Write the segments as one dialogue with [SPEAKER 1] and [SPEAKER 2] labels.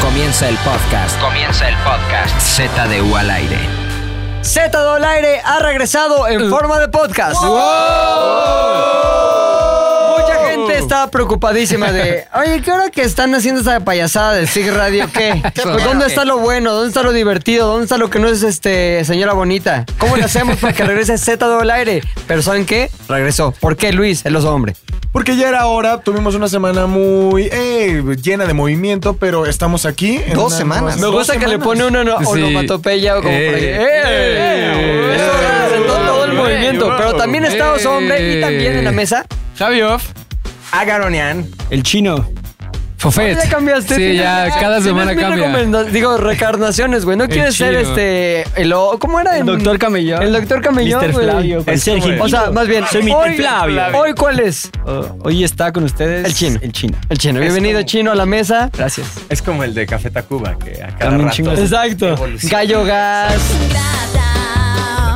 [SPEAKER 1] Comienza el podcast. Comienza el podcast. Z de U al aire.
[SPEAKER 2] Z al aire ha regresado en forma de podcast.
[SPEAKER 3] ¡Oh!
[SPEAKER 2] Mucha gente está preocupadísima de, oye, ¿qué hora que están haciendo esa payasada del SIG Radio? ¿Qué? Pues, ¿Dónde está lo bueno? ¿Dónde está lo divertido? ¿Dónde está lo que no es este señora bonita? ¿Cómo le hacemos para que regrese Z al aire? Pero ¿saben qué? Regresó. ¿Por qué Luis? Él los hombre.
[SPEAKER 4] Porque ya era hora, tuvimos una semana muy eh, llena de movimiento, pero estamos aquí. en
[SPEAKER 5] Dos
[SPEAKER 4] una-
[SPEAKER 5] semanas.
[SPEAKER 2] Me
[SPEAKER 4] Dos
[SPEAKER 2] gusta que le
[SPEAKER 4] semanas.
[SPEAKER 2] pone una ono-
[SPEAKER 6] Sí.
[SPEAKER 2] onomatopeya o como por ahí.
[SPEAKER 6] Eh.
[SPEAKER 2] ¡Eh!
[SPEAKER 6] Eh.
[SPEAKER 2] Eso representó
[SPEAKER 6] Eh.
[SPEAKER 2] todo el
[SPEAKER 6] Eh.
[SPEAKER 2] movimiento. Pero también está Oso Hombre y
[SPEAKER 6] Eh.
[SPEAKER 2] también en la mesa.
[SPEAKER 6] Javi Off.
[SPEAKER 5] Ah,
[SPEAKER 2] Agaronian.
[SPEAKER 7] El chino.
[SPEAKER 6] Fofet.
[SPEAKER 2] Ya cambiaste.
[SPEAKER 6] Sí,
[SPEAKER 2] tienes-
[SPEAKER 6] ya
[SPEAKER 2] tienes
[SPEAKER 6] cada semana
[SPEAKER 2] mil
[SPEAKER 6] cambia.
[SPEAKER 2] recomenda- Digo, recarnaciones, güey. No quieres ser
[SPEAKER 6] chino.
[SPEAKER 2] este. El, o- ¿Cómo era?
[SPEAKER 7] El
[SPEAKER 2] En-
[SPEAKER 7] doctor Camellón.
[SPEAKER 2] El doctor Camellón.
[SPEAKER 7] Mr.
[SPEAKER 2] güey.
[SPEAKER 7] Flavio, con
[SPEAKER 2] pues, Es-
[SPEAKER 7] Sergio.
[SPEAKER 2] O sea, más bien.
[SPEAKER 7] Soy Mr.
[SPEAKER 2] hoy,
[SPEAKER 7] Flavio.
[SPEAKER 2] Hoy, ¿cuál es?
[SPEAKER 7] Oh, hoy está con ustedes.
[SPEAKER 2] El chino.
[SPEAKER 7] El chino.
[SPEAKER 2] El chino. Bienvenido, chino, a la mesa.
[SPEAKER 7] Gracias.
[SPEAKER 3] Es como el de Café Tacuba, que a cada
[SPEAKER 7] También
[SPEAKER 3] rato
[SPEAKER 7] chingo.
[SPEAKER 2] Exacto. Gallo Gas.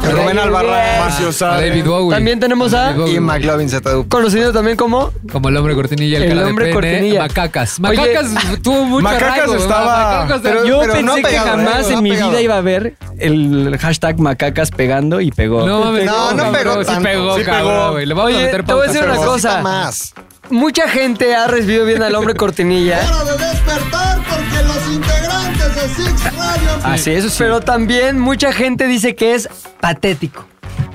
[SPEAKER 4] Rubén
[SPEAKER 2] Gallo Gas.
[SPEAKER 4] Albarrán,
[SPEAKER 6] A
[SPEAKER 4] Sade.
[SPEAKER 6] David Bowie.
[SPEAKER 2] También tenemos a.
[SPEAKER 6] David Bowie.
[SPEAKER 5] Y McLovin ZDU.
[SPEAKER 2] Conocido también como
[SPEAKER 6] Como el hombre cortinilla, el,
[SPEAKER 2] El
[SPEAKER 6] cara de
[SPEAKER 2] hombre
[SPEAKER 6] pene,
[SPEAKER 2] cortinilla.
[SPEAKER 6] Macacas.
[SPEAKER 2] Oye,
[SPEAKER 6] Macacas tuvo mucho
[SPEAKER 4] Macacas
[SPEAKER 6] arraigo, ¿verdad?
[SPEAKER 4] estaba-
[SPEAKER 6] Macacas
[SPEAKER 5] pero-
[SPEAKER 7] Yo pensé
[SPEAKER 5] no ha
[SPEAKER 7] que
[SPEAKER 5] pegado,
[SPEAKER 7] jamás
[SPEAKER 5] ¿eh? No
[SPEAKER 7] en
[SPEAKER 5] ha
[SPEAKER 7] mi
[SPEAKER 5] pegado.
[SPEAKER 7] vida iba a ver el hashtag macacas pegando y pegó.
[SPEAKER 6] No mames.
[SPEAKER 5] No, no
[SPEAKER 6] cabrón,
[SPEAKER 5] pegó
[SPEAKER 6] Sí
[SPEAKER 5] tanto.
[SPEAKER 6] pegó,
[SPEAKER 4] Sí
[SPEAKER 6] cabrón,
[SPEAKER 4] pegó.
[SPEAKER 6] güey. Le vamos
[SPEAKER 2] Oye,
[SPEAKER 6] a meter
[SPEAKER 2] te voy a
[SPEAKER 6] pautas,
[SPEAKER 2] decir una
[SPEAKER 6] pero-
[SPEAKER 2] cosa.
[SPEAKER 5] Necesita más.
[SPEAKER 2] mucha gente ha recibido bien al hombre cortinilla.
[SPEAKER 7] Ah, sí, eso sí.
[SPEAKER 2] Pero también mucha gente dice que es patético.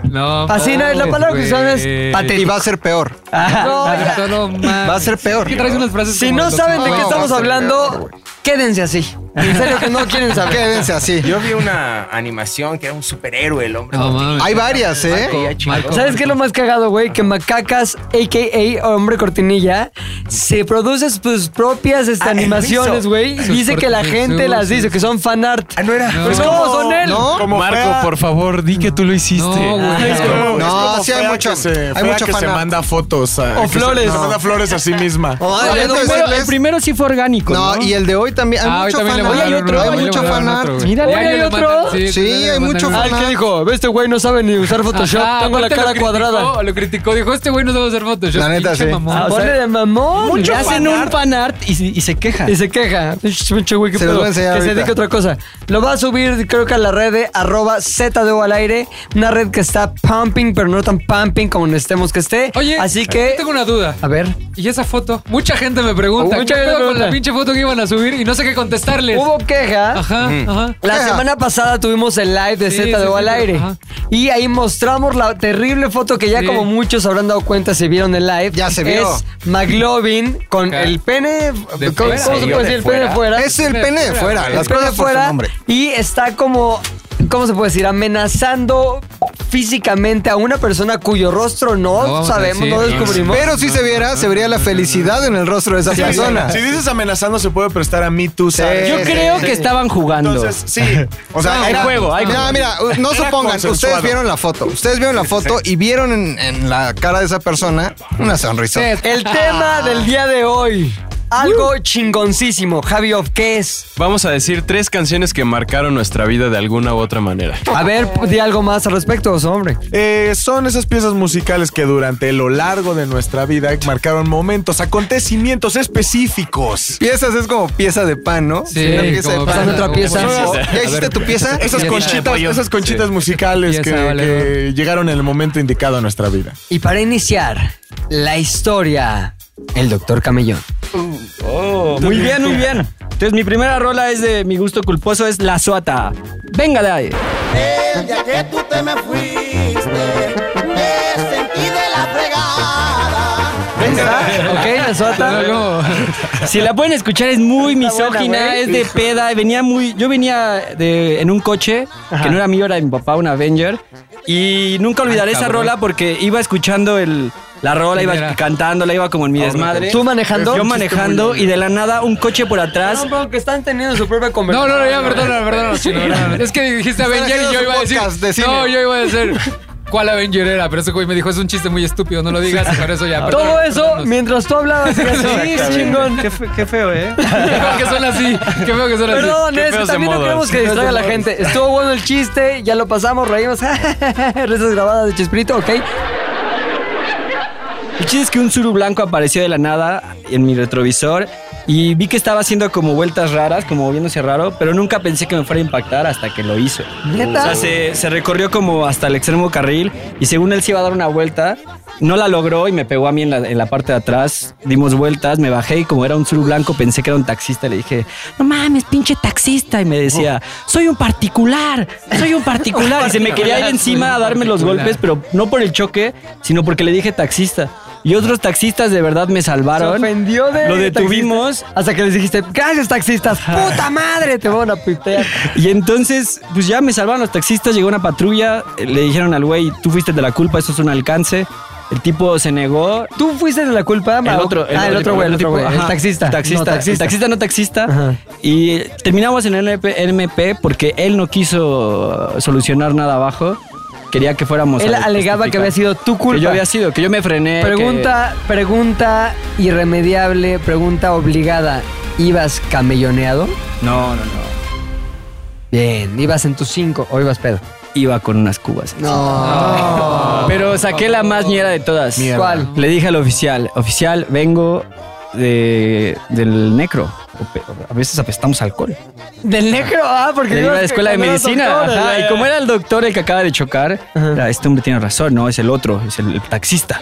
[SPEAKER 6] No.
[SPEAKER 2] Así no es, la
[SPEAKER 6] mames,
[SPEAKER 2] palabra que usan es
[SPEAKER 6] güey.
[SPEAKER 5] Y va a ser peor.
[SPEAKER 2] No,
[SPEAKER 6] Ay,
[SPEAKER 2] ya.
[SPEAKER 6] no, no mames.
[SPEAKER 5] Va a ser peor.
[SPEAKER 6] ¿Qué traes unas frases
[SPEAKER 2] si
[SPEAKER 6] como
[SPEAKER 2] no
[SPEAKER 6] los
[SPEAKER 2] saben de qué
[SPEAKER 5] No,
[SPEAKER 6] ochentas?
[SPEAKER 2] estamos
[SPEAKER 5] va a ser
[SPEAKER 2] hablando,
[SPEAKER 5] peor, güey.
[SPEAKER 2] quédense así. En serio que no quieren saber.
[SPEAKER 5] Quédense así.
[SPEAKER 3] Yo vi una animación que era un superhéroe, el hombre.
[SPEAKER 6] No
[SPEAKER 3] Martín.
[SPEAKER 6] mames.
[SPEAKER 5] Hay varias, ¿eh?
[SPEAKER 6] Marco, Marco,
[SPEAKER 2] ¿Sabes qué es lo
[SPEAKER 6] Marco.
[SPEAKER 2] más cagado, güey? Que Macacas, a.k.a. Hombre Cortinilla, se produce sus propias este,
[SPEAKER 3] Ah, él
[SPEAKER 2] animaciones,
[SPEAKER 3] hizo.
[SPEAKER 2] güey.
[SPEAKER 6] Sus
[SPEAKER 2] Dice que la
[SPEAKER 6] corti-
[SPEAKER 2] gente
[SPEAKER 6] sus-
[SPEAKER 2] las dice, que son fan art.
[SPEAKER 3] Ah, no era.
[SPEAKER 6] No.
[SPEAKER 2] Pues, ¿cómo son él?
[SPEAKER 5] ¿No?
[SPEAKER 4] Como fea-
[SPEAKER 3] favor, di que tú lo hiciste.
[SPEAKER 6] No, güey.
[SPEAKER 4] Es como-
[SPEAKER 5] No,
[SPEAKER 4] es como
[SPEAKER 5] sí hay
[SPEAKER 4] fea
[SPEAKER 5] mucho-
[SPEAKER 4] que se-
[SPEAKER 5] hay
[SPEAKER 4] fea
[SPEAKER 5] mucho
[SPEAKER 4] que se
[SPEAKER 5] fanart.
[SPEAKER 4] manda fotos. a-
[SPEAKER 2] O
[SPEAKER 4] que se-
[SPEAKER 2] flores.
[SPEAKER 4] Se manda flores a sí misma.
[SPEAKER 5] No,
[SPEAKER 7] Ah, el,
[SPEAKER 5] deberían
[SPEAKER 7] primero,
[SPEAKER 5] decirles-
[SPEAKER 7] el primero sí fue orgánico. No,
[SPEAKER 5] Pues, No, y el de hoy también. Hay
[SPEAKER 6] Ah, hoy también le
[SPEAKER 5] mucho fanart.
[SPEAKER 6] mandaron uno,
[SPEAKER 5] Hay
[SPEAKER 6] hoy le
[SPEAKER 5] mucho
[SPEAKER 6] mandaron
[SPEAKER 5] fanart.
[SPEAKER 6] otro, güey.
[SPEAKER 7] Mira,
[SPEAKER 6] Ya,
[SPEAKER 7] güey,
[SPEAKER 6] ya
[SPEAKER 7] hay
[SPEAKER 6] le
[SPEAKER 7] otro.
[SPEAKER 6] mandaron,
[SPEAKER 5] Sí,
[SPEAKER 6] ya le
[SPEAKER 5] hay
[SPEAKER 6] mandaron
[SPEAKER 5] mucho
[SPEAKER 6] uno.
[SPEAKER 2] Ah, el que dijo, este güey no sabe ni usar Photoshop,
[SPEAKER 6] Ajá,
[SPEAKER 2] tengo la
[SPEAKER 6] aparte lo
[SPEAKER 2] cara
[SPEAKER 6] criticó,
[SPEAKER 2] cuadrada.
[SPEAKER 6] Lo criticó, dijo, este güey no sabe hacer Photoshop.
[SPEAKER 5] La neta,
[SPEAKER 6] pinche
[SPEAKER 5] sí.
[SPEAKER 6] mamón.
[SPEAKER 2] Ah, Ponle de mamón.
[SPEAKER 7] le
[SPEAKER 2] Ya
[SPEAKER 7] hacen un fanart y, se- y se queja.
[SPEAKER 2] Y se queja. Pinche pinche güey, qué
[SPEAKER 5] Se los
[SPEAKER 2] pedo.
[SPEAKER 5] voy a
[SPEAKER 2] Que
[SPEAKER 5] enseñar
[SPEAKER 2] se
[SPEAKER 5] ahorita.
[SPEAKER 2] dedique a otra cosa. Lo va a subir, creo que a la red de arroba ZDU al aire. Una red que está pumping, pero no tan pumping como necesitemos que esté.
[SPEAKER 6] Oye,
[SPEAKER 2] así que.
[SPEAKER 6] yo tengo una duda.
[SPEAKER 2] A ver.
[SPEAKER 6] ¿Y esa foto? Mucha gente me pregunta,
[SPEAKER 2] Uh,
[SPEAKER 6] ¿qué
[SPEAKER 2] mucha gente
[SPEAKER 6] pedo con
[SPEAKER 2] pregunta.
[SPEAKER 6] la pinche foto que iban a subir? Y no sé qué contestarles.
[SPEAKER 2] Hubo queja.
[SPEAKER 6] Ajá, ajá.
[SPEAKER 2] La
[SPEAKER 5] Queja.
[SPEAKER 2] semana pasada tuvimos el live de
[SPEAKER 6] Sí,
[SPEAKER 2] ZDU
[SPEAKER 6] sí, sí,
[SPEAKER 2] al
[SPEAKER 6] sí,
[SPEAKER 2] aire.
[SPEAKER 6] ajá.
[SPEAKER 2] Y ahí mostramos la terrible foto que ya
[SPEAKER 6] Sí.
[SPEAKER 2] como muchos habrán dado cuenta si vieron el live.
[SPEAKER 5] Ya se vio.
[SPEAKER 2] Es McLovin con
[SPEAKER 6] Acá.
[SPEAKER 2] el pene... ¿Cómo,
[SPEAKER 6] fuera.
[SPEAKER 2] cómo se puede
[SPEAKER 3] Sí,
[SPEAKER 2] decir?
[SPEAKER 3] de
[SPEAKER 2] El pene
[SPEAKER 3] fuera.
[SPEAKER 2] fuera.
[SPEAKER 5] Es el pene de fuera.
[SPEAKER 2] El
[SPEAKER 5] Las
[SPEAKER 2] pene
[SPEAKER 5] cosas por su
[SPEAKER 2] fuera
[SPEAKER 5] nombre.
[SPEAKER 2] y está como, ¿cómo se puede decir? Amenazando físicamente a una persona cuyo rostro
[SPEAKER 6] No
[SPEAKER 2] no,
[SPEAKER 6] vamos a
[SPEAKER 2] sabemos, no
[SPEAKER 6] decir.
[SPEAKER 2] descubrimos.
[SPEAKER 5] Pero si se viera, se vería la felicidad en el rostro de esa persona.
[SPEAKER 4] Si dices amenazando, se puede prestar a mí, tú, Sade.
[SPEAKER 7] Yo
[SPEAKER 5] Sí,
[SPEAKER 7] creo
[SPEAKER 5] sí,
[SPEAKER 7] que
[SPEAKER 5] sí.
[SPEAKER 7] estaban jugando.
[SPEAKER 4] Entonces, sí. O sea,
[SPEAKER 5] No,
[SPEAKER 4] era-
[SPEAKER 5] mira, Mira, mira, no
[SPEAKER 4] Era
[SPEAKER 5] supongan, ustedes
[SPEAKER 4] consensuado.
[SPEAKER 5] vieron la foto. Ustedes vieron la foto y vieron en, en la cara de esa persona una sonrisa.
[SPEAKER 6] Sí,
[SPEAKER 2] El
[SPEAKER 5] Ah.
[SPEAKER 2] tema del día de hoy, algo
[SPEAKER 5] Uh.
[SPEAKER 2] chingoncísimo. Javi, Off, ¿qué es?
[SPEAKER 8] Vamos a decir tres canciones que marcaron nuestra vida de alguna u otra manera.
[SPEAKER 2] A ver, di algo más al respecto, oso, hombre.
[SPEAKER 4] Eh, son esas piezas musicales que durante lo largo de nuestra vida marcaron momentos, acontecimientos específicos.
[SPEAKER 5] Piezas es como pieza de pan, ¿no?
[SPEAKER 6] Sí,
[SPEAKER 5] Una pieza de
[SPEAKER 6] como
[SPEAKER 5] pan.
[SPEAKER 2] Pasando otra pieza.
[SPEAKER 5] ¿Ya hiciste tu pieza?
[SPEAKER 4] Esas
[SPEAKER 6] Pieza de
[SPEAKER 4] conchitas,
[SPEAKER 6] pollo.
[SPEAKER 4] esas conchitas musicales
[SPEAKER 6] Pieza,
[SPEAKER 4] que,
[SPEAKER 6] vale,
[SPEAKER 4] que llegaron en el momento indicado a nuestra vida.
[SPEAKER 2] Y para iniciar la historia, el doctor Camellón.
[SPEAKER 7] Muy bien, muy bien. Entonces, mi primera rola es de mi gusto culposo, es La Suata. Venga de ahí.
[SPEAKER 9] Ya que tú te me fuiste, me sentí de la fregada.
[SPEAKER 2] ¿Ok? La suata.
[SPEAKER 7] Si la pueden escuchar es muy
[SPEAKER 2] Está buena,
[SPEAKER 7] misógina,
[SPEAKER 2] güey.
[SPEAKER 7] es de peda, venía muy yo venía de, en un coche que no era mío, era de mi papá, un Avenger y nunca
[SPEAKER 2] Ah,
[SPEAKER 7] olvidaré esa
[SPEAKER 6] cabrón.
[SPEAKER 7] rola porque iba escuchando el la rola,
[SPEAKER 6] ¿Quién
[SPEAKER 7] iba
[SPEAKER 6] era?
[SPEAKER 7] cantándola, iba como en mi desmadre.
[SPEAKER 2] Ah, ¿Tú manejando?
[SPEAKER 7] Yo manejando y de la nada un coche por atrás.
[SPEAKER 2] No, pero que están teniendo su propia
[SPEAKER 6] No,
[SPEAKER 2] conversación.
[SPEAKER 6] no, no, ya, perdona, perdona. sí, perdona. Es que dijiste Avenger y yo
[SPEAKER 5] haciendo
[SPEAKER 6] iba a
[SPEAKER 5] su
[SPEAKER 6] decir.
[SPEAKER 5] podcast de cine.
[SPEAKER 6] No, yo iba a decir. ¿Cuál Avenger era? Pero ese güey me dijo, es un chiste muy estúpido, no lo digas, y por eso ya.
[SPEAKER 2] Todo
[SPEAKER 6] perdona,
[SPEAKER 2] eso
[SPEAKER 6] perdónanos.
[SPEAKER 2] mientras tú hablabas. y así, chingón.
[SPEAKER 7] Qué, fe- qué feo, ¿eh?
[SPEAKER 6] Qué feo que son así. Qué feo que son así.
[SPEAKER 2] Perdón,
[SPEAKER 8] Qué
[SPEAKER 2] es que
[SPEAKER 8] feos de
[SPEAKER 2] también no
[SPEAKER 8] modos.
[SPEAKER 2] queremos que distraiga a la gente. Estuvo bueno el chiste, ya lo pasamos, reímos. Risas grabadas de Chespirito, ok.
[SPEAKER 7] El chiste es que un suru blanco apareció de la nada en mi retrovisor y vi que estaba haciendo como vueltas raras, como moviéndose raro, pero nunca pensé que me fuera a impactar hasta que lo hizo.
[SPEAKER 2] ¿Neta?
[SPEAKER 7] O sea, se, se recorrió como hasta el extremo carril y según él se iba a dar una vuelta, no la logró y me pegó a mí en la, en la parte de atrás. Dimos vueltas, me bajé y como era un sur blanco pensé que era un taxista. Le dije, no mames, pinche taxista. Y me decía, soy un particular, soy un particular. Y se me quería ir
[SPEAKER 6] Soy un
[SPEAKER 7] encima a darme los
[SPEAKER 6] particular.
[SPEAKER 7] golpes, pero no por el choque, sino porque le dije taxista. Y otros taxistas de verdad me
[SPEAKER 2] Se
[SPEAKER 7] salvaron.
[SPEAKER 2] ofendió de.
[SPEAKER 7] Lo
[SPEAKER 2] de
[SPEAKER 7] detuvimos.
[SPEAKER 2] taxista. Hasta que les dijiste, gracias taxistas, puta madre, te van a pitear.
[SPEAKER 7] Y entonces, pues ya me salvaron los taxistas, llegó una patrulla, le dijeron al güey, tú fuiste de la culpa, eso es un alcance. El tipo se negó.
[SPEAKER 2] Tú fuiste de la culpa,
[SPEAKER 7] El
[SPEAKER 2] Mau?
[SPEAKER 7] otro,
[SPEAKER 2] ah, el otro güey, el otro
[SPEAKER 7] tipo,
[SPEAKER 2] güey, el
[SPEAKER 7] ajá,
[SPEAKER 2] taxista.
[SPEAKER 7] taxista,
[SPEAKER 2] No,
[SPEAKER 7] el
[SPEAKER 2] taxista.
[SPEAKER 7] taxista, no taxista.
[SPEAKER 2] Ajá.
[SPEAKER 7] Y terminamos en el NP NMP porque él no quiso solucionar nada abajo. Quería que fuéramos.
[SPEAKER 2] Él
[SPEAKER 7] a- a
[SPEAKER 2] alegaba que
[SPEAKER 7] testificar.
[SPEAKER 2] había sido tu culpa.
[SPEAKER 7] Que yo había sido, que yo me frené.
[SPEAKER 2] Pregunta, pregunta irremediable, pregunta obligada. ¿Ibas camelloneado?
[SPEAKER 7] que- No, no, no.
[SPEAKER 2] Bien, ibas en tus cinco o ibas pedo.
[SPEAKER 7] Iba con unas cubas.
[SPEAKER 2] No.
[SPEAKER 7] Pero saqué la más ñera de todas.
[SPEAKER 2] Mierda. ¿Cuál?
[SPEAKER 7] Le dije al oficial, oficial, vengo de, del necro. O- A veces apestamos alcohol.
[SPEAKER 2] Del negro, ah, porque
[SPEAKER 7] Le
[SPEAKER 2] ibas
[SPEAKER 7] iba a la escuela de
[SPEAKER 2] cuando eras
[SPEAKER 7] medicina.
[SPEAKER 2] doctor,
[SPEAKER 7] ajá,
[SPEAKER 2] ya, ya.
[SPEAKER 7] Y como era el doctor el que acaba de chocar, era, este hombre tiene razón, no, es el otro, es el, el taxista.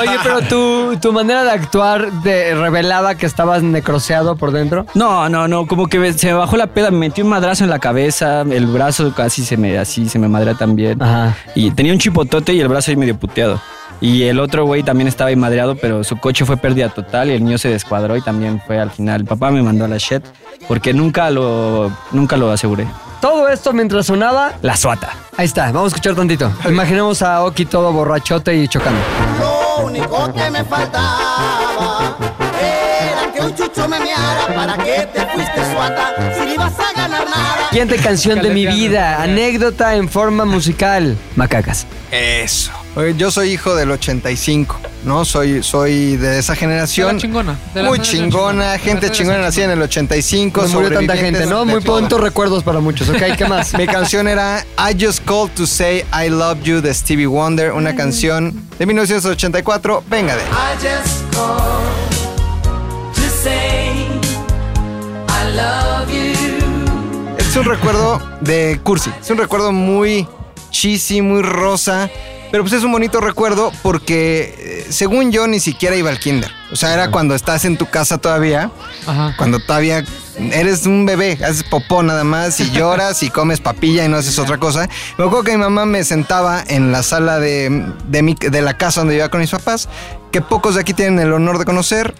[SPEAKER 2] Oye, pero tu, tu manera de actuar te revelaba que estabas necroseado por dentro.
[SPEAKER 7] No, no, no, como que se me bajó la peda, me metí un madrazo en la cabeza, el brazo casi se me, así se me madrea también.
[SPEAKER 2] Ajá.
[SPEAKER 7] Y tenía un chipotote y el brazo ahí medio puteado. Y el otro güey también estaba ahí madreado, pero su coche fue pérdida total y el mío se descuadró y también fue al final. El papá me mandó a la shit porque nunca lo, nunca lo aseguré.
[SPEAKER 2] Todo esto mientras sonaba.
[SPEAKER 7] La suata.
[SPEAKER 2] Ahí está, vamos a escuchar tantito. Imaginemos a Oki todo borrachote y chocando.
[SPEAKER 9] Lo único que me faltaba era que un chucho me meara para que te fuiste suata si no ibas a ganar nada.
[SPEAKER 2] Siguiente canción de mi vida, anécdota en forma musical. Macacas.
[SPEAKER 5] Eso. Oye, Yo soy hijo del 85, ¿no? Soy, soy de esa
[SPEAKER 6] De
[SPEAKER 5] generación.
[SPEAKER 6] la chingona, de la
[SPEAKER 5] Muy
[SPEAKER 6] generación
[SPEAKER 5] chingona,
[SPEAKER 6] chingona.
[SPEAKER 5] gente
[SPEAKER 6] De la
[SPEAKER 5] chingona
[SPEAKER 6] generación
[SPEAKER 5] nacida en el 85.
[SPEAKER 2] No murió tanta
[SPEAKER 5] sobrevivientes
[SPEAKER 2] gente, ¿no?
[SPEAKER 5] de
[SPEAKER 2] Muy
[SPEAKER 5] todo.
[SPEAKER 2] pronto recuerdos para muchos, ¿ok? ¿Qué más?
[SPEAKER 5] Mi canción era I Just Called to Say I Love You de Stevie Wonder, una canción de 1984. Venga de. ahí.
[SPEAKER 10] Mm. I just called to say I love you.
[SPEAKER 5] Es un recuerdo de Cursi. Es un recuerdo muy cheesy, muy rosa. Pero pues es un bonito recuerdo porque, eh, según yo, ni siquiera iba al kinder. O sea, era cuando estás en tu casa todavía.
[SPEAKER 6] Ajá.
[SPEAKER 5] Cuando todavía eres un bebé, haces popó nada más y lloras y comes papilla y no haces otra cosa. Me acuerdo que mi mamá me sentaba en la sala de, de mi- de la casa donde vivía con mis papás, que pocos de aquí tienen el honor de conocer.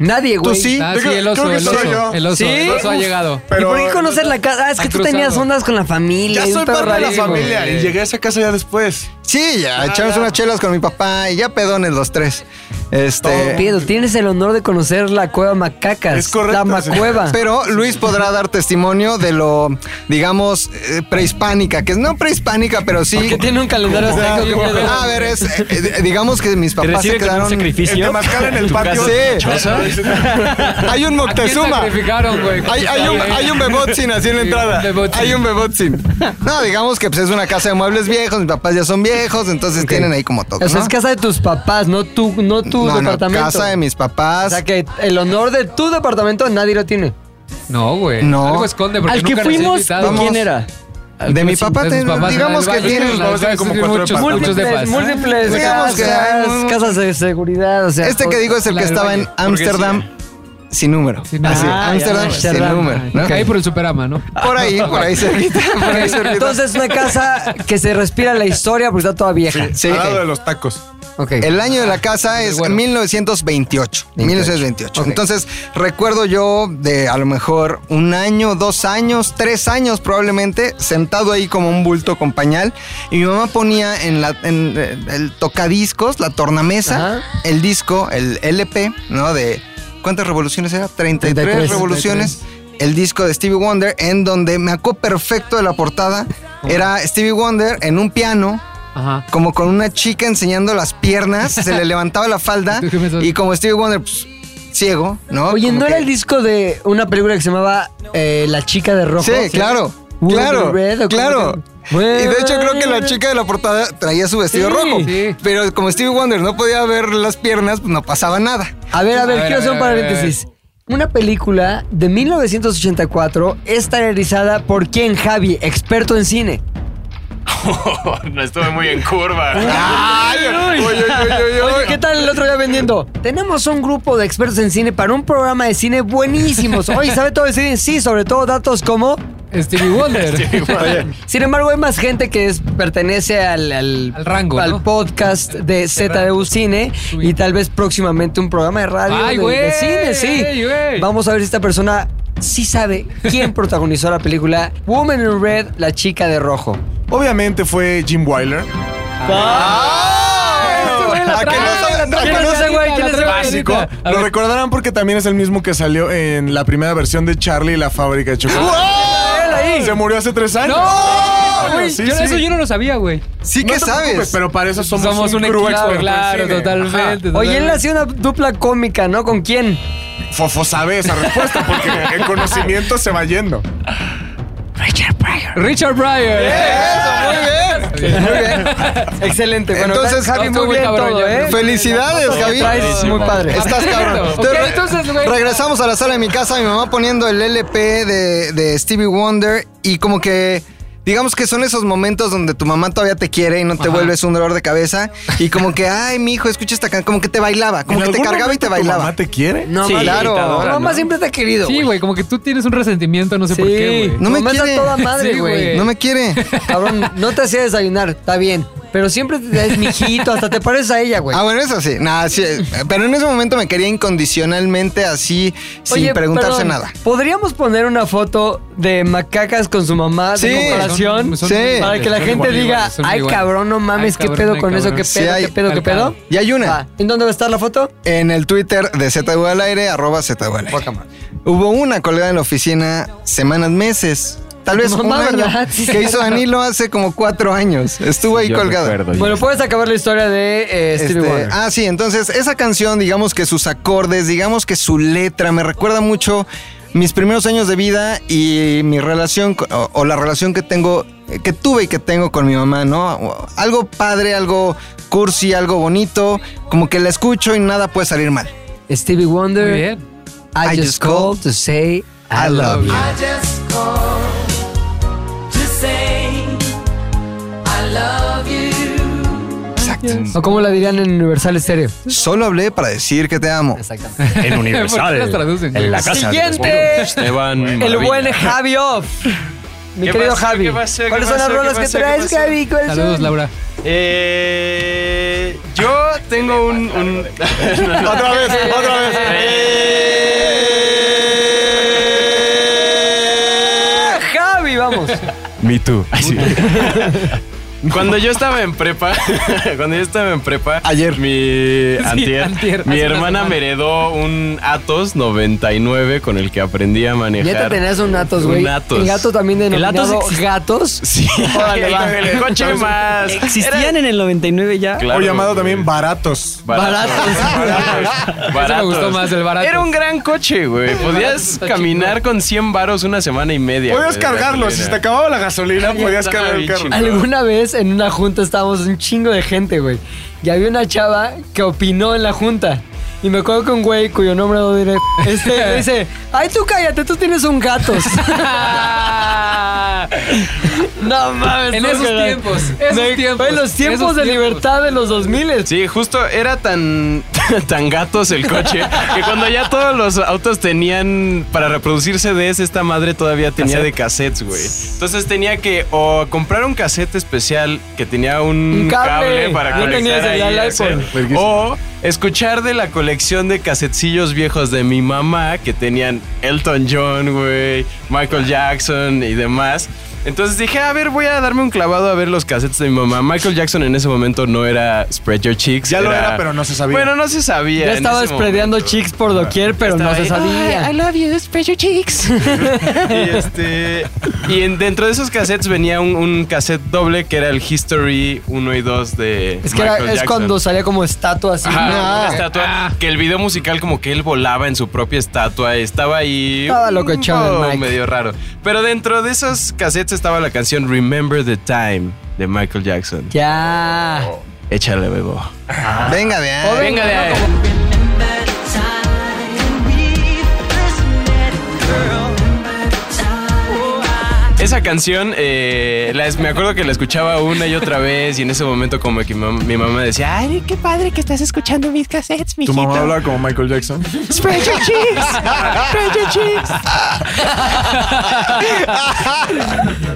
[SPEAKER 2] Nadie,
[SPEAKER 5] Tú
[SPEAKER 2] güey.
[SPEAKER 5] sí,
[SPEAKER 6] Ah,
[SPEAKER 5] Yo
[SPEAKER 6] sí, el
[SPEAKER 5] creo- creo
[SPEAKER 6] oso,
[SPEAKER 5] que
[SPEAKER 6] el
[SPEAKER 5] soy
[SPEAKER 6] oso.
[SPEAKER 5] yo.
[SPEAKER 6] El oso,
[SPEAKER 2] ¿Sí?
[SPEAKER 6] el oso ha
[SPEAKER 2] Uf.
[SPEAKER 6] llegado.
[SPEAKER 2] ¿Y
[SPEAKER 4] Pero
[SPEAKER 2] por qué conocer la casa? Ah, es que
[SPEAKER 6] Ha
[SPEAKER 2] tú tenías
[SPEAKER 6] cruzado.
[SPEAKER 2] ondas con la familia.
[SPEAKER 4] ya
[SPEAKER 2] y un
[SPEAKER 4] soy
[SPEAKER 2] pedo
[SPEAKER 4] parte de la
[SPEAKER 2] rarísimo.
[SPEAKER 4] familia y llegué a esa casa ya después.
[SPEAKER 5] Sí, ya, echamos unas chelas con mi papá y ya pedones los tres. Este.
[SPEAKER 2] Pedro, tienes el honor de conocer la cueva Macacas.
[SPEAKER 4] Es correcto,
[SPEAKER 2] La Macueva.
[SPEAKER 5] Pero Luis podrá dar testimonio de lo, digamos, eh, prehispánica, que es no prehispánica, pero sí.
[SPEAKER 2] Que tiene un calendario azteca, qué pedo.
[SPEAKER 5] A ver, es, eh, eh, digamos que mis papás se
[SPEAKER 7] recibe con un
[SPEAKER 5] quedaron.
[SPEAKER 4] El
[SPEAKER 7] sacrificio?
[SPEAKER 4] temazcal en el patio.
[SPEAKER 5] Sí. Hay un
[SPEAKER 6] ¿A quién
[SPEAKER 5] Moctezuma.
[SPEAKER 6] sacrificaron, güey?
[SPEAKER 5] Hay, hay un, hay un bebotzin así en la
[SPEAKER 6] Sí,
[SPEAKER 5] entrada.
[SPEAKER 6] un bebotzin.
[SPEAKER 5] Hay un bebotzin. No, digamos que pues, es una casa de muebles viejos, mis papás ya son viejos, entonces tienen ahí como todo.
[SPEAKER 2] O sea,
[SPEAKER 5] ¿no?
[SPEAKER 2] es casa de tus papás, no tu, no tu
[SPEAKER 5] No, no,
[SPEAKER 2] departamento.
[SPEAKER 5] casa de mis papás.
[SPEAKER 2] O sea, que el honor de tu departamento nadie lo tiene.
[SPEAKER 6] No, güey.
[SPEAKER 5] No.
[SPEAKER 6] Algo esconde porque
[SPEAKER 7] Al que
[SPEAKER 6] nunca nos
[SPEAKER 7] fuimos,
[SPEAKER 6] invitaron.
[SPEAKER 7] ¿de quién era?
[SPEAKER 5] de mi papá,
[SPEAKER 6] De sus
[SPEAKER 5] ten-
[SPEAKER 6] papás,
[SPEAKER 5] digamos
[SPEAKER 6] en el
[SPEAKER 5] que
[SPEAKER 6] baño.
[SPEAKER 5] tienen.
[SPEAKER 4] vamos a ver como
[SPEAKER 6] Sí,
[SPEAKER 4] cuatro
[SPEAKER 6] muchos,
[SPEAKER 4] depas.
[SPEAKER 6] muchos depas.
[SPEAKER 2] múltiples
[SPEAKER 5] Digamos
[SPEAKER 2] casas,
[SPEAKER 5] que hay-
[SPEAKER 2] casas de seguridad. O sea,
[SPEAKER 5] Este que digo es el
[SPEAKER 6] la
[SPEAKER 5] que
[SPEAKER 6] del
[SPEAKER 5] estaba
[SPEAKER 6] baño,
[SPEAKER 5] en Ámsterdam sin número.
[SPEAKER 6] Sin
[SPEAKER 5] Así,
[SPEAKER 6] número.
[SPEAKER 2] Ah,
[SPEAKER 5] Ámsterdam
[SPEAKER 2] ya,
[SPEAKER 5] sin
[SPEAKER 2] Ámsterdam.
[SPEAKER 5] número. ¿no?
[SPEAKER 6] Caí por el Superama, ¿no?
[SPEAKER 5] Por ahí, por ahí cerquita, por ahí cerquita.
[SPEAKER 2] Entonces, una casa que se respira la historia porque está toda vieja.
[SPEAKER 5] Sí,
[SPEAKER 4] Al lado de los tacos.
[SPEAKER 2] Ok.
[SPEAKER 5] El año de la
[SPEAKER 2] Ah,
[SPEAKER 5] casa es 1928. 1928. Entonces, recuerdo yo de a lo mejor un año, dos años, tres años probablemente, sentado ahí como un bulto con pañal. Y mi mamá ponía en, la, en eh, el tocadiscos, la tornamesa,
[SPEAKER 2] Ajá.
[SPEAKER 5] el disco, el LP, ¿no? De. ¿Cuántas revoluciones era? 33,
[SPEAKER 2] 33.
[SPEAKER 5] revoluciones. El disco de Stevie Wonder, en donde me acuerdo perfecto de la portada. Era Stevie Wonder en un piano
[SPEAKER 6] Ajá.
[SPEAKER 5] como con una chica enseñando las piernas, se le levantaba la falda
[SPEAKER 6] ¿Tú qué pensabas?
[SPEAKER 5] y como Stevie Wonder, pues, ciego, ¿no?
[SPEAKER 2] Oye,
[SPEAKER 5] Ah, Como
[SPEAKER 2] ¿no
[SPEAKER 5] que-
[SPEAKER 2] era el disco de una película que se llamaba eh, La chica de rojo?
[SPEAKER 5] Sí, claro,
[SPEAKER 2] Woman
[SPEAKER 5] claro,
[SPEAKER 2] in Red, ¿o cómo
[SPEAKER 5] claro.
[SPEAKER 2] se
[SPEAKER 5] y de hecho creo que la chica de la portada traía su vestido
[SPEAKER 2] Sí,
[SPEAKER 5] rojo.
[SPEAKER 2] sí.
[SPEAKER 5] Pero como Stevie Wonder no podía ver las piernas, pues no pasaba nada.
[SPEAKER 2] A ver, a ver,
[SPEAKER 5] A ver,
[SPEAKER 2] quiero
[SPEAKER 5] a
[SPEAKER 2] hacer un
[SPEAKER 5] ver, a ver,
[SPEAKER 2] paréntesis. Una película de 1984 está realizada por quién, Javi, experto en cine.
[SPEAKER 8] no estuve muy en curva.
[SPEAKER 2] ¡Ay!
[SPEAKER 8] uy, uy, uy, uy, uy.
[SPEAKER 2] Oye, ¿qué tal el otro día vendiendo? Tenemos un grupo de expertos en cine para un programa de cine buenísimos. Oye, ¿sabe todo de cine? Sí, sobre todo datos como...
[SPEAKER 6] Stevie Wonder. Oye,
[SPEAKER 2] Sin embargo, hay más gente que es- pertenece al, al,
[SPEAKER 6] rango,
[SPEAKER 2] al
[SPEAKER 6] ¿no?
[SPEAKER 2] podcast de ZDU Cine y tal vez próximamente un programa de radio
[SPEAKER 6] Ay,
[SPEAKER 2] de,
[SPEAKER 6] güey,
[SPEAKER 2] de cine, sí.
[SPEAKER 6] ey, güey.
[SPEAKER 2] Vamos a ver si esta persona sí sabe quién protagonizó la película Woman in Red, la chica de rojo.
[SPEAKER 4] Obviamente fue Jim Wyler.
[SPEAKER 2] Ah,
[SPEAKER 6] Ah,
[SPEAKER 5] A que no sabe- a que
[SPEAKER 2] ¿Quién
[SPEAKER 5] no
[SPEAKER 2] es ese
[SPEAKER 5] sabe-
[SPEAKER 2] güey? ¿Quién es ese güey?
[SPEAKER 4] Básico.
[SPEAKER 6] A
[SPEAKER 4] Lo
[SPEAKER 6] ver.
[SPEAKER 4] recordarán porque también es el mismo que salió en la primera versión de Charlie y la fábrica de chocolate.
[SPEAKER 2] Él ahí.
[SPEAKER 4] Se murió hace tres años.
[SPEAKER 6] ¡No!
[SPEAKER 4] Bueno,
[SPEAKER 6] Güey,
[SPEAKER 4] sí,
[SPEAKER 6] yo-
[SPEAKER 4] sí.
[SPEAKER 6] Eso yo no lo sabía, güey.
[SPEAKER 5] Sí
[SPEAKER 4] No
[SPEAKER 5] que
[SPEAKER 4] te preocupes,
[SPEAKER 5] sabes.
[SPEAKER 4] Pero para eso somos,
[SPEAKER 6] Somos un
[SPEAKER 4] crew
[SPEAKER 6] equipo,
[SPEAKER 4] experto en
[SPEAKER 6] claro,
[SPEAKER 4] cine. Ajá.
[SPEAKER 6] totalmente.
[SPEAKER 2] Oye, él
[SPEAKER 6] totalmente.
[SPEAKER 2] hacía una dupla cómica, ¿no? ¿Con quién?
[SPEAKER 4] Fofo sabe esa respuesta porque el conocimiento se va yendo.
[SPEAKER 6] Richard Pryor.
[SPEAKER 5] Eso, muy bien. Muy bien.
[SPEAKER 2] Excelente. Bueno,
[SPEAKER 5] Entonces,
[SPEAKER 2] Javi,
[SPEAKER 6] estuvo
[SPEAKER 2] muy
[SPEAKER 6] muy
[SPEAKER 2] bien
[SPEAKER 6] cabrón,
[SPEAKER 2] todo,
[SPEAKER 6] ya.
[SPEAKER 2] ¿eh?
[SPEAKER 5] Felicidades,
[SPEAKER 2] Lo que
[SPEAKER 5] Javi.
[SPEAKER 2] traes, muy padre.
[SPEAKER 5] Estás cabrón.
[SPEAKER 6] Ok, entonces, güey.
[SPEAKER 5] Regresamos a la sala de mi casa, mi mamá poniendo el LP de, de Stevie Wonder y como que... Digamos que son esos momentos donde tu mamá todavía te quiere y no te vuelves un dolor de cabeza. Y como que, ay, mi hijo, escucha esta canción. Como que te bailaba, como
[SPEAKER 4] ¿En
[SPEAKER 5] que te
[SPEAKER 4] algún
[SPEAKER 5] cargaba y
[SPEAKER 4] momento
[SPEAKER 5] te
[SPEAKER 4] tu
[SPEAKER 5] bailaba.
[SPEAKER 4] mamá te quiere?
[SPEAKER 2] No,
[SPEAKER 7] Sí,
[SPEAKER 2] mamá,
[SPEAKER 5] claro.
[SPEAKER 2] Tu
[SPEAKER 7] ahora,
[SPEAKER 2] mamá
[SPEAKER 7] ¿no?
[SPEAKER 2] siempre te ha querido.
[SPEAKER 6] Sí, güey, como que tú tienes un resentimiento, no sé
[SPEAKER 2] Sí.
[SPEAKER 6] por qué, güey.
[SPEAKER 5] No me
[SPEAKER 2] Tu mamá está
[SPEAKER 5] quiere.
[SPEAKER 2] toda madre,
[SPEAKER 6] Sí,
[SPEAKER 2] güey.
[SPEAKER 6] güey.
[SPEAKER 5] No me quiere.
[SPEAKER 2] Cabrón, no te hacía desayunar, está bien. Pero siempre te das mijito, hasta te pareces a ella, güey.
[SPEAKER 5] Ah, bueno, eso sí. Nada, sí, eh, Pero en ese momento me quería incondicionalmente así,
[SPEAKER 2] Oye,
[SPEAKER 5] sin preguntarse
[SPEAKER 2] perdón,
[SPEAKER 5] nada.
[SPEAKER 2] ¿Podríamos poner una foto de macacas con su mamá
[SPEAKER 5] Sí.
[SPEAKER 2] de comparación?
[SPEAKER 5] Son- son- Sí.
[SPEAKER 2] Para que la
[SPEAKER 6] son
[SPEAKER 2] gente
[SPEAKER 6] igual,
[SPEAKER 2] diga,
[SPEAKER 6] igual, son
[SPEAKER 2] ay,
[SPEAKER 6] igual.
[SPEAKER 2] cabrón, no mames,
[SPEAKER 6] Ay,
[SPEAKER 2] ¿qué
[SPEAKER 6] cabrón,
[SPEAKER 2] pedo
[SPEAKER 6] ay,
[SPEAKER 2] con eso? ¿Qué
[SPEAKER 6] cabrón.
[SPEAKER 5] Sí,
[SPEAKER 2] pedo?
[SPEAKER 5] hay-
[SPEAKER 2] ¿Qué pedo? ¿Qué
[SPEAKER 6] al
[SPEAKER 2] pedo?
[SPEAKER 6] cabo.
[SPEAKER 5] Y hay una.
[SPEAKER 2] Va, ¿En dónde va a estar la foto?
[SPEAKER 5] En el Twitter de ZDU al aire, arroba ZDU al aire. Hubo una colgada en la oficina semanas, meses. Tal vez
[SPEAKER 2] Tu
[SPEAKER 5] un
[SPEAKER 2] mamá,
[SPEAKER 5] año,
[SPEAKER 2] ¿verdad? Sí.
[SPEAKER 5] que hizo Danilo hace como cuatro años. Estuvo ahí
[SPEAKER 8] Yo
[SPEAKER 5] colgada.
[SPEAKER 8] recuerdo, yo
[SPEAKER 2] Bueno, puedes acabar la historia de eh, Stevie
[SPEAKER 5] Este,
[SPEAKER 2] Wonder.
[SPEAKER 5] ah, sí, entonces esa canción, digamos que sus acordes, digamos que su letra, me recuerda mucho mis primeros años de vida y mi relación co- o, o la relación que tengo, eh, que tuve y que tengo con mi mamá, ¿no? O- Algo padre, algo cursi, algo bonito, como que la escucho y nada puede salir mal.
[SPEAKER 2] Stevie Wonder,
[SPEAKER 6] Muy bien.
[SPEAKER 2] I, just called to say I love you.
[SPEAKER 10] I just called to say I love you.
[SPEAKER 5] Exacto.
[SPEAKER 2] ¿O cómo la dirían en Universal Stereo?
[SPEAKER 5] Solo hablé para decir que te amo.
[SPEAKER 2] Exactamente.
[SPEAKER 8] En
[SPEAKER 6] ¿Por qué las traducen, güey?
[SPEAKER 2] Siguiente.
[SPEAKER 8] Esteban.
[SPEAKER 2] El
[SPEAKER 8] Maravilla.
[SPEAKER 2] buen Javi Off. Mi
[SPEAKER 3] ¿Qué
[SPEAKER 2] querido
[SPEAKER 3] pasó?
[SPEAKER 2] Javi.
[SPEAKER 3] ¿Qué pasó? ¿Qué
[SPEAKER 2] ¿Cuáles son las
[SPEAKER 3] pasó?
[SPEAKER 2] rolas
[SPEAKER 3] ¿Qué
[SPEAKER 2] que
[SPEAKER 3] pasó?
[SPEAKER 2] traes,
[SPEAKER 3] ¿Qué pasó?
[SPEAKER 2] Javi? ¿Cuáles
[SPEAKER 6] Saludos,
[SPEAKER 2] son?
[SPEAKER 6] Laura.
[SPEAKER 3] Eh, yo tengo un. un-
[SPEAKER 4] Otra vez, otra vez.
[SPEAKER 2] ¡Ah, Javi, vamos.
[SPEAKER 8] Me too. Ay, sí. Cuando yo estaba en prepa, cuando yo estaba en prepa, ayer mi antier,
[SPEAKER 6] antier,
[SPEAKER 8] mi
[SPEAKER 6] hace una
[SPEAKER 8] hermana
[SPEAKER 6] semana.
[SPEAKER 8] me heredó un Atos 99 con el que aprendí a manejar.
[SPEAKER 2] Ya te tenías un Atos, güey.
[SPEAKER 8] Un Atos.
[SPEAKER 2] El gato también denominado
[SPEAKER 7] Atos ex-
[SPEAKER 2] gatos.
[SPEAKER 8] Sí.
[SPEAKER 2] Órale, va.
[SPEAKER 8] el, el coche más
[SPEAKER 7] ¿Existían en el 99 ya?
[SPEAKER 8] Claro,
[SPEAKER 4] o llamado
[SPEAKER 8] güey.
[SPEAKER 4] también Baratos.
[SPEAKER 8] Baratos.
[SPEAKER 6] Ese me gustó
[SPEAKER 8] Baratos.
[SPEAKER 6] más, el barato.
[SPEAKER 8] Era un gran coche, güey.
[SPEAKER 6] baratos
[SPEAKER 8] Podías
[SPEAKER 6] está
[SPEAKER 8] caminar con 100 varos una semana y media.
[SPEAKER 4] Podías
[SPEAKER 8] güey, de
[SPEAKER 4] cargarlo. Si se te
[SPEAKER 8] gasolina.
[SPEAKER 4] acababa la gasolina, podías
[SPEAKER 8] está
[SPEAKER 4] cargar el
[SPEAKER 8] bien
[SPEAKER 4] carro.
[SPEAKER 8] chingón.
[SPEAKER 2] Alguna vez en una junta estábamos un chingo de gente, güey. Y había una chava que opinó en la junta. Y me acuerdo que un güey cuyo nombre no diré. Este me dice: Ay, tú cállate, tú tienes un gatos. no mames,
[SPEAKER 6] En
[SPEAKER 2] no,
[SPEAKER 6] esos
[SPEAKER 2] caray.
[SPEAKER 6] tiempos, esos
[SPEAKER 2] Me-
[SPEAKER 6] tiempos,
[SPEAKER 2] En los tiempos
[SPEAKER 6] esos
[SPEAKER 2] de
[SPEAKER 6] tiempos.
[SPEAKER 2] libertad de los 2000
[SPEAKER 8] Sí, justo era tan, tan gatos el coche que cuando ya todos los autos tenían para reproducir CDs, esta madre todavía tenía de cassettes, güey. Entonces tenía que o comprar un cassette especial que tenía un,
[SPEAKER 2] Un cable.
[SPEAKER 8] cable. para
[SPEAKER 2] Yo tenía
[SPEAKER 8] conectar
[SPEAKER 2] ese,
[SPEAKER 8] ahí,
[SPEAKER 2] ya el
[SPEAKER 8] o
[SPEAKER 2] iPhone.
[SPEAKER 8] sea, o escuchar de la colección de casetcillos viejos de mi mamá que tenían Elton John, güey, Michael Jackson y demás. Entonces dije, a ver, voy a darme un clavado a ver los cassettes de mi mamá. Michael Jackson en ese momento no era Spread Your Cheeks.
[SPEAKER 4] Ya lo era, pero no se sabía.
[SPEAKER 8] Bueno, no se sabía.
[SPEAKER 2] Ya
[SPEAKER 8] en
[SPEAKER 2] estaba
[SPEAKER 8] ese
[SPEAKER 2] spreadeando
[SPEAKER 8] momento.
[SPEAKER 2] chicks por doquier, pero no
[SPEAKER 8] Estaba
[SPEAKER 2] se
[SPEAKER 8] ahí,
[SPEAKER 2] sabía.
[SPEAKER 8] Y, este, y en- dentro de esos cassettes venía un, un cassette doble que era el History 1 y 2 de.
[SPEAKER 2] es que era-
[SPEAKER 8] Michael
[SPEAKER 2] es
[SPEAKER 8] Jackson.
[SPEAKER 2] cuando salía como estatua así.
[SPEAKER 8] Ajá,
[SPEAKER 2] Ah.
[SPEAKER 8] una estatua. Que el video musical como que él volaba en su propia estatua. Estaba ahí...
[SPEAKER 2] Estaba locochón el
[SPEAKER 8] oh,
[SPEAKER 2] Mike.
[SPEAKER 8] medio raro. Pero dentro de esos cassettes cassettes estaba la canción Remember the Time de Michael Jackson.
[SPEAKER 2] Ya.
[SPEAKER 8] Échale, bebo.
[SPEAKER 5] Venga de ahí.
[SPEAKER 6] Venga de ahí.
[SPEAKER 8] Esa canción, eh, la es- me acuerdo que la escuchaba una y otra vez y en ese momento como que mi, mam- mi mamá decía, ay, qué padre que estás escuchando mis cassettes,
[SPEAKER 4] ¿Tu
[SPEAKER 8] mijito.
[SPEAKER 4] mamá hablaba como Michael Jackson?
[SPEAKER 8] Spread your cheeks, spread your cheeks.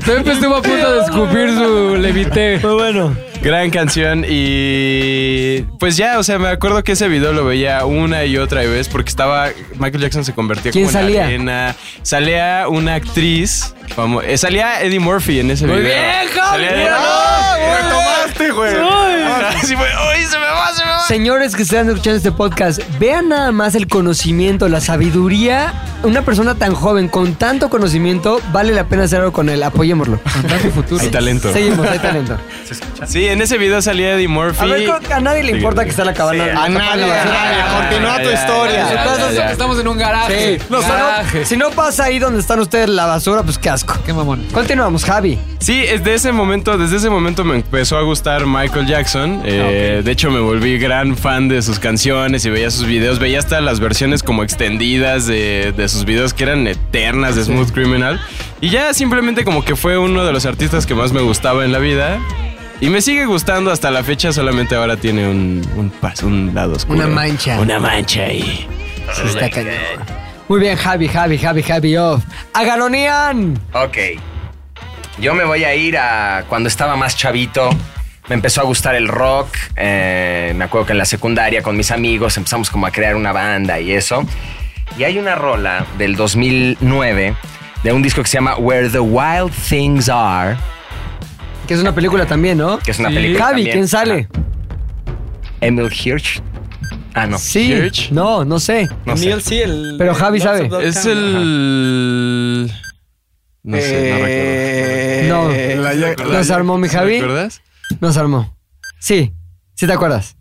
[SPEAKER 6] Pepe estuvo a punto de escupir su levité.
[SPEAKER 2] Muy bueno.
[SPEAKER 8] Gran canción y pues ya, o sea, me acuerdo que ese video lo veía una y otra vez porque estaba Michael Jackson se convertía
[SPEAKER 2] ¿Quién
[SPEAKER 8] como en
[SPEAKER 2] salía?
[SPEAKER 8] arena. Salía una actriz, famo- eh, salía Eddie Murphy en ese
[SPEAKER 6] Muy
[SPEAKER 8] video.
[SPEAKER 6] bien, Javi,
[SPEAKER 8] Salía Eddie
[SPEAKER 6] míralo.
[SPEAKER 8] Murphy.
[SPEAKER 4] tomaste, Ah, güey!
[SPEAKER 8] Así fue, "Uy, se me va, se me va."
[SPEAKER 2] Señores que están escuchando este podcast, vean nada más el conocimiento, la sabiduría. Una persona tan joven con tanto conocimiento, vale la pena hacer algo con él. Apoyémoslo.
[SPEAKER 6] Contacto futuro.
[SPEAKER 8] Hay talento.
[SPEAKER 2] Seguimos, hay talento.
[SPEAKER 8] Sí, en ese video salía Eddie Murphy.
[SPEAKER 2] A ver, creo que a nadie le importa que está la cabana.
[SPEAKER 6] Ah,
[SPEAKER 5] A nadie, a nadie. Continúa tu historia.
[SPEAKER 6] En su casa
[SPEAKER 8] Ya, ya, ya.
[SPEAKER 6] estamos en un garaje.
[SPEAKER 2] No, o sea, no-
[SPEAKER 6] Garaje.
[SPEAKER 2] si no pasa ahí donde están ustedes la basura, pues qué asco.
[SPEAKER 6] Qué mamón.
[SPEAKER 2] Continuamos, Javi.
[SPEAKER 8] Sí, es de ese momento, desde ese momento me empezó a gustar Michael Jackson.
[SPEAKER 2] Ah,
[SPEAKER 8] Eh, De hecho, me volví gran fan de sus canciones y veía sus videos. Veía hasta las versiones como extendidas de, de sus videos que eran eternas de Smooth Criminal. Y ya simplemente como que fue uno de los artistas que más me gustaba en la vida. Y me sigue gustando hasta la fecha, solamente ahora tiene un, un, pas- un lado oscuro.
[SPEAKER 2] Una mancha.
[SPEAKER 8] Una mancha ahí.
[SPEAKER 2] Sí, está cañón. Muy bien, Javi, Javi, Javi, Javi, off. ¡Agaronian!
[SPEAKER 1] Ok. Yo me voy a ir a cuando estaba más chavito. Me empezó a gustar el rock. eh, me acuerdo que en la secundaria con mis amigos empezamos como a crear una banda y eso. Y hay una rola del 2009 de un disco que se llama Where the Wild Things Are,
[SPEAKER 2] Que es una película también, ¿no?
[SPEAKER 1] que es una
[SPEAKER 6] Sí.
[SPEAKER 1] película.
[SPEAKER 2] Javi,
[SPEAKER 1] también. Ah.
[SPEAKER 2] ¿quién sale?
[SPEAKER 1] Emil Hirsch. Ah, no.
[SPEAKER 2] Sí.
[SPEAKER 8] Church.
[SPEAKER 2] No, no sé.
[SPEAKER 1] No sé.
[SPEAKER 7] Neil, sí, el-
[SPEAKER 2] Pero Javi
[SPEAKER 7] Lots of
[SPEAKER 2] sabe.
[SPEAKER 7] Dog
[SPEAKER 8] Es
[SPEAKER 7] Town.
[SPEAKER 8] el... No sé, no recuerdo.
[SPEAKER 2] No,
[SPEAKER 7] Eh,
[SPEAKER 2] nos armó mi
[SPEAKER 8] ¿Te
[SPEAKER 2] Javi.
[SPEAKER 8] acuerdas?
[SPEAKER 2] Nos armó. Sí, sí te acuerdas.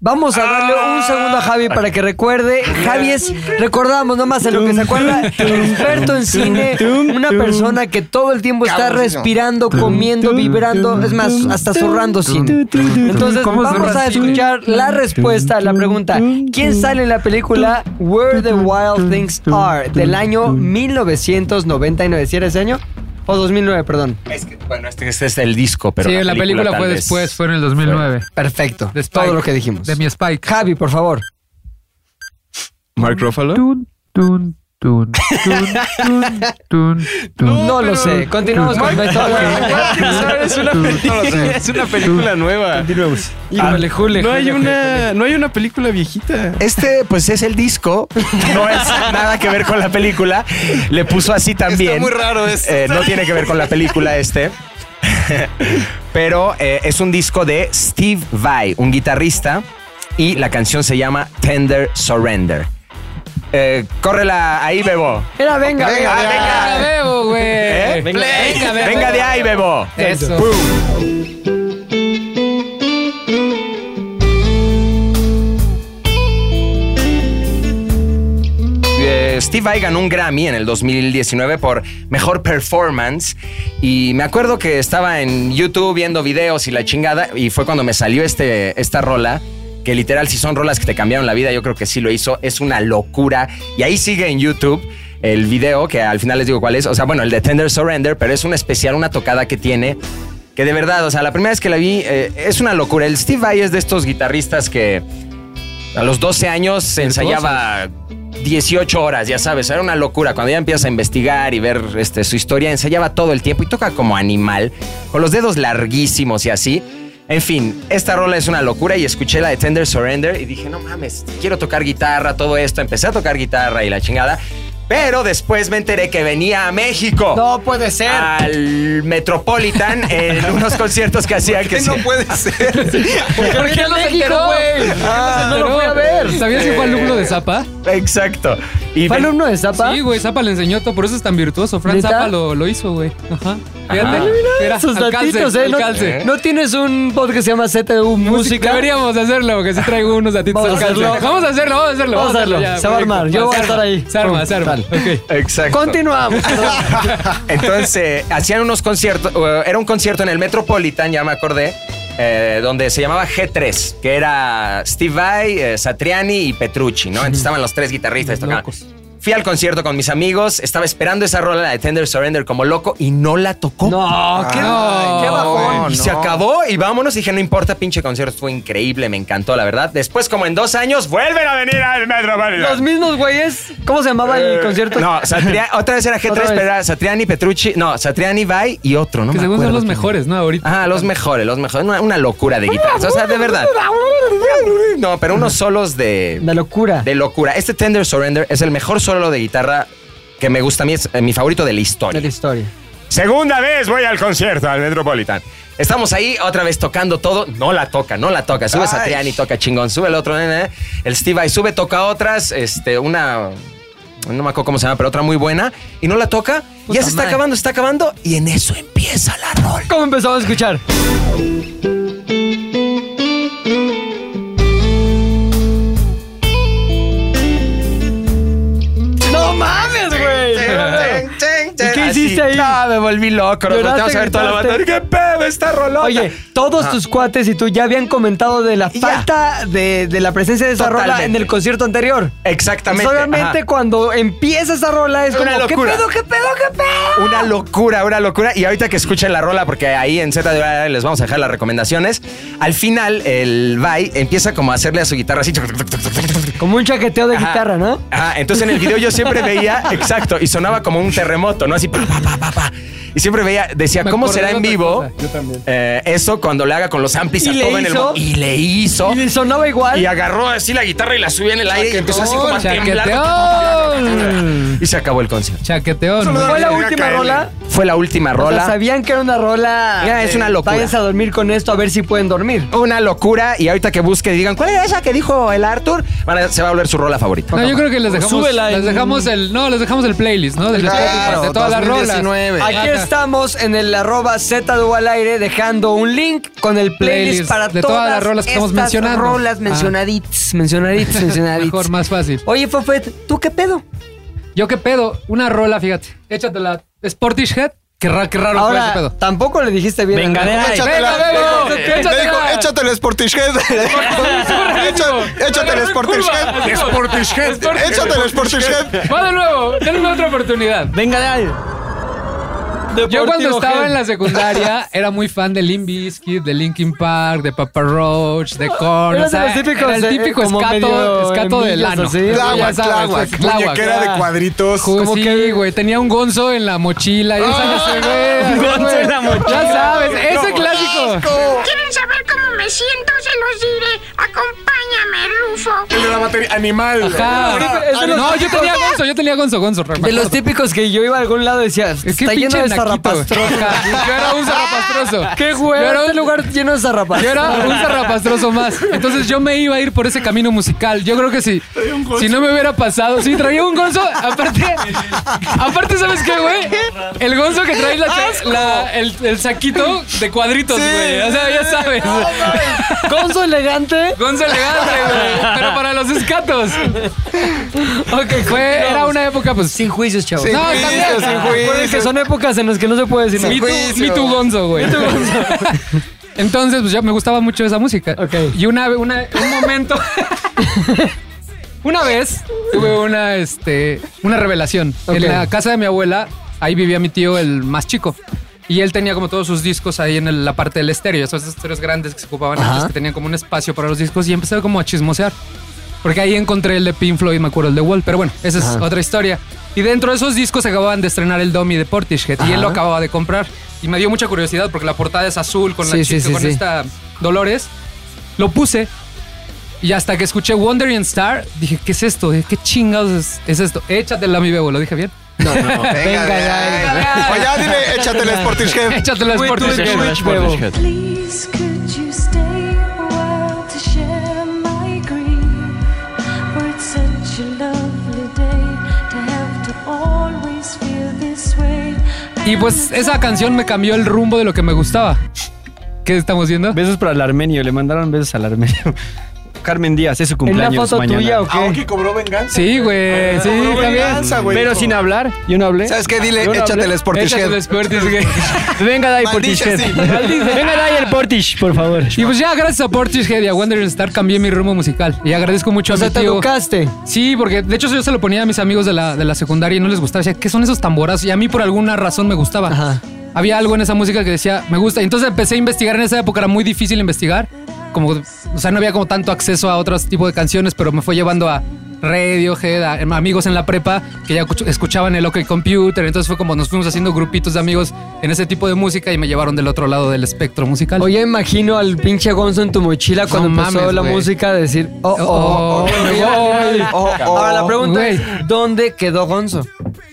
[SPEAKER 2] Vamos a darle un segundo a Javi para que recuerde. Javi es, recordamos nomás en lo que se acuerda, experto en cine, una persona que todo el tiempo está
[SPEAKER 5] Cabrón.
[SPEAKER 2] respirando, comiendo, vibrando, es más, hasta zurrando cine. Entonces vamos a escuchar la respuesta a la pregunta, ¿quién sale en la película Where the Wild Things Are del año 1999? ¿Sí era ese año? O 2009, perdón.
[SPEAKER 1] Es que, bueno, este, este es el disco, pero.
[SPEAKER 6] sí, la película,
[SPEAKER 1] tal
[SPEAKER 6] fue
[SPEAKER 1] vez-
[SPEAKER 6] después, fue en el 2009.
[SPEAKER 2] Perfecto.
[SPEAKER 6] De Spike.
[SPEAKER 2] Todo lo que dijimos.
[SPEAKER 6] De mi Spike.
[SPEAKER 2] Javi, por favor.
[SPEAKER 8] Mark Ruffalo.
[SPEAKER 6] Tun, tun, tun, tun, tun, tun, tun.
[SPEAKER 2] No lo sé. Continuamos con Beto.
[SPEAKER 8] Es una, película, es una película nueva.
[SPEAKER 6] Híjole, jule,
[SPEAKER 8] No hay
[SPEAKER 6] jule,
[SPEAKER 8] una, no hay una película viejita.
[SPEAKER 1] Este, pues es el disco. No es nada que ver con la película. Le puso así también.
[SPEAKER 5] muy raro esto.
[SPEAKER 1] Eh, no tiene que ver con la película este. Pero eh, es un disco de Steve Vai, un guitarrista. Y la canción se llama Tender Surrender. Eh, córrela ahí, Bebo.
[SPEAKER 2] Era, venga, venga.
[SPEAKER 1] Ah,
[SPEAKER 6] La
[SPEAKER 1] venga.
[SPEAKER 6] veo, güey.
[SPEAKER 1] ¿Eh?
[SPEAKER 6] Venga, venga, venga.
[SPEAKER 1] Venga de ahí, Bebo.
[SPEAKER 6] Eso.
[SPEAKER 1] Eh, Steve Vai ganó un Grammy en el 2019 por Mejor Performance y me acuerdo que estaba en YouTube viendo videos y la chingada y fue cuando me salió este, esta rola que literal si son rolas que te cambiaron la vida yo creo que sí lo hizo, es una locura y ahí sigue en YouTube el video que al final les digo cuál es, o sea bueno el de Tender Surrender pero es un especial, una tocada que tiene que de verdad, o sea la primera vez que la vi eh, es una locura, el Steve Vai es de estos guitarristas que... A los 12 años se ensayaba 18 horas, ya sabes, era una locura. Cuando ya empiezas a investigar y ver este, su historia, ensayaba todo el tiempo y toca como animal, con los dedos larguísimos y así. En fin, esta rola es una locura y escuché la de Tender Surrender y dije, no mames, quiero tocar guitarra, todo esto. Empecé a tocar guitarra y la chingada, pero después me enteré que venía a México.
[SPEAKER 2] No puede ser.
[SPEAKER 8] Ah.
[SPEAKER 1] Al Metropolitan en unos conciertos que hacía que
[SPEAKER 5] No
[SPEAKER 1] se-
[SPEAKER 5] puede ser.
[SPEAKER 6] ¿Por qué no se
[SPEAKER 2] México,
[SPEAKER 6] enteró,
[SPEAKER 2] güey?
[SPEAKER 6] güey?
[SPEAKER 2] No lo fui a ver.
[SPEAKER 6] Ah, ¿Sabías que fue alumno
[SPEAKER 1] Eh.
[SPEAKER 6] de Zapa?
[SPEAKER 1] Exacto. Y
[SPEAKER 2] ¿Fue alumno de Zapa?
[SPEAKER 6] Sí, güey, Zapa le enseñó todo, por eso es tan virtuoso. Fran
[SPEAKER 2] ¿Neta?
[SPEAKER 6] Zapa lo, lo hizo, güey. Ajá. Fíjate,
[SPEAKER 2] Ajá.
[SPEAKER 6] mira,
[SPEAKER 2] Ah, Sus
[SPEAKER 6] alcance,
[SPEAKER 2] datitos, ¿eh? No,
[SPEAKER 6] alcance.
[SPEAKER 2] no tienes un podcast que se llama ZDU Música.
[SPEAKER 6] Deberíamos hacerlo, que sí traigo unos datitos
[SPEAKER 2] Vamos a
[SPEAKER 6] al calce.
[SPEAKER 2] hacerlo.
[SPEAKER 6] Vamos a hacerlo, vamos a hacerlo.
[SPEAKER 2] Vamos a hacerlo.
[SPEAKER 6] ya,
[SPEAKER 2] Se va a
[SPEAKER 6] perfecto.
[SPEAKER 2] armar, yo voy a
[SPEAKER 6] Se
[SPEAKER 2] estar
[SPEAKER 6] arma,
[SPEAKER 2] ahí.
[SPEAKER 6] Se arma, se arma.
[SPEAKER 2] Tal.
[SPEAKER 6] Ok.
[SPEAKER 1] Exacto.
[SPEAKER 2] Continuamos.
[SPEAKER 1] Entonces, eh, hacían unos conciertos, eh, era un concierto en el Metropolitan, ya me acordé, eh, donde se llamaba G3, que era Steve Vai, eh, Satriani y Petrucci, ¿no? Entonces estaban los tres guitarristas y tocaban. Fui al concierto con mis amigos, estaba esperando esa rola, la de Tender Surrender, como loco, y no la tocó.
[SPEAKER 6] No, qué,
[SPEAKER 5] Ay,
[SPEAKER 6] qué
[SPEAKER 5] no,
[SPEAKER 6] bajón.
[SPEAKER 5] güey.
[SPEAKER 1] Y se
[SPEAKER 5] no.
[SPEAKER 1] acabó y vámonos. Dije, no importa, pinche concierto, fue increíble, me encantó, la verdad. Después, como en dos años, vuelven a venir al
[SPEAKER 2] Los
[SPEAKER 1] Metropolitan.
[SPEAKER 2] mismos güeyes. ¿Cómo se llamaba
[SPEAKER 6] Eh,
[SPEAKER 2] el concierto?
[SPEAKER 1] No, Satria- otra vez era G3,
[SPEAKER 2] Otra vez.
[SPEAKER 1] pero era Satriani, Petrucci, no, Satriani, Vai y otro, ¿no?
[SPEAKER 6] Que
[SPEAKER 1] me
[SPEAKER 6] según son
[SPEAKER 1] acuerdo
[SPEAKER 6] los
[SPEAKER 1] quién era.
[SPEAKER 6] mejores, ¿no? Ahorita.
[SPEAKER 1] Ah, los mejores, los mejores. Una, una locura de guitarras. O sea, de verdad. No, pero unos solos de,
[SPEAKER 2] La locura.
[SPEAKER 1] de locura. Este Tender Surrender es el mejor solo de guitarra que me gusta a mí. Es eh, mi favorito de la historia.
[SPEAKER 2] De la historia.
[SPEAKER 1] Segunda vez voy al concierto, al Metropolitan. Estamos ahí otra vez tocando todo. No la toca, no la toca. Sube Satriani, toca chingón. Sube el otro, nene. El Steve Vai sube, toca otras. Este, una. No me acuerdo cómo se llama, pero otra muy buena. Y no la toca. ya se está
[SPEAKER 2] madre.
[SPEAKER 1] acabando, se está acabando. Y en eso empieza la rola.
[SPEAKER 2] ¿Cómo empezamos a escuchar? ¡No mames, Pues, güey! ¿Y qué hiciste ahí?
[SPEAKER 1] No, me volví loco. Nos
[SPEAKER 2] Lloraste,
[SPEAKER 1] volteamos a ver toda la banda.
[SPEAKER 2] gritaste.
[SPEAKER 1] ¡Qué pedo esta rolota!
[SPEAKER 2] Oye, todos
[SPEAKER 1] Ah.
[SPEAKER 2] tus cuates y tú ya habían comentado de la
[SPEAKER 1] Ya.
[SPEAKER 2] falta de, de la presencia de esa rola en
[SPEAKER 1] Totalmente.
[SPEAKER 2] el concierto anterior.
[SPEAKER 1] Exactamente.
[SPEAKER 2] Pues obviamente
[SPEAKER 1] ajá.
[SPEAKER 2] cuando empieza esa rola es
[SPEAKER 1] Una
[SPEAKER 2] como, ¿qué
[SPEAKER 1] locura.
[SPEAKER 2] pedo, qué pedo, qué pedo?
[SPEAKER 1] Una locura, una locura. Y ahorita que escuchen la rola, porque ahí en Z les vamos a dejar las recomendaciones. Al final, el Vai empieza como a hacerle a su guitarra así.
[SPEAKER 2] Como un chaqueteo de
[SPEAKER 1] Ajá.
[SPEAKER 2] guitarra, ¿no?
[SPEAKER 1] Ajá, entonces en el video yo siempre veía, exacto, y sonaba como un terremoto, ¿no? Así, pa, pa, pa, pa, pa. Y siempre veía, decía,
[SPEAKER 6] Me
[SPEAKER 1] ¿cómo
[SPEAKER 6] acordé
[SPEAKER 1] será
[SPEAKER 6] de
[SPEAKER 1] en
[SPEAKER 6] otra
[SPEAKER 1] vivo
[SPEAKER 6] cosa.
[SPEAKER 1] eh, eso cuando le haga con los amplis
[SPEAKER 2] ¿Y
[SPEAKER 1] a
[SPEAKER 2] le
[SPEAKER 1] todo en el
[SPEAKER 2] hizo?
[SPEAKER 1] mo- Y le hizo.
[SPEAKER 2] Y sonaba igual.
[SPEAKER 1] Y agarró así la guitarra y la subió en el aire y empezó así como a temblar.
[SPEAKER 6] Chaqueteón.
[SPEAKER 1] Y se acabó el concierto.
[SPEAKER 6] Chaqueteón. ¿no?
[SPEAKER 2] ¿Fue la última rola?
[SPEAKER 1] Fue la última
[SPEAKER 2] O sea,
[SPEAKER 1] rola.
[SPEAKER 2] sabían que era una rola.
[SPEAKER 1] Ya, es
[SPEAKER 2] de,
[SPEAKER 1] una locura.
[SPEAKER 2] Váyanse a dormir con esto a ver si pueden dormir.
[SPEAKER 1] una locura y ahorita que busquen y digan, ¿cuál era esa que dijo el Arthur? Van a- se va a volver su rola favorita.
[SPEAKER 6] No, yo creo que les dejamos,
[SPEAKER 7] Súbela en-
[SPEAKER 6] les dejamos el, no, les dejamos el playlist, ¿no? Del Spotify, de todas las rolas.
[SPEAKER 5] 2019.
[SPEAKER 2] Aquí
[SPEAKER 6] Ajá.
[SPEAKER 2] estamos en el arroba ZDU al aire dejando un link con el playlist,
[SPEAKER 6] Playlist
[SPEAKER 2] para
[SPEAKER 6] de
[SPEAKER 2] todas,
[SPEAKER 6] todas las rolas que estamos
[SPEAKER 2] estas
[SPEAKER 6] mencionando.
[SPEAKER 2] rolas
[SPEAKER 6] Ah.
[SPEAKER 2] mencionaditas, mencionaditas, mencionaditas.
[SPEAKER 6] Mejor, más fácil.
[SPEAKER 2] Oye, Fofet, ¿tú qué pedo?
[SPEAKER 6] Yo qué pedo, una rola, fíjate. Échatela. Sportish Head. Qué, ra- qué raro fue
[SPEAKER 2] Ahora,
[SPEAKER 6] ese pedo.
[SPEAKER 2] tampoco le dijiste bien.
[SPEAKER 7] Vengadera.
[SPEAKER 2] Venga,
[SPEAKER 5] Échatela,
[SPEAKER 6] Venga,
[SPEAKER 5] dijo,
[SPEAKER 6] venga,
[SPEAKER 5] le
[SPEAKER 6] échatela.
[SPEAKER 5] dijo, échatela Sportish Head. Écha- Échatela Sportish Head.
[SPEAKER 6] Sportish Head.
[SPEAKER 5] Échatela Sportish Head.
[SPEAKER 6] Va de nuevo, denme otra oportunidad.
[SPEAKER 7] Venga de ahí.
[SPEAKER 6] Yo cuando
[SPEAKER 7] Deportivo
[SPEAKER 6] estaba
[SPEAKER 7] Head.
[SPEAKER 6] en la secundaria era muy fan de Limp Bizkit, de Linkin Park, de Papa Roach, de Korn.
[SPEAKER 2] Eras
[SPEAKER 6] o sea,
[SPEAKER 2] de los típicos,
[SPEAKER 6] era el
[SPEAKER 2] eh,
[SPEAKER 6] típico
[SPEAKER 2] como medio
[SPEAKER 6] escato, escato de
[SPEAKER 2] envidios,
[SPEAKER 6] lano.
[SPEAKER 2] así.
[SPEAKER 6] Ya
[SPEAKER 4] Tláhuac,
[SPEAKER 6] sabes,
[SPEAKER 4] tláhuac,
[SPEAKER 6] es tláhuac,
[SPEAKER 4] muñequera de
[SPEAKER 6] ah.
[SPEAKER 4] cuadritos.
[SPEAKER 6] Ju-
[SPEAKER 4] Como
[SPEAKER 6] sí,
[SPEAKER 4] que-
[SPEAKER 6] güey, tenía un gonzo en la mochila. y esa no se ve,
[SPEAKER 7] Un
[SPEAKER 6] güey.
[SPEAKER 7] gonzo en la mochila.
[SPEAKER 6] Ya sabes, ese clásico.
[SPEAKER 11] ¿Quieren saber cómo me siento? Se los diré. Acompáñame, Rufo.
[SPEAKER 4] El de la materia animal.
[SPEAKER 6] Ajá.
[SPEAKER 2] Es de los
[SPEAKER 6] No, yo tenía gonzo, yo tenía gonzo, gonzo.
[SPEAKER 2] De los típicos que yo iba a algún lado y decía,
[SPEAKER 6] Es que
[SPEAKER 2] está lleno
[SPEAKER 6] pinche
[SPEAKER 2] de
[SPEAKER 6] naquito.
[SPEAKER 2] zarrapastrosa.
[SPEAKER 6] Yo era un zarrapastroso.
[SPEAKER 2] Qué
[SPEAKER 6] Yo
[SPEAKER 2] huevo,
[SPEAKER 6] era
[SPEAKER 2] este
[SPEAKER 6] un-
[SPEAKER 2] lugar lleno de zarrapastrosa.
[SPEAKER 6] Yo era un zarrapastroso más. Entonces yo me iba a ir por ese camino musical. Yo creo que si, si no me hubiera pasado. Sí, traía un gonzo. Aparte, aparte ¿sabes qué, güey? El gonzo que trae la, cha- la- el, el saquito de cuadritos, güey. O sea, ya sabes.
[SPEAKER 2] Gonzo elegante.
[SPEAKER 6] Gonzo elegante, güey. Pero para los escatos. Ok, fue, era una época, pues.
[SPEAKER 2] Sin juicios, chavos.
[SPEAKER 5] Sin
[SPEAKER 6] No, también.
[SPEAKER 5] juicio, sin
[SPEAKER 2] Acuérdense que
[SPEAKER 5] juicio.
[SPEAKER 2] son épocas en las que no se puede decir
[SPEAKER 6] Mi
[SPEAKER 2] nada.
[SPEAKER 6] tu,
[SPEAKER 5] juicio.
[SPEAKER 6] mi tu gonzo, güey. Entonces, pues ya me gustaba mucho esa música.
[SPEAKER 2] Ok.
[SPEAKER 6] Y una, ve- una un momento. una vez tuve una, este, una revelación.
[SPEAKER 2] Ok.
[SPEAKER 6] En la casa de mi abuela, ahí vivía mi tío, el más chico. Y él tenía como todos sus discos ahí en el- la parte del estéreo, esos estéreos grandes que se ocupaban antes, que tenían como un espacio para los discos y empecé como a chismosear. Porque ahí encontré el de Pink Floyd, me acuerdo el de Wall, pero bueno, esa es otra historia. Y dentro de esos discos acababan de estrenar el Dummy de Portishead y él lo acababa de comprar. Y me dio mucha curiosidad porque la portada es azul con la
[SPEAKER 2] Sí, sí,
[SPEAKER 6] chica,
[SPEAKER 2] sí,
[SPEAKER 6] con
[SPEAKER 2] sí.
[SPEAKER 6] esta Dolores. Lo puse y hasta que escuché Wandering Star, dije, ¿qué es esto? ¿Qué chingados es, es esto? Échatela a mi bebo, lo dije bien.
[SPEAKER 5] Venga de ahí. Oye, ya dile, échatela Sportish Head.
[SPEAKER 6] Échatela a Portishead.
[SPEAKER 11] Please, could you stay a while to share my grief? Oh, it's such a lovely day to have to always feel this way. I
[SPEAKER 6] Y pues esa canción me cambió el rumbo de lo que me gustaba. ¿Qué estamos viendo?
[SPEAKER 7] Besos para el armenio, le mandaron besos al armenio. Carmen Díaz, es su cumpleaños mañana.
[SPEAKER 2] Ah,
[SPEAKER 4] Aunque cobró venganza.
[SPEAKER 6] Sí, güey, sí,
[SPEAKER 4] Cobró
[SPEAKER 6] también.
[SPEAKER 4] venganza, güey.
[SPEAKER 7] Pero
[SPEAKER 4] Dijo,
[SPEAKER 7] sin hablar, yo no hablé.
[SPEAKER 5] ¿Sabes qué? Dile,
[SPEAKER 7] Yo no
[SPEAKER 5] échate
[SPEAKER 7] hablé.
[SPEAKER 5] el
[SPEAKER 6] Échate
[SPEAKER 5] Sportishead.
[SPEAKER 6] el Sportish, güey.
[SPEAKER 7] Venga de ahí,
[SPEAKER 5] Maldice,
[SPEAKER 7] Portishead.
[SPEAKER 5] sí.
[SPEAKER 7] Venga de ahí el Portish, por favor.
[SPEAKER 6] Y pues ya gracias a Portishead y a Wonder Star cambié mi rumbo musical. Y agradezco
[SPEAKER 2] O
[SPEAKER 6] mucho a
[SPEAKER 2] sea,
[SPEAKER 6] mi
[SPEAKER 2] te
[SPEAKER 6] tío.
[SPEAKER 2] educaste.
[SPEAKER 6] Sí, porque de hecho yo se lo ponía a mis amigos de la, de la secundaria y no les gustaba. Decía, ¿qué son esos tamborazos? Y a mí por alguna razón me gustaba.
[SPEAKER 2] Ajá.
[SPEAKER 6] Había algo en esa música que decía, me gusta. Y entonces empecé a investigar. En esa época era muy difícil investigar. Como, o sea, no había como tanto acceso a otros tipos de canciones, pero me fue llevando a Radiohead, a a amigos en la prepa que ya escuch- escuchaban el OK Computer. Entonces fue como nos fuimos haciendo grupitos de amigos en ese tipo de música y me llevaron del otro lado del espectro musical.
[SPEAKER 2] Oye, imagino al pinche Gonzo en tu mochila cuando
[SPEAKER 6] No
[SPEAKER 2] empezó
[SPEAKER 6] mames,
[SPEAKER 2] la
[SPEAKER 6] güey.
[SPEAKER 2] música a decir, oh, oh,
[SPEAKER 6] Oh,
[SPEAKER 2] oh,
[SPEAKER 6] me
[SPEAKER 2] oh,
[SPEAKER 6] voy.
[SPEAKER 2] oh, oh. Ahora la pregunta
[SPEAKER 6] Güey.
[SPEAKER 2] es, ¿dónde quedó Gonzo?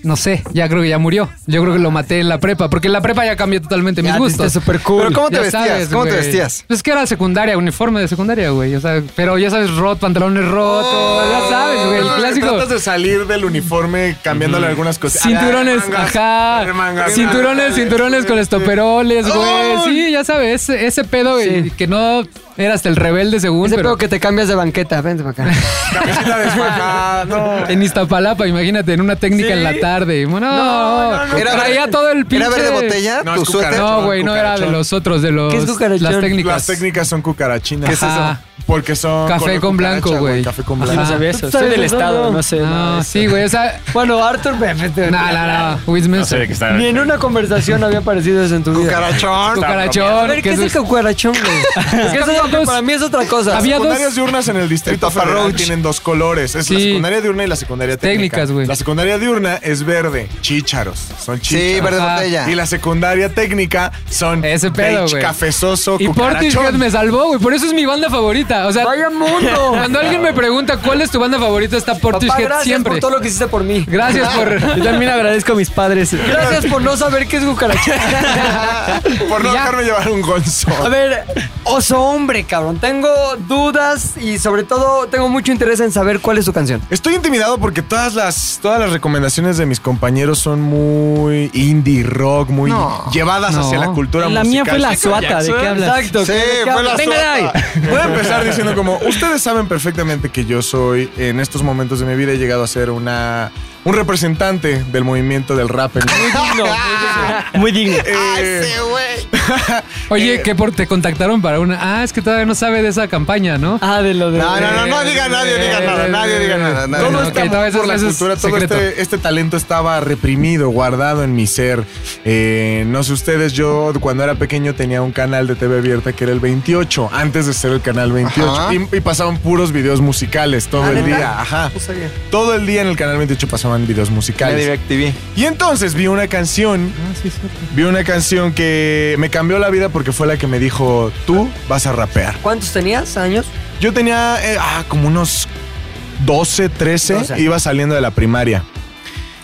[SPEAKER 6] No sé, ya creo que ya murió. Yo creo que lo maté en la prepa, porque en la prepa ya cambié totalmente mis
[SPEAKER 2] Ya,
[SPEAKER 6] gustos.
[SPEAKER 2] está súper cool.
[SPEAKER 5] Pero ¿cómo te
[SPEAKER 6] Ya
[SPEAKER 5] vestías?
[SPEAKER 6] sabes,
[SPEAKER 5] ¿Cómo te
[SPEAKER 6] güey.
[SPEAKER 5] vestías?
[SPEAKER 6] Pues que era secundaria, uniforme de secundaria, güey. O sea, pero ya sabes, rot, pantalones rotos, ya sabes, güey, el
[SPEAKER 4] Tratas
[SPEAKER 6] clásico.
[SPEAKER 4] de salir del uniforme cambiándole algunas cosas.
[SPEAKER 6] Cinturones, ajá. Cinturones, cinturones con estoperoles, güey. Sí, ya sabes, ese, ese pedo güey, que no era hasta el rebelde según,
[SPEAKER 2] Ese
[SPEAKER 6] pero
[SPEAKER 2] pedo que te cambias de banqueta, vente para acá.
[SPEAKER 4] Camiseta desfajada, no.
[SPEAKER 6] en Iztapalapa, imagínate, en una técnica en la tarde. Bueno, no,
[SPEAKER 5] Era
[SPEAKER 6] traía
[SPEAKER 5] verde-
[SPEAKER 6] todo el pinche.
[SPEAKER 5] ¿Era verde botella?
[SPEAKER 4] No,
[SPEAKER 5] ¿Tu
[SPEAKER 4] es cucaracha.
[SPEAKER 5] suéter?
[SPEAKER 6] No, güey, no era de
[SPEAKER 4] Cucarachón.
[SPEAKER 6] los otros, de los
[SPEAKER 2] ¿Qué es cucarachón?
[SPEAKER 6] las técnicas.
[SPEAKER 4] Las técnicas son cucarachinas.
[SPEAKER 6] ¿Qué es eso?
[SPEAKER 4] Porque son.
[SPEAKER 6] Café
[SPEAKER 4] color
[SPEAKER 6] con blanco,
[SPEAKER 4] cucaracha,
[SPEAKER 6] güey.
[SPEAKER 4] Café con
[SPEAKER 6] Ajá.
[SPEAKER 4] blanco.
[SPEAKER 7] No sabía Ah, eso.
[SPEAKER 2] ¿Sabes
[SPEAKER 7] Soy del
[SPEAKER 2] de
[SPEAKER 7] estado,
[SPEAKER 2] dónde?
[SPEAKER 7] no Ah, sé. nada
[SPEAKER 6] No,
[SPEAKER 7] de
[SPEAKER 6] sí, güey, esa.
[SPEAKER 2] Bueno, Arthur, ve, vete.
[SPEAKER 6] No, no, no. Whis Manson.
[SPEAKER 2] Ni en una conversación había aparecido eso en tu vida.
[SPEAKER 5] Cucarachón.
[SPEAKER 2] A
[SPEAKER 6] Cucarachón.
[SPEAKER 2] ver, ¿qué
[SPEAKER 6] que
[SPEAKER 2] es el
[SPEAKER 6] eso es-
[SPEAKER 2] cucarachón, güey? Es que eso es otro- para mí es otra cosa.
[SPEAKER 6] Había dos
[SPEAKER 4] secundarias diurnas en el distrito
[SPEAKER 5] El Papa
[SPEAKER 4] federal
[SPEAKER 5] Roach.
[SPEAKER 4] tienen dos colores. Es la
[SPEAKER 6] Sí.
[SPEAKER 4] secundaria diurna y la secundaria técnica.
[SPEAKER 6] Técnicas, güey.
[SPEAKER 4] La secundaria diurna es verde, chícharos. Son
[SPEAKER 5] Sí,
[SPEAKER 4] chícharos.
[SPEAKER 5] verde
[SPEAKER 6] Ajá.
[SPEAKER 5] botella.
[SPEAKER 4] y la secundaria técnica son
[SPEAKER 6] Ese pedo,
[SPEAKER 4] beige,
[SPEAKER 6] güey.
[SPEAKER 4] cafezoso,
[SPEAKER 6] Y Portishead
[SPEAKER 4] cucarachón.
[SPEAKER 6] me salvó, güey. Por eso es mi banda favorita. O sea,
[SPEAKER 2] ¡Vaya mundo!
[SPEAKER 6] cuando alguien me pregunta cuál es tu banda favorita, está
[SPEAKER 2] Papá,
[SPEAKER 6] Portishead
[SPEAKER 2] gracias
[SPEAKER 6] siempre.
[SPEAKER 2] por todo lo que hiciste por mí.
[SPEAKER 6] Gracias
[SPEAKER 7] eso. Yo
[SPEAKER 6] por.
[SPEAKER 7] también agradezco a mis padres.
[SPEAKER 2] Gracias por no saber qué es cucarachón.
[SPEAKER 4] Por no
[SPEAKER 6] Ya.
[SPEAKER 4] dejarme llevar un gonzo.
[SPEAKER 2] A ver, oso hombre, cabrón. Tengo dudas y sobre todo tengo mucho interés en saber cuál es su canción.
[SPEAKER 4] Estoy intimidado porque todas las, todas las recomendaciones de mis compañeros son muy indie rock, muy llevadas hacia la cultura
[SPEAKER 7] Oh, La
[SPEAKER 4] musical.
[SPEAKER 7] mía fue la suata, ¿de qué hablas?
[SPEAKER 2] Exacto.
[SPEAKER 5] Sí,
[SPEAKER 2] ¿de qué
[SPEAKER 5] fue
[SPEAKER 2] hablas?
[SPEAKER 5] la
[SPEAKER 2] Venga de ahí.
[SPEAKER 4] Voy a empezar diciendo como, ustedes saben perfectamente que yo soy, en estos momentos de mi vida, he llegado a ser una, un representante del movimiento del rap. En
[SPEAKER 7] Muy digno.
[SPEAKER 4] Eh,
[SPEAKER 6] Oye, que por, te contactaron para una. Ah, es que todavía no sabe de esa campaña, ¿no? Eh,
[SPEAKER 2] Ah, de lo de.
[SPEAKER 5] No, no, no, no diga nadie, diga nada, nadie diga nada. nadie.
[SPEAKER 4] todo
[SPEAKER 6] Ok,
[SPEAKER 4] este
[SPEAKER 6] no,
[SPEAKER 4] amor
[SPEAKER 6] eso
[SPEAKER 4] por la
[SPEAKER 6] es- eso es
[SPEAKER 4] cultura, todo
[SPEAKER 6] secreto.
[SPEAKER 4] este, este talento estaba reprimido, guardado en mi ser. Eh, no sé ustedes, yo cuando era pequeño tenía un canal de TV abierta que era el 28, antes de ser el canal 28.
[SPEAKER 5] Ajá.
[SPEAKER 4] Y, y pasaban puros videos musicales todo
[SPEAKER 6] ¿Ah,
[SPEAKER 4] el día. Ajá.
[SPEAKER 2] pues,
[SPEAKER 4] Todo el día en el canal 28 pasaban videos musicales.
[SPEAKER 5] DirecTV.
[SPEAKER 4] Y entonces vi una canción,
[SPEAKER 6] Ah,
[SPEAKER 4] vi una canción que me cambió la vida porque fue la que me dijo, tú vas a rapear.
[SPEAKER 2] ¿Cuántos tenías? ¿Años?
[SPEAKER 4] Yo tenía eh, ah, como unos 12, 13,
[SPEAKER 2] 12.
[SPEAKER 4] iba saliendo de la primaria.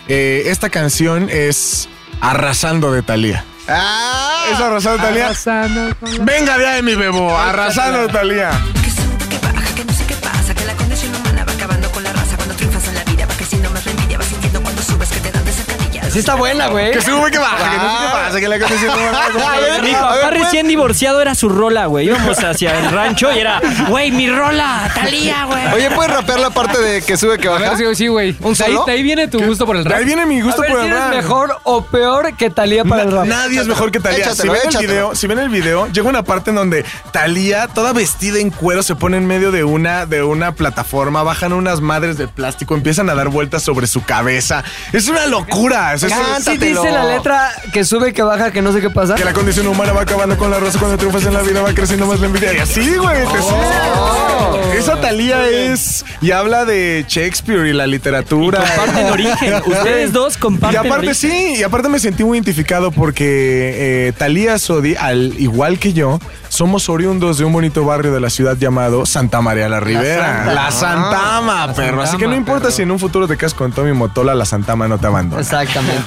[SPEAKER 4] Eh, esta canción es Arrasando de Talía.
[SPEAKER 5] Ah,
[SPEAKER 4] ¿Es Arrasando de Talía?
[SPEAKER 6] Pasando con la-
[SPEAKER 4] Venga de ahí, mi bebo, Arrasando de Talía.
[SPEAKER 12] Que sube, que baja, que no sé qué pasa Que la condición humana va acabando con la raza Cuando triunfas en la vida va creciendo más la envidia Vas sintiendo cuando subes que te dan de zancadillas
[SPEAKER 2] Sí, está buena, güey.
[SPEAKER 4] Que sube, que baja, que no sé qué pasa, que la cosa siempre va a
[SPEAKER 7] Mi papá
[SPEAKER 2] pues.
[SPEAKER 7] recién divorciado era su rola, güey. Íbamos hacia el rancho y era, güey, mi rola, Talía, güey.
[SPEAKER 5] Oye, ¿puedes rapear la parte de que sube, que
[SPEAKER 6] A ver,
[SPEAKER 5] baja?
[SPEAKER 6] sí, sí, güey.
[SPEAKER 5] ¿Un
[SPEAKER 6] De ahí-
[SPEAKER 5] solo?
[SPEAKER 6] De ahí viene tu gusto por el
[SPEAKER 4] De
[SPEAKER 6] rap.
[SPEAKER 4] ahí viene mi gusto
[SPEAKER 2] A ver
[SPEAKER 4] por
[SPEAKER 2] si
[SPEAKER 4] el
[SPEAKER 2] eres
[SPEAKER 4] rap.
[SPEAKER 2] mejor o peor que Talía para el rap.
[SPEAKER 4] Nadie es mejor que Talía. Si
[SPEAKER 5] Échatelo,
[SPEAKER 4] ven, el
[SPEAKER 5] échatelo.
[SPEAKER 4] video, si ven el video, llega una parte en donde Talía, toda vestida en cuero, se pone en medio de una, de una plataforma, bajan unas madres de plástico, empiezan a dar vueltas sobre su cabeza. Es una locura. Es- es-
[SPEAKER 2] Sí dice la letra que sube, que baja, que no sé qué pasa.
[SPEAKER 4] que la condición humana va acabando con la raza cuando triunfas en la vida, va creciendo más la envidia. Y así, güey, te sube. Esa Talía es. Y habla de Shakespeare y la literatura.
[SPEAKER 7] Comparten origen. Ustedes dos
[SPEAKER 4] Y
[SPEAKER 7] comparten
[SPEAKER 4] aparte
[SPEAKER 7] origen.
[SPEAKER 4] sí, y aparte me sentí muy identificado porque eh, Talía Sodi, al igual que yo, somos oriundos de un bonito barrio de la ciudad llamado Santa María la Rivera. La Santama, perro. Así que no
[SPEAKER 6] Santama,
[SPEAKER 4] importa
[SPEAKER 6] perro.
[SPEAKER 4] si en un futuro te casas con Tommy Motola, la Santama no te abandona.
[SPEAKER 2] Exactamente.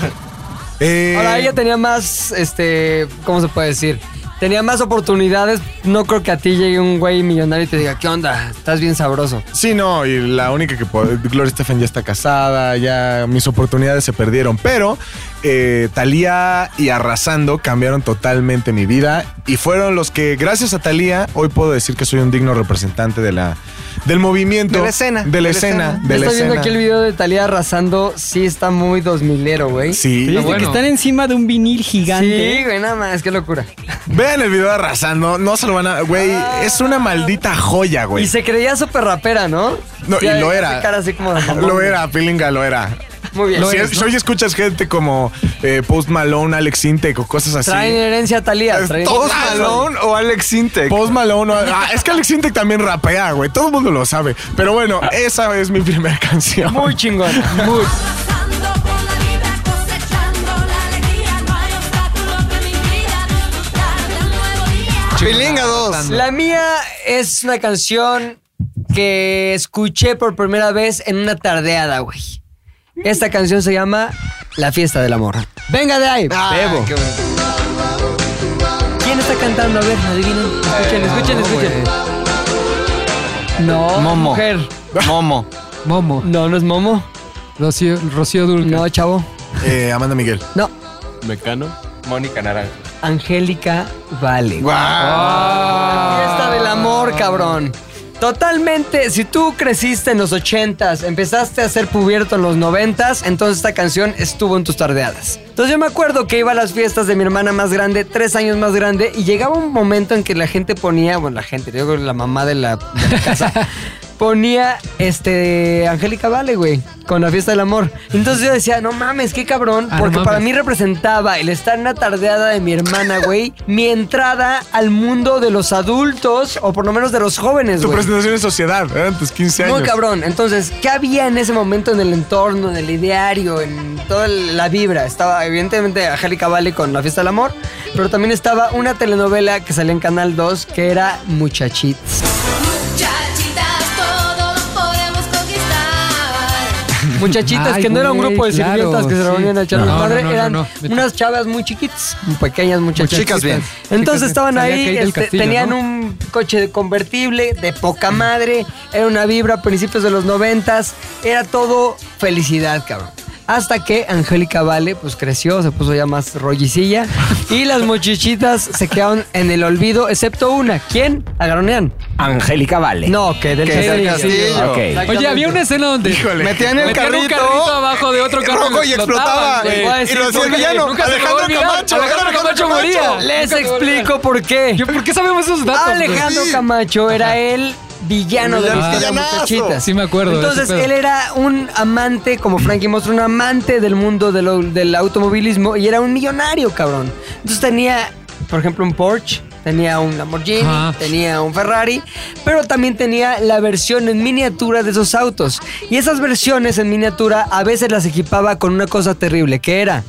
[SPEAKER 4] Eh,
[SPEAKER 2] Ahora ella tenía más, este, ¿cómo se puede decir? tenía más oportunidades. No creo que a ti llegue un güey millonario y te diga, ¿qué onda? Estás bien sabroso.
[SPEAKER 4] Sí, no, y la única que puedo- Gloria Stefan ya está casada, ya mis oportunidades se perdieron, pero eh, Talía y Arrasando cambiaron totalmente mi vida y fueron los que, gracias a Talía, hoy puedo decir que soy un digno representante de la, del movimiento.
[SPEAKER 5] De la escena,
[SPEAKER 4] De la escena. de la
[SPEAKER 2] Estoy viendo
[SPEAKER 4] escena.
[SPEAKER 2] aquí el video de Talía arrasando. Sí, está muy 2000ero, güey.
[SPEAKER 4] Sí.
[SPEAKER 2] Está
[SPEAKER 7] Pero dice que
[SPEAKER 2] bueno.
[SPEAKER 7] están encima de un vinil gigante.
[SPEAKER 2] Sí, güey, nada más, qué locura.
[SPEAKER 4] Vean el video de Arrasando, no se lo van a... Güey, es una maldita joya, güey.
[SPEAKER 2] Ah. Y se creía súper rapera, ¿no?
[SPEAKER 4] No,
[SPEAKER 2] Ya,
[SPEAKER 4] y lo
[SPEAKER 2] hace
[SPEAKER 4] era.
[SPEAKER 2] cara así como de mamón,
[SPEAKER 4] Lo
[SPEAKER 2] güey.
[SPEAKER 4] era, Pilinga, lo era.
[SPEAKER 2] Muy bien.
[SPEAKER 4] Si,
[SPEAKER 2] Lo eres,
[SPEAKER 4] si
[SPEAKER 2] ¿no?
[SPEAKER 4] hoy escuchas gente como eh, Post Malone, Alex Intec o cosas así.
[SPEAKER 2] Traen herencia a Talía. traen-
[SPEAKER 4] Post
[SPEAKER 2] Ah,
[SPEAKER 4] Malone
[SPEAKER 3] o Alex Intec.
[SPEAKER 4] Post Malone. o- ah, es que Alex Intec también rapea, güey. Todo el mundo lo sabe. Pero bueno, esa es mi primera canción.
[SPEAKER 2] Muy chingón. Muy.
[SPEAKER 5] Pilinga 2.
[SPEAKER 2] La mía es una canción que escuché por primera vez en una tardeada, güey. Esta canción se llama La fiesta del amor. Venga de ahí.
[SPEAKER 4] Ah.
[SPEAKER 2] Bebo. ¿Quién está cantando? A ver, adivinen. Escuchen, escuchen, escuchen.
[SPEAKER 4] Ah,
[SPEAKER 2] No,
[SPEAKER 5] Momo.
[SPEAKER 2] mujer.
[SPEAKER 5] Momo.
[SPEAKER 6] Momo.
[SPEAKER 2] No, no es Momo.
[SPEAKER 6] Rocío, Rocío Dulce.
[SPEAKER 2] No, chavo.
[SPEAKER 4] Eh, Amanda Miguel.
[SPEAKER 2] No,
[SPEAKER 8] Mecano. Mónica Naranjo.
[SPEAKER 2] Angélica Vale.
[SPEAKER 4] ¡Guau!
[SPEAKER 2] Fiesta del amor, cabrón. Totalmente, si tú creciste en los 80s, empezaste a ser cubierto en los 90s, entonces esta canción estuvo en tus tardeadas. Entonces yo me acuerdo que iba a las fiestas de mi hermana más grande, tres años más grande, y llegaba un momento en que la gente ponía, bueno, la gente, yo creo que la mamá de la, de la casa, ponía este Angélica Vale, güey, con la fiesta del amor. Entonces yo decía, no mames, qué cabrón,
[SPEAKER 6] Ah, no
[SPEAKER 2] porque para
[SPEAKER 6] mames.
[SPEAKER 2] mí representaba el estar en la tardeada de mi hermana, güey, mi entrada al mundo de los adultos, o por lo menos de los jóvenes,
[SPEAKER 4] Tu
[SPEAKER 2] güey.
[SPEAKER 4] presentación en sociedad, eran tus 15 años.
[SPEAKER 2] Muy cabrón. Entonces, ¿qué había en ese momento en el entorno, en el ideario, en toda la vibra? Estaba, evidentemente, Angélica Vale con La Fiesta del Amor, pero también estaba una telenovela que salía en Canal 2 que era Muchachitas.
[SPEAKER 11] Muchachitas, todo lo podemos conquistar.
[SPEAKER 2] Muchachitas,
[SPEAKER 6] Ay,
[SPEAKER 2] que no era un
[SPEAKER 6] güey,
[SPEAKER 2] grupo de
[SPEAKER 6] claro,
[SPEAKER 2] sirvientas que se
[SPEAKER 6] sí.
[SPEAKER 2] reunían a echar
[SPEAKER 6] No,
[SPEAKER 2] un
[SPEAKER 6] no,
[SPEAKER 2] padre,
[SPEAKER 6] no, no,
[SPEAKER 2] eran
[SPEAKER 6] no.
[SPEAKER 2] unas chavas muy chiquitas, muy pequeñas muchachitas.
[SPEAKER 5] Chicas bien.
[SPEAKER 6] Chicas
[SPEAKER 2] Entonces
[SPEAKER 6] bien.
[SPEAKER 2] estaban
[SPEAKER 6] Salía
[SPEAKER 2] ahí,
[SPEAKER 6] Kate del
[SPEAKER 2] este,
[SPEAKER 6] Castillo,
[SPEAKER 2] tenían
[SPEAKER 6] ¿no?
[SPEAKER 2] un coche de convertible de poca madre, era una vibra a principios de los noventas, era todo felicidad, cabrón. Hasta que Angélica Vale pues creció, se puso ya más rollicilla y las muchachitas se quedaron en el olvido, excepto una. ¿Quién? Agaronean.
[SPEAKER 1] Angélica Vale.
[SPEAKER 2] No, que del
[SPEAKER 5] Que es el
[SPEAKER 2] Castillo.
[SPEAKER 5] castillo.
[SPEAKER 1] Ok.
[SPEAKER 6] Oye, había una escena donde
[SPEAKER 4] Híjole.
[SPEAKER 5] Metían el
[SPEAKER 6] metían un
[SPEAKER 5] carrito.
[SPEAKER 6] carrito abajo de otro carro
[SPEAKER 5] rojo y
[SPEAKER 6] explotaban,
[SPEAKER 5] explotaba.
[SPEAKER 6] güey.
[SPEAKER 5] Y
[SPEAKER 6] Voy a
[SPEAKER 5] lo hacía el
[SPEAKER 6] porque
[SPEAKER 5] villano.
[SPEAKER 6] nunca se me va a
[SPEAKER 5] Alejandro
[SPEAKER 6] olvidar.
[SPEAKER 5] Camacho.
[SPEAKER 6] Alejandro Camacho
[SPEAKER 2] Les
[SPEAKER 6] moría. Nunca se me va a olvidar.
[SPEAKER 2] explico por qué.
[SPEAKER 6] Yo, ¿Por qué sabemos esos datos? güey?
[SPEAKER 2] Alejandro
[SPEAKER 5] Sí.
[SPEAKER 2] Camacho era el villano de
[SPEAKER 5] Villanazo.
[SPEAKER 2] las historias muchachitas.
[SPEAKER 6] Sí me acuerdo de
[SPEAKER 2] Entonces,
[SPEAKER 6] ese pedo.
[SPEAKER 2] él era un amante, como Frankie Mostro, un amante del mundo del, au- del automovilismo y era un millonario, cabrón. Entonces tenía, por ejemplo, un Porsche, tenía un Lamborghini,
[SPEAKER 6] Ajá.
[SPEAKER 2] tenía un Ferrari, pero también tenía la versión en miniatura de esos autos. Y esas versiones en miniatura a veces las equipaba con una cosa terrible, que era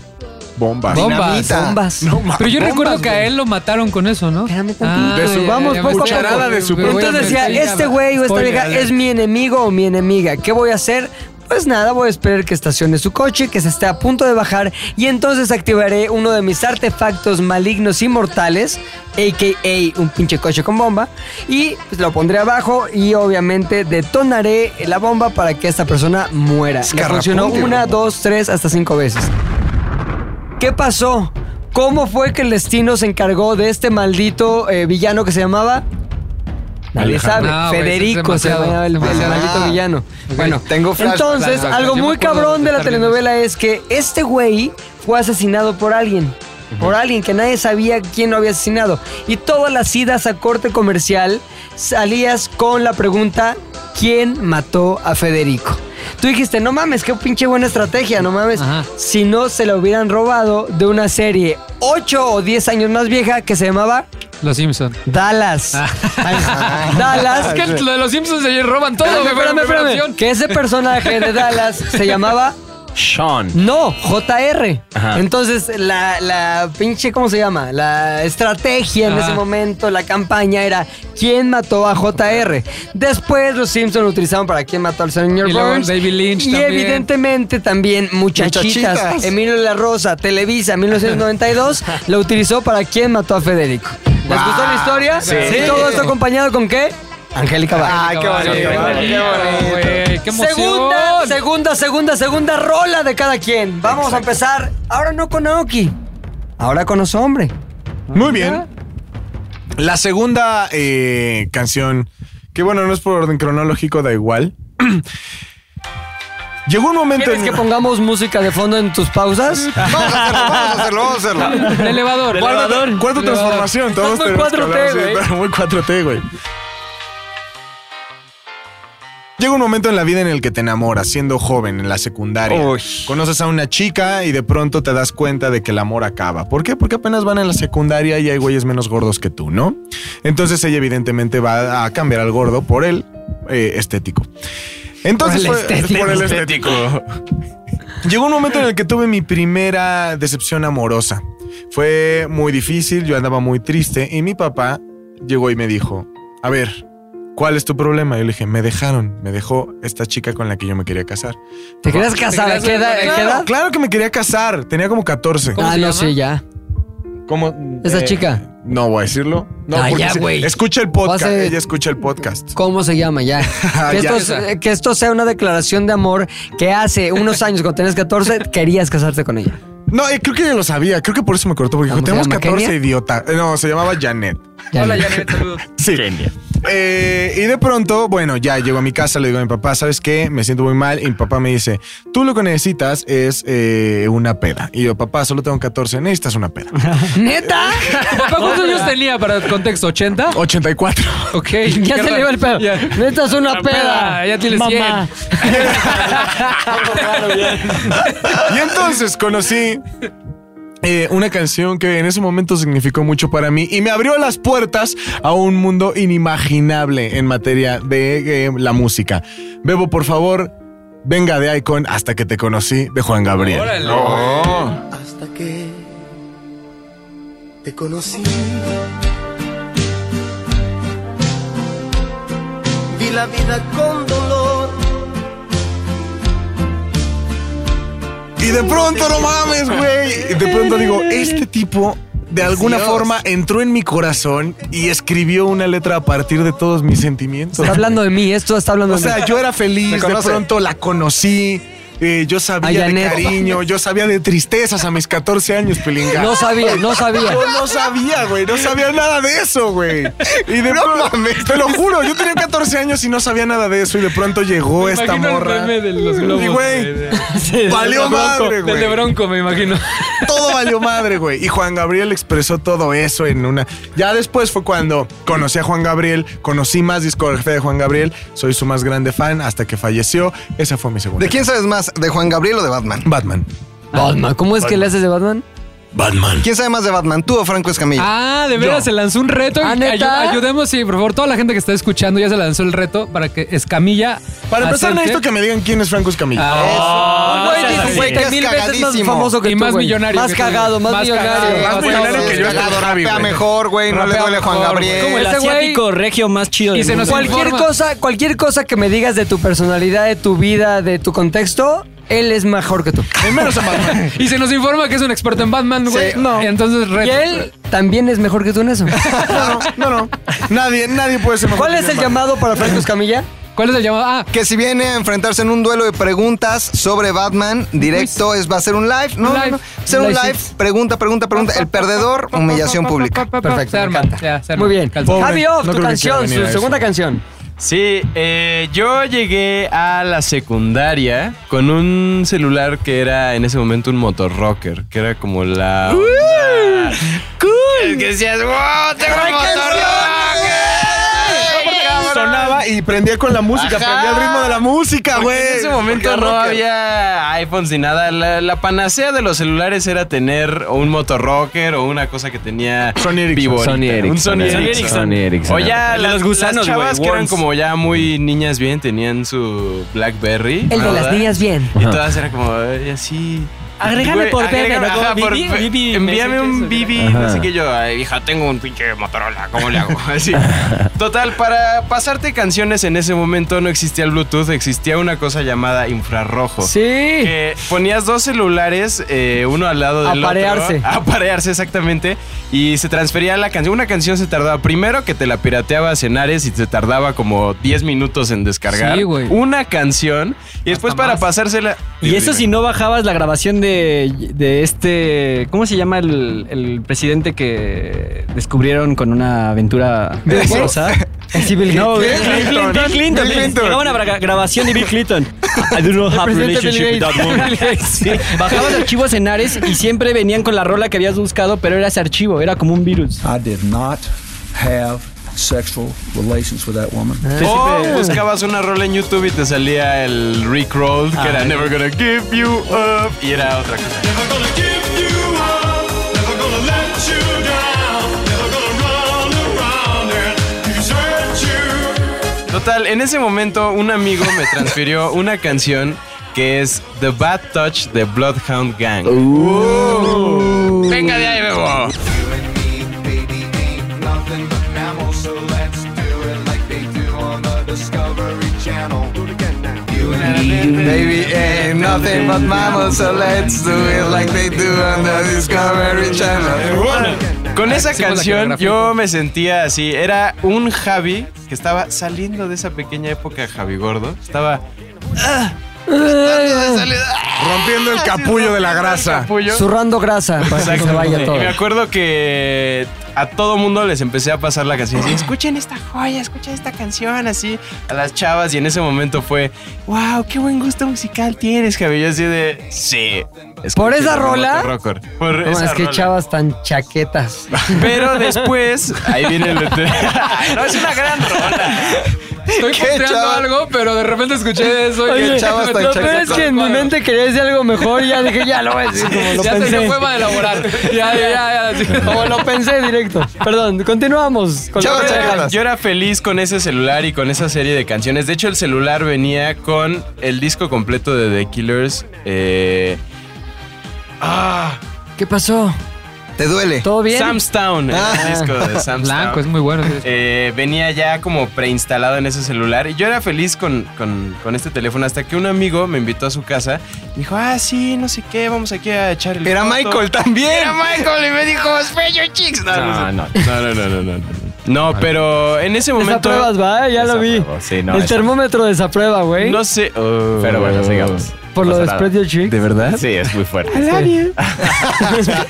[SPEAKER 4] Bombas.
[SPEAKER 6] Bombas.
[SPEAKER 5] Dinamita.
[SPEAKER 2] bombas.
[SPEAKER 4] No mames.
[SPEAKER 6] Pero yo
[SPEAKER 4] Bombas,
[SPEAKER 6] recuerdo que a
[SPEAKER 4] güey.
[SPEAKER 6] él lo mataron con eso, ¿no? Ah,
[SPEAKER 2] Espérame tantito.
[SPEAKER 6] ya,
[SPEAKER 4] De su-
[SPEAKER 6] ya,
[SPEAKER 2] vamos,
[SPEAKER 6] ya,
[SPEAKER 2] poco a
[SPEAKER 6] ya, ya,
[SPEAKER 2] poco.
[SPEAKER 6] ya,
[SPEAKER 4] de su-
[SPEAKER 6] güey,
[SPEAKER 2] Entonces
[SPEAKER 6] güey,
[SPEAKER 2] decía,
[SPEAKER 6] sí,
[SPEAKER 2] este
[SPEAKER 6] ya,
[SPEAKER 2] güey o esta
[SPEAKER 6] spoiler,
[SPEAKER 2] vieja es mi enemigo o mi enemiga. ¿Qué voy a hacer? Pues nada, voy a esperar que estacione su coche, que se esté a punto de bajar y entonces activaré uno de mis artefactos malignos y mortales, a.k.a. un pinche coche con bomba, y pues lo pondré abajo y obviamente detonaré la bomba para que esta persona muera. Le
[SPEAKER 4] Escarrapunte,
[SPEAKER 2] funcionó una,
[SPEAKER 4] güey.
[SPEAKER 2] dos, tres, hasta cinco veces. ¿Qué pasó? ¿Cómo fue que el destino se encargó de este maldito eh, villano que se llamaba? Nadie sabe.
[SPEAKER 6] Alejandro. No, güey,
[SPEAKER 2] Federico se
[SPEAKER 6] eso es demasiado.
[SPEAKER 2] llamaba el, el
[SPEAKER 6] Demasiado.
[SPEAKER 2] maldito villano. Bueno,
[SPEAKER 5] tengo flash-
[SPEAKER 2] Entonces,
[SPEAKER 6] flashback.
[SPEAKER 2] algo
[SPEAKER 6] Yo me
[SPEAKER 2] muy
[SPEAKER 6] acuerdo
[SPEAKER 2] cabrón de la
[SPEAKER 6] estar viendo
[SPEAKER 2] telenovela es que este güey fue asesinado por alguien. Por alguien que nadie sabía quién lo había asesinado. Y todas las idas a corte comercial salías con la pregunta: ¿Quién mató a Federico? Tú dijiste, no mames, qué pinche buena estrategia, no mames.
[SPEAKER 6] Ajá.
[SPEAKER 2] Si no, se lo hubieran robado de una serie 8 o 10 años más vieja que se llamaba
[SPEAKER 6] Los Simpsons.
[SPEAKER 2] Dallas. Dallas.
[SPEAKER 6] Es que lo de los Simpsons se roban todo,
[SPEAKER 2] Ah, Espérame,
[SPEAKER 6] güey.
[SPEAKER 2] espérame,
[SPEAKER 6] pero
[SPEAKER 2] espérame.
[SPEAKER 6] opción.
[SPEAKER 2] Que ese personaje de Dallas se llamaba.
[SPEAKER 1] Sean.
[SPEAKER 2] No, JR.
[SPEAKER 1] Ajá.
[SPEAKER 2] Entonces, la, la pinche, ¿cómo se llama? La estrategia en
[SPEAKER 6] Ajá.
[SPEAKER 2] ese momento, la campaña era ¿Quién mató a JR? Después los Simpsons lo utilizaron para ¿Quién mató al señor
[SPEAKER 6] Y luego
[SPEAKER 2] Burns?
[SPEAKER 6] David Lynch
[SPEAKER 2] Y
[SPEAKER 6] también.
[SPEAKER 2] evidentemente también Muchachitas,
[SPEAKER 5] Muchachitas.
[SPEAKER 2] Emilio La Rosa, Televisa, 1992, lo utilizó para ¿Quién mató a Federico? ¿Les gustó la historia?
[SPEAKER 1] Sí.
[SPEAKER 2] ¿Y todo esto acompañado con qué? Angélica Vara.
[SPEAKER 1] Ah, qué bonito, qué bonito.
[SPEAKER 6] Güey, qué emoción.
[SPEAKER 2] Segunda, segunda, segunda, segunda rola de cada quien. Vamos a empezar ahora no con Aoki, ahora con Osombre.
[SPEAKER 4] Muy bien. La segunda eh, canción, que bueno, no es por orden cronológico, da igual. Llegó un momento
[SPEAKER 2] ¿Quieres
[SPEAKER 4] en...
[SPEAKER 2] que pongamos música de fondo en tus pausas?
[SPEAKER 5] Vamos a hacerlo, vamos a hacerlo, vamos a hacerlo.
[SPEAKER 6] El elevador.
[SPEAKER 4] Cuarta- Cuarta
[SPEAKER 6] Elevador.
[SPEAKER 4] transformación.
[SPEAKER 2] Estás
[SPEAKER 4] Todos
[SPEAKER 2] muy
[SPEAKER 4] tenemos que
[SPEAKER 2] 4T,
[SPEAKER 4] hablar, sí,
[SPEAKER 2] güey.
[SPEAKER 4] Muy 4T, güey. Llega un momento en la vida en el que te enamoras, siendo joven, en la secundaria. Conoces a una chica y de pronto te das cuenta de que el amor acaba. ¿Por qué? Porque apenas van en la secundaria y hay güeyes menos gordos que tú, ¿no? Entonces ella evidentemente va a cambiar al gordo por el eh, estético. Entonces
[SPEAKER 6] Por el
[SPEAKER 4] fue-
[SPEAKER 6] estético.
[SPEAKER 4] por el estético. Llegó un momento en el que tuve mi primera decepción amorosa. Fue muy difícil, yo andaba muy triste y mi papá llegó y me dijo, a ver, ¿cuál es tu problema? Yo le dije, me dejaron, me dejó esta chica con la que yo me quería casar.
[SPEAKER 2] ¿Te querías casar? ¿A qué edad? a qué
[SPEAKER 4] Claro,
[SPEAKER 2] edad?
[SPEAKER 4] claro que me quería casar, tenía como 14.
[SPEAKER 6] ¿Cómo
[SPEAKER 2] Ah,
[SPEAKER 6] se
[SPEAKER 2] no,
[SPEAKER 6] llama?
[SPEAKER 2] sí, ya.
[SPEAKER 4] ¿Cómo?
[SPEAKER 2] ¿Esa
[SPEAKER 4] Eh,
[SPEAKER 2] chica?
[SPEAKER 4] No voy a decirlo. No,
[SPEAKER 2] Ah,
[SPEAKER 4] porque
[SPEAKER 2] ya,
[SPEAKER 4] sí-
[SPEAKER 2] güey.
[SPEAKER 4] Escucha el podcast,
[SPEAKER 2] Vas a-
[SPEAKER 4] ella escucha el podcast.
[SPEAKER 2] ¿Cómo se llama? Ya. Que
[SPEAKER 4] Ya.
[SPEAKER 2] esto, se- que esto sea una declaración de amor que hace unos años, cuando tenías 14, querías casarte con ella.
[SPEAKER 4] No, eh, creo que ya lo sabía, creo que por eso me cortó, porque dijo,
[SPEAKER 2] ¿Cómo se
[SPEAKER 4] tenemos
[SPEAKER 2] llama,
[SPEAKER 4] 14,
[SPEAKER 2] Kenia?
[SPEAKER 4] idiota. Eh, No, se llamaba Janet.
[SPEAKER 2] Ya,
[SPEAKER 6] Hola,
[SPEAKER 2] ya.
[SPEAKER 6] Janet, saludos.
[SPEAKER 4] Sí. Eh, y de pronto, bueno, ya llego a mi casa, le digo a mi papá, ¿sabes qué? Me siento muy mal. Y mi papá me dice, tú lo que necesitas es eh, una peda. Y yo, papá, solo tengo 14, necesitas una peda.
[SPEAKER 2] ¿Neta?
[SPEAKER 6] Papá, ¿Cuántos años tenía para el contexto? ¿80?
[SPEAKER 4] 84.
[SPEAKER 6] Ok.
[SPEAKER 2] Ya se le iba el pedo.
[SPEAKER 6] Ya.
[SPEAKER 2] Neta es una
[SPEAKER 6] La
[SPEAKER 2] peda.
[SPEAKER 6] peda, ya tienes
[SPEAKER 2] Mamá.
[SPEAKER 4] y entonces conocí eh, una canción que en ese momento significó mucho para mí y me abrió las puertas a un mundo inimaginable en materia de eh, la música. Bebo, por favor, venga de Icon hasta que te conocí de Juan Gabriel.
[SPEAKER 6] Órale.
[SPEAKER 9] Hasta que te conocí. Vi la vida con dolor.
[SPEAKER 4] Y de pronto, no mames, güey. Y de pronto digo, este tipo de alguna forma entró en mi corazón y escribió una letra a partir de todos mis sentimientos.
[SPEAKER 2] Está hablando de mí, esto está hablando
[SPEAKER 4] O
[SPEAKER 2] de mí.
[SPEAKER 4] sea, yo era
[SPEAKER 5] Me
[SPEAKER 4] feliz, de
[SPEAKER 5] conoce.
[SPEAKER 4] pronto la conocí. eh, yo sabía
[SPEAKER 2] A
[SPEAKER 4] de
[SPEAKER 2] Janet.
[SPEAKER 4] cariño, yo sabía de tristezas a mis 14 años, Pilinga.
[SPEAKER 2] No sabía, no sabía.
[SPEAKER 4] Yo no sabía, güey. No sabía nada de eso, güey. Y de pronto, te lo juro, yo tenía 14 años y no sabía nada de eso. Y de pronto llegó
[SPEAKER 6] Me
[SPEAKER 4] Pues esta
[SPEAKER 6] imagino el
[SPEAKER 4] morra.
[SPEAKER 6] meme de los globos,
[SPEAKER 4] y,
[SPEAKER 6] güey, de-
[SPEAKER 4] güey, valió
[SPEAKER 6] Del de Bronco,
[SPEAKER 4] madre,
[SPEAKER 6] Del de
[SPEAKER 4] güey.
[SPEAKER 6] Bronco, me imagino.
[SPEAKER 4] Todo valió madre, güey. Y Juan Gabriel expresó todo eso en una. Ya después fue cuando conocí a Juan Gabriel, conocí más discografía de Juan Gabriel, soy su más grande fan hasta que falleció. Esa fue mi segunda.
[SPEAKER 5] ¿De quién sabes más? ¿De Juan Gabriel o de Batman?
[SPEAKER 4] Batman.
[SPEAKER 2] Batman, ¿cómo es que le haces de Batman?
[SPEAKER 4] Batman.
[SPEAKER 5] ¿Quién sabe más de Batman? ¿Tú o Franco Escamillo?
[SPEAKER 6] Ah, de veras, se lanzó un reto.
[SPEAKER 2] ¿Ah,
[SPEAKER 6] Ayu-
[SPEAKER 2] neta?
[SPEAKER 6] ayudemos, sí, por favor. Toda la gente que está escuchando ya se lanzó el reto para que Escamilla.
[SPEAKER 4] Para empezar,
[SPEAKER 6] acerque-
[SPEAKER 4] necesito que me digan quién es Franco Escamilla.
[SPEAKER 6] Ah,
[SPEAKER 2] Güey,
[SPEAKER 6] no seas
[SPEAKER 2] dijo,
[SPEAKER 6] así.
[SPEAKER 2] güey, que
[SPEAKER 5] Es
[SPEAKER 2] mil veces más
[SPEAKER 5] cagadísimo.
[SPEAKER 2] famoso que
[SPEAKER 6] Y
[SPEAKER 2] tú,
[SPEAKER 6] más
[SPEAKER 2] güey.
[SPEAKER 6] millonario
[SPEAKER 2] Más
[SPEAKER 6] que tú.
[SPEAKER 2] cagado, más,
[SPEAKER 6] Más
[SPEAKER 2] millonario.
[SPEAKER 6] cagado, más
[SPEAKER 2] Más
[SPEAKER 4] millonario
[SPEAKER 2] cagado.
[SPEAKER 4] que yo.
[SPEAKER 5] Descarado,
[SPEAKER 4] Javi,
[SPEAKER 5] rapea
[SPEAKER 4] güey.
[SPEAKER 5] mejor, güey. No le
[SPEAKER 6] Rapea
[SPEAKER 5] duele a Juan
[SPEAKER 6] mejor,
[SPEAKER 7] Como el
[SPEAKER 5] Gabriel.
[SPEAKER 6] Ese güey-
[SPEAKER 7] asiático regio más chido
[SPEAKER 6] Y
[SPEAKER 7] del
[SPEAKER 6] se nos
[SPEAKER 7] mundo.
[SPEAKER 6] informa.
[SPEAKER 2] Cualquier cosa, cualquier cosa que me digas de tu personalidad, de tu vida, de tu contexto, él es mejor que tú.
[SPEAKER 6] Y se nos informa que es un experto en Batman, güey.
[SPEAKER 5] Sí.
[SPEAKER 6] no. Entonces,
[SPEAKER 2] Y
[SPEAKER 6] reto.
[SPEAKER 2] él también es mejor que tú en eso.
[SPEAKER 4] No, no, no, no. Nadie, nadie puede ser mejor
[SPEAKER 2] ¿Cuál
[SPEAKER 4] que
[SPEAKER 2] es el
[SPEAKER 4] Batman.
[SPEAKER 2] llamado para Franco Escamilla?
[SPEAKER 6] ¿Cuál es el llamado? Ah,
[SPEAKER 5] Que si viene a enfrentarse en un duelo de preguntas sobre Batman, directo es va a ser un live, ¿no?
[SPEAKER 6] Un
[SPEAKER 5] no,
[SPEAKER 6] live.
[SPEAKER 5] no. Va a ser un
[SPEAKER 6] Live,
[SPEAKER 5] live,
[SPEAKER 6] sí.
[SPEAKER 5] pregunta, pregunta, pregunta. El perdedor, humillación pública.
[SPEAKER 6] Perfecto. Se arma. ya, se arma.
[SPEAKER 2] Muy bien.
[SPEAKER 6] Calzón.
[SPEAKER 4] Pobre,
[SPEAKER 2] Javi Off, tu
[SPEAKER 4] no creo que
[SPEAKER 2] canción,
[SPEAKER 4] quiera venir
[SPEAKER 2] su
[SPEAKER 4] a eso.
[SPEAKER 2] segunda canción.
[SPEAKER 8] Sí, eh, yo llegué a la secundaria con un celular que era en ese momento un motorrocker, que era como la... onda- Es que decías, wow, tengo un motorrocker.
[SPEAKER 4] Sonaba y prendía con la música,
[SPEAKER 8] Ajá.
[SPEAKER 4] prendía el ritmo de la música,
[SPEAKER 8] Porque
[SPEAKER 4] güey.
[SPEAKER 8] En ese momento
[SPEAKER 4] Porque
[SPEAKER 8] no
[SPEAKER 4] rocker.
[SPEAKER 8] había iPhones ni nada. La, la panacea de los celulares era tener o un motorrocker o una cosa que tenía
[SPEAKER 4] Sony Ericsson.
[SPEAKER 8] viborita.
[SPEAKER 1] Sony
[SPEAKER 8] Un
[SPEAKER 1] Ericsson,
[SPEAKER 8] Sony
[SPEAKER 1] Ericsson.
[SPEAKER 8] Ericsson.
[SPEAKER 1] Sony Ericsson.
[SPEAKER 8] O ya
[SPEAKER 7] El de
[SPEAKER 8] las,
[SPEAKER 7] los gusanos,
[SPEAKER 8] las chavas
[SPEAKER 7] güey,
[SPEAKER 8] que eran
[SPEAKER 7] Worms.
[SPEAKER 8] como ya muy niñas bien tenían su BlackBerry. Ah.
[SPEAKER 2] El de
[SPEAKER 8] ¿verdad?
[SPEAKER 2] las niñas bien.
[SPEAKER 8] Y todas eran como ay, así.
[SPEAKER 7] Agrégame
[SPEAKER 8] Güey,
[SPEAKER 7] por BB,
[SPEAKER 8] agrégame,
[SPEAKER 7] ¿no? Como
[SPEAKER 8] ajá, por
[SPEAKER 7] BB,
[SPEAKER 8] fe-
[SPEAKER 7] BB,
[SPEAKER 8] Envíame un
[SPEAKER 7] mensajes,
[SPEAKER 8] BB. Así que yo, ay, hija, tengo un pinche Motorola. ¿Cómo le hago? Así. Total, para pasarte canciones
[SPEAKER 1] televisiones en ese momento no existía el Bluetooth, existía una cosa llamada infrarrojo.
[SPEAKER 2] Sí.
[SPEAKER 1] Que Eh, ponías dos celulares, eh, uno al lado del
[SPEAKER 2] Aparearse.
[SPEAKER 1] otro. Aparearse, exactamente. Y se transfería la canción. Una canción se tardaba primero que te la pirateabas en Ares y te tardaba como 10 minutos en descargar.
[SPEAKER 7] Sí, güey.
[SPEAKER 1] Una canción. Y después para pasársela.
[SPEAKER 7] Y eso si no bajabas la grabación de, de este. ¿Cómo se llama el, el presidente que descubrieron con una aventura
[SPEAKER 2] ¿Bill Gates?
[SPEAKER 7] cosa?
[SPEAKER 2] Sí, Bill
[SPEAKER 7] No, Bill
[SPEAKER 2] Gates.
[SPEAKER 7] Clinton. Bill Clinton.
[SPEAKER 2] Bill Clinton.
[SPEAKER 7] Llegaba una gra- grabación de Bill Clinton. I do not have
[SPEAKER 2] El presidente
[SPEAKER 7] relationship with
[SPEAKER 2] Bill
[SPEAKER 7] that woman. Sí. Bajabas archivos en Ares y siempre venían con la rola que habías buscado, pero era ese archivo, era como un virus.
[SPEAKER 13] I did not have sexual relations with that woman.
[SPEAKER 1] O Oh, buscabas una rola en YouTube y te salía el Rick Roll, que era
[SPEAKER 13] Ay.
[SPEAKER 1] Never Gonna Give You Up, y era otra cosa.
[SPEAKER 8] Never gonna give you up, never gonna let you down, never gonna run around and desert you.
[SPEAKER 1] Total, en ese momento un amigo me transfirió una canción que es The Bad Touch de Bloodhound Gang.
[SPEAKER 2] Uh.
[SPEAKER 1] Uh. Venga de ahí, bebo.
[SPEAKER 8] Nothing but mammals, so let's do it like they do on the Discovery Channel. Do it again now. You and me,
[SPEAKER 5] Baby, ain't nothing but mammals, so let's do it like they do on the Discovery Channel.
[SPEAKER 1] Con esa
[SPEAKER 5] Hicimos la
[SPEAKER 1] canción
[SPEAKER 5] coreografía.
[SPEAKER 1] yo me sentía así. Era un Javi que estaba saliendo de esa pequeña época Javi Gordo. Estaba
[SPEAKER 4] Rompiendo el capullo de la grasa.
[SPEAKER 2] Zurrando grasa para que no se vaya todo.
[SPEAKER 1] Y me acuerdo que a todo mundo les empecé a pasar la canción. así, Escuchen esta joya, escuchen esta canción así a las chavas y en ese momento fue, wow, qué buen gusto musical tienes, Javi. Yo así de, sí.
[SPEAKER 2] ¿Por
[SPEAKER 1] escuchen
[SPEAKER 2] esa
[SPEAKER 1] Remoto
[SPEAKER 2] rola?
[SPEAKER 1] Rocker". Por
[SPEAKER 2] No,
[SPEAKER 1] esa
[SPEAKER 2] es que
[SPEAKER 1] rola.
[SPEAKER 2] chavas tan chaquetas.
[SPEAKER 1] Pero después, ahí viene el... Ay, no, es una gran
[SPEAKER 6] Estoy
[SPEAKER 1] ¿Qué,
[SPEAKER 6] posteando
[SPEAKER 1] chava?
[SPEAKER 6] algo, pero de repente escuché eso. y
[SPEAKER 2] Oye,
[SPEAKER 6] que-
[SPEAKER 2] lo
[SPEAKER 6] No,
[SPEAKER 2] peor es que en mi mente quería decir algo mejor y ya dije, ya lo voy a decir como lo
[SPEAKER 6] ya
[SPEAKER 2] pensé.
[SPEAKER 6] se me fue para elaborar. Ya, ya, ya. ya.
[SPEAKER 2] Como lo pensé directo. Perdón, continuamos. con
[SPEAKER 1] Yo
[SPEAKER 2] las
[SPEAKER 1] era-
[SPEAKER 2] chaquetas.
[SPEAKER 1] yo era feliz con ese celular y con esa serie de canciones. De hecho, el celular venía con el disco completo de The Killers. eh, ah,
[SPEAKER 2] ¿Qué pasó?
[SPEAKER 5] ¿Te duele?
[SPEAKER 2] ¿Todo bien?
[SPEAKER 1] Sam's Town, el
[SPEAKER 8] Ah.
[SPEAKER 1] disco de Sam's
[SPEAKER 6] Blanco,
[SPEAKER 1] Town.
[SPEAKER 6] es muy bueno.
[SPEAKER 1] Eh, venía ya como preinstalado en ese celular y yo era feliz con, con- con este teléfono hasta que un amigo me invitó a su casa y dijo, ah, sí, no sé qué, vamos aquí a echar el...
[SPEAKER 5] Era
[SPEAKER 1] coto".
[SPEAKER 5] Michael también.
[SPEAKER 1] Era Michael y me dijo, Special Chicks. No, no,
[SPEAKER 8] No,
[SPEAKER 1] no, no, no, no, no, no. No, pero en ese momento...
[SPEAKER 2] Desapruebas, va, ya lo vi.
[SPEAKER 1] Desapruebo, sí, no,
[SPEAKER 2] El
[SPEAKER 1] es-
[SPEAKER 2] termómetro desaprueba, güey.
[SPEAKER 1] No sé. oh.
[SPEAKER 2] Pero bueno, sigamos. Por lo de
[SPEAKER 1] Pasa nada.
[SPEAKER 2] Spread Your Cheeks.
[SPEAKER 1] ¿De verdad? Sí, es muy fuerte.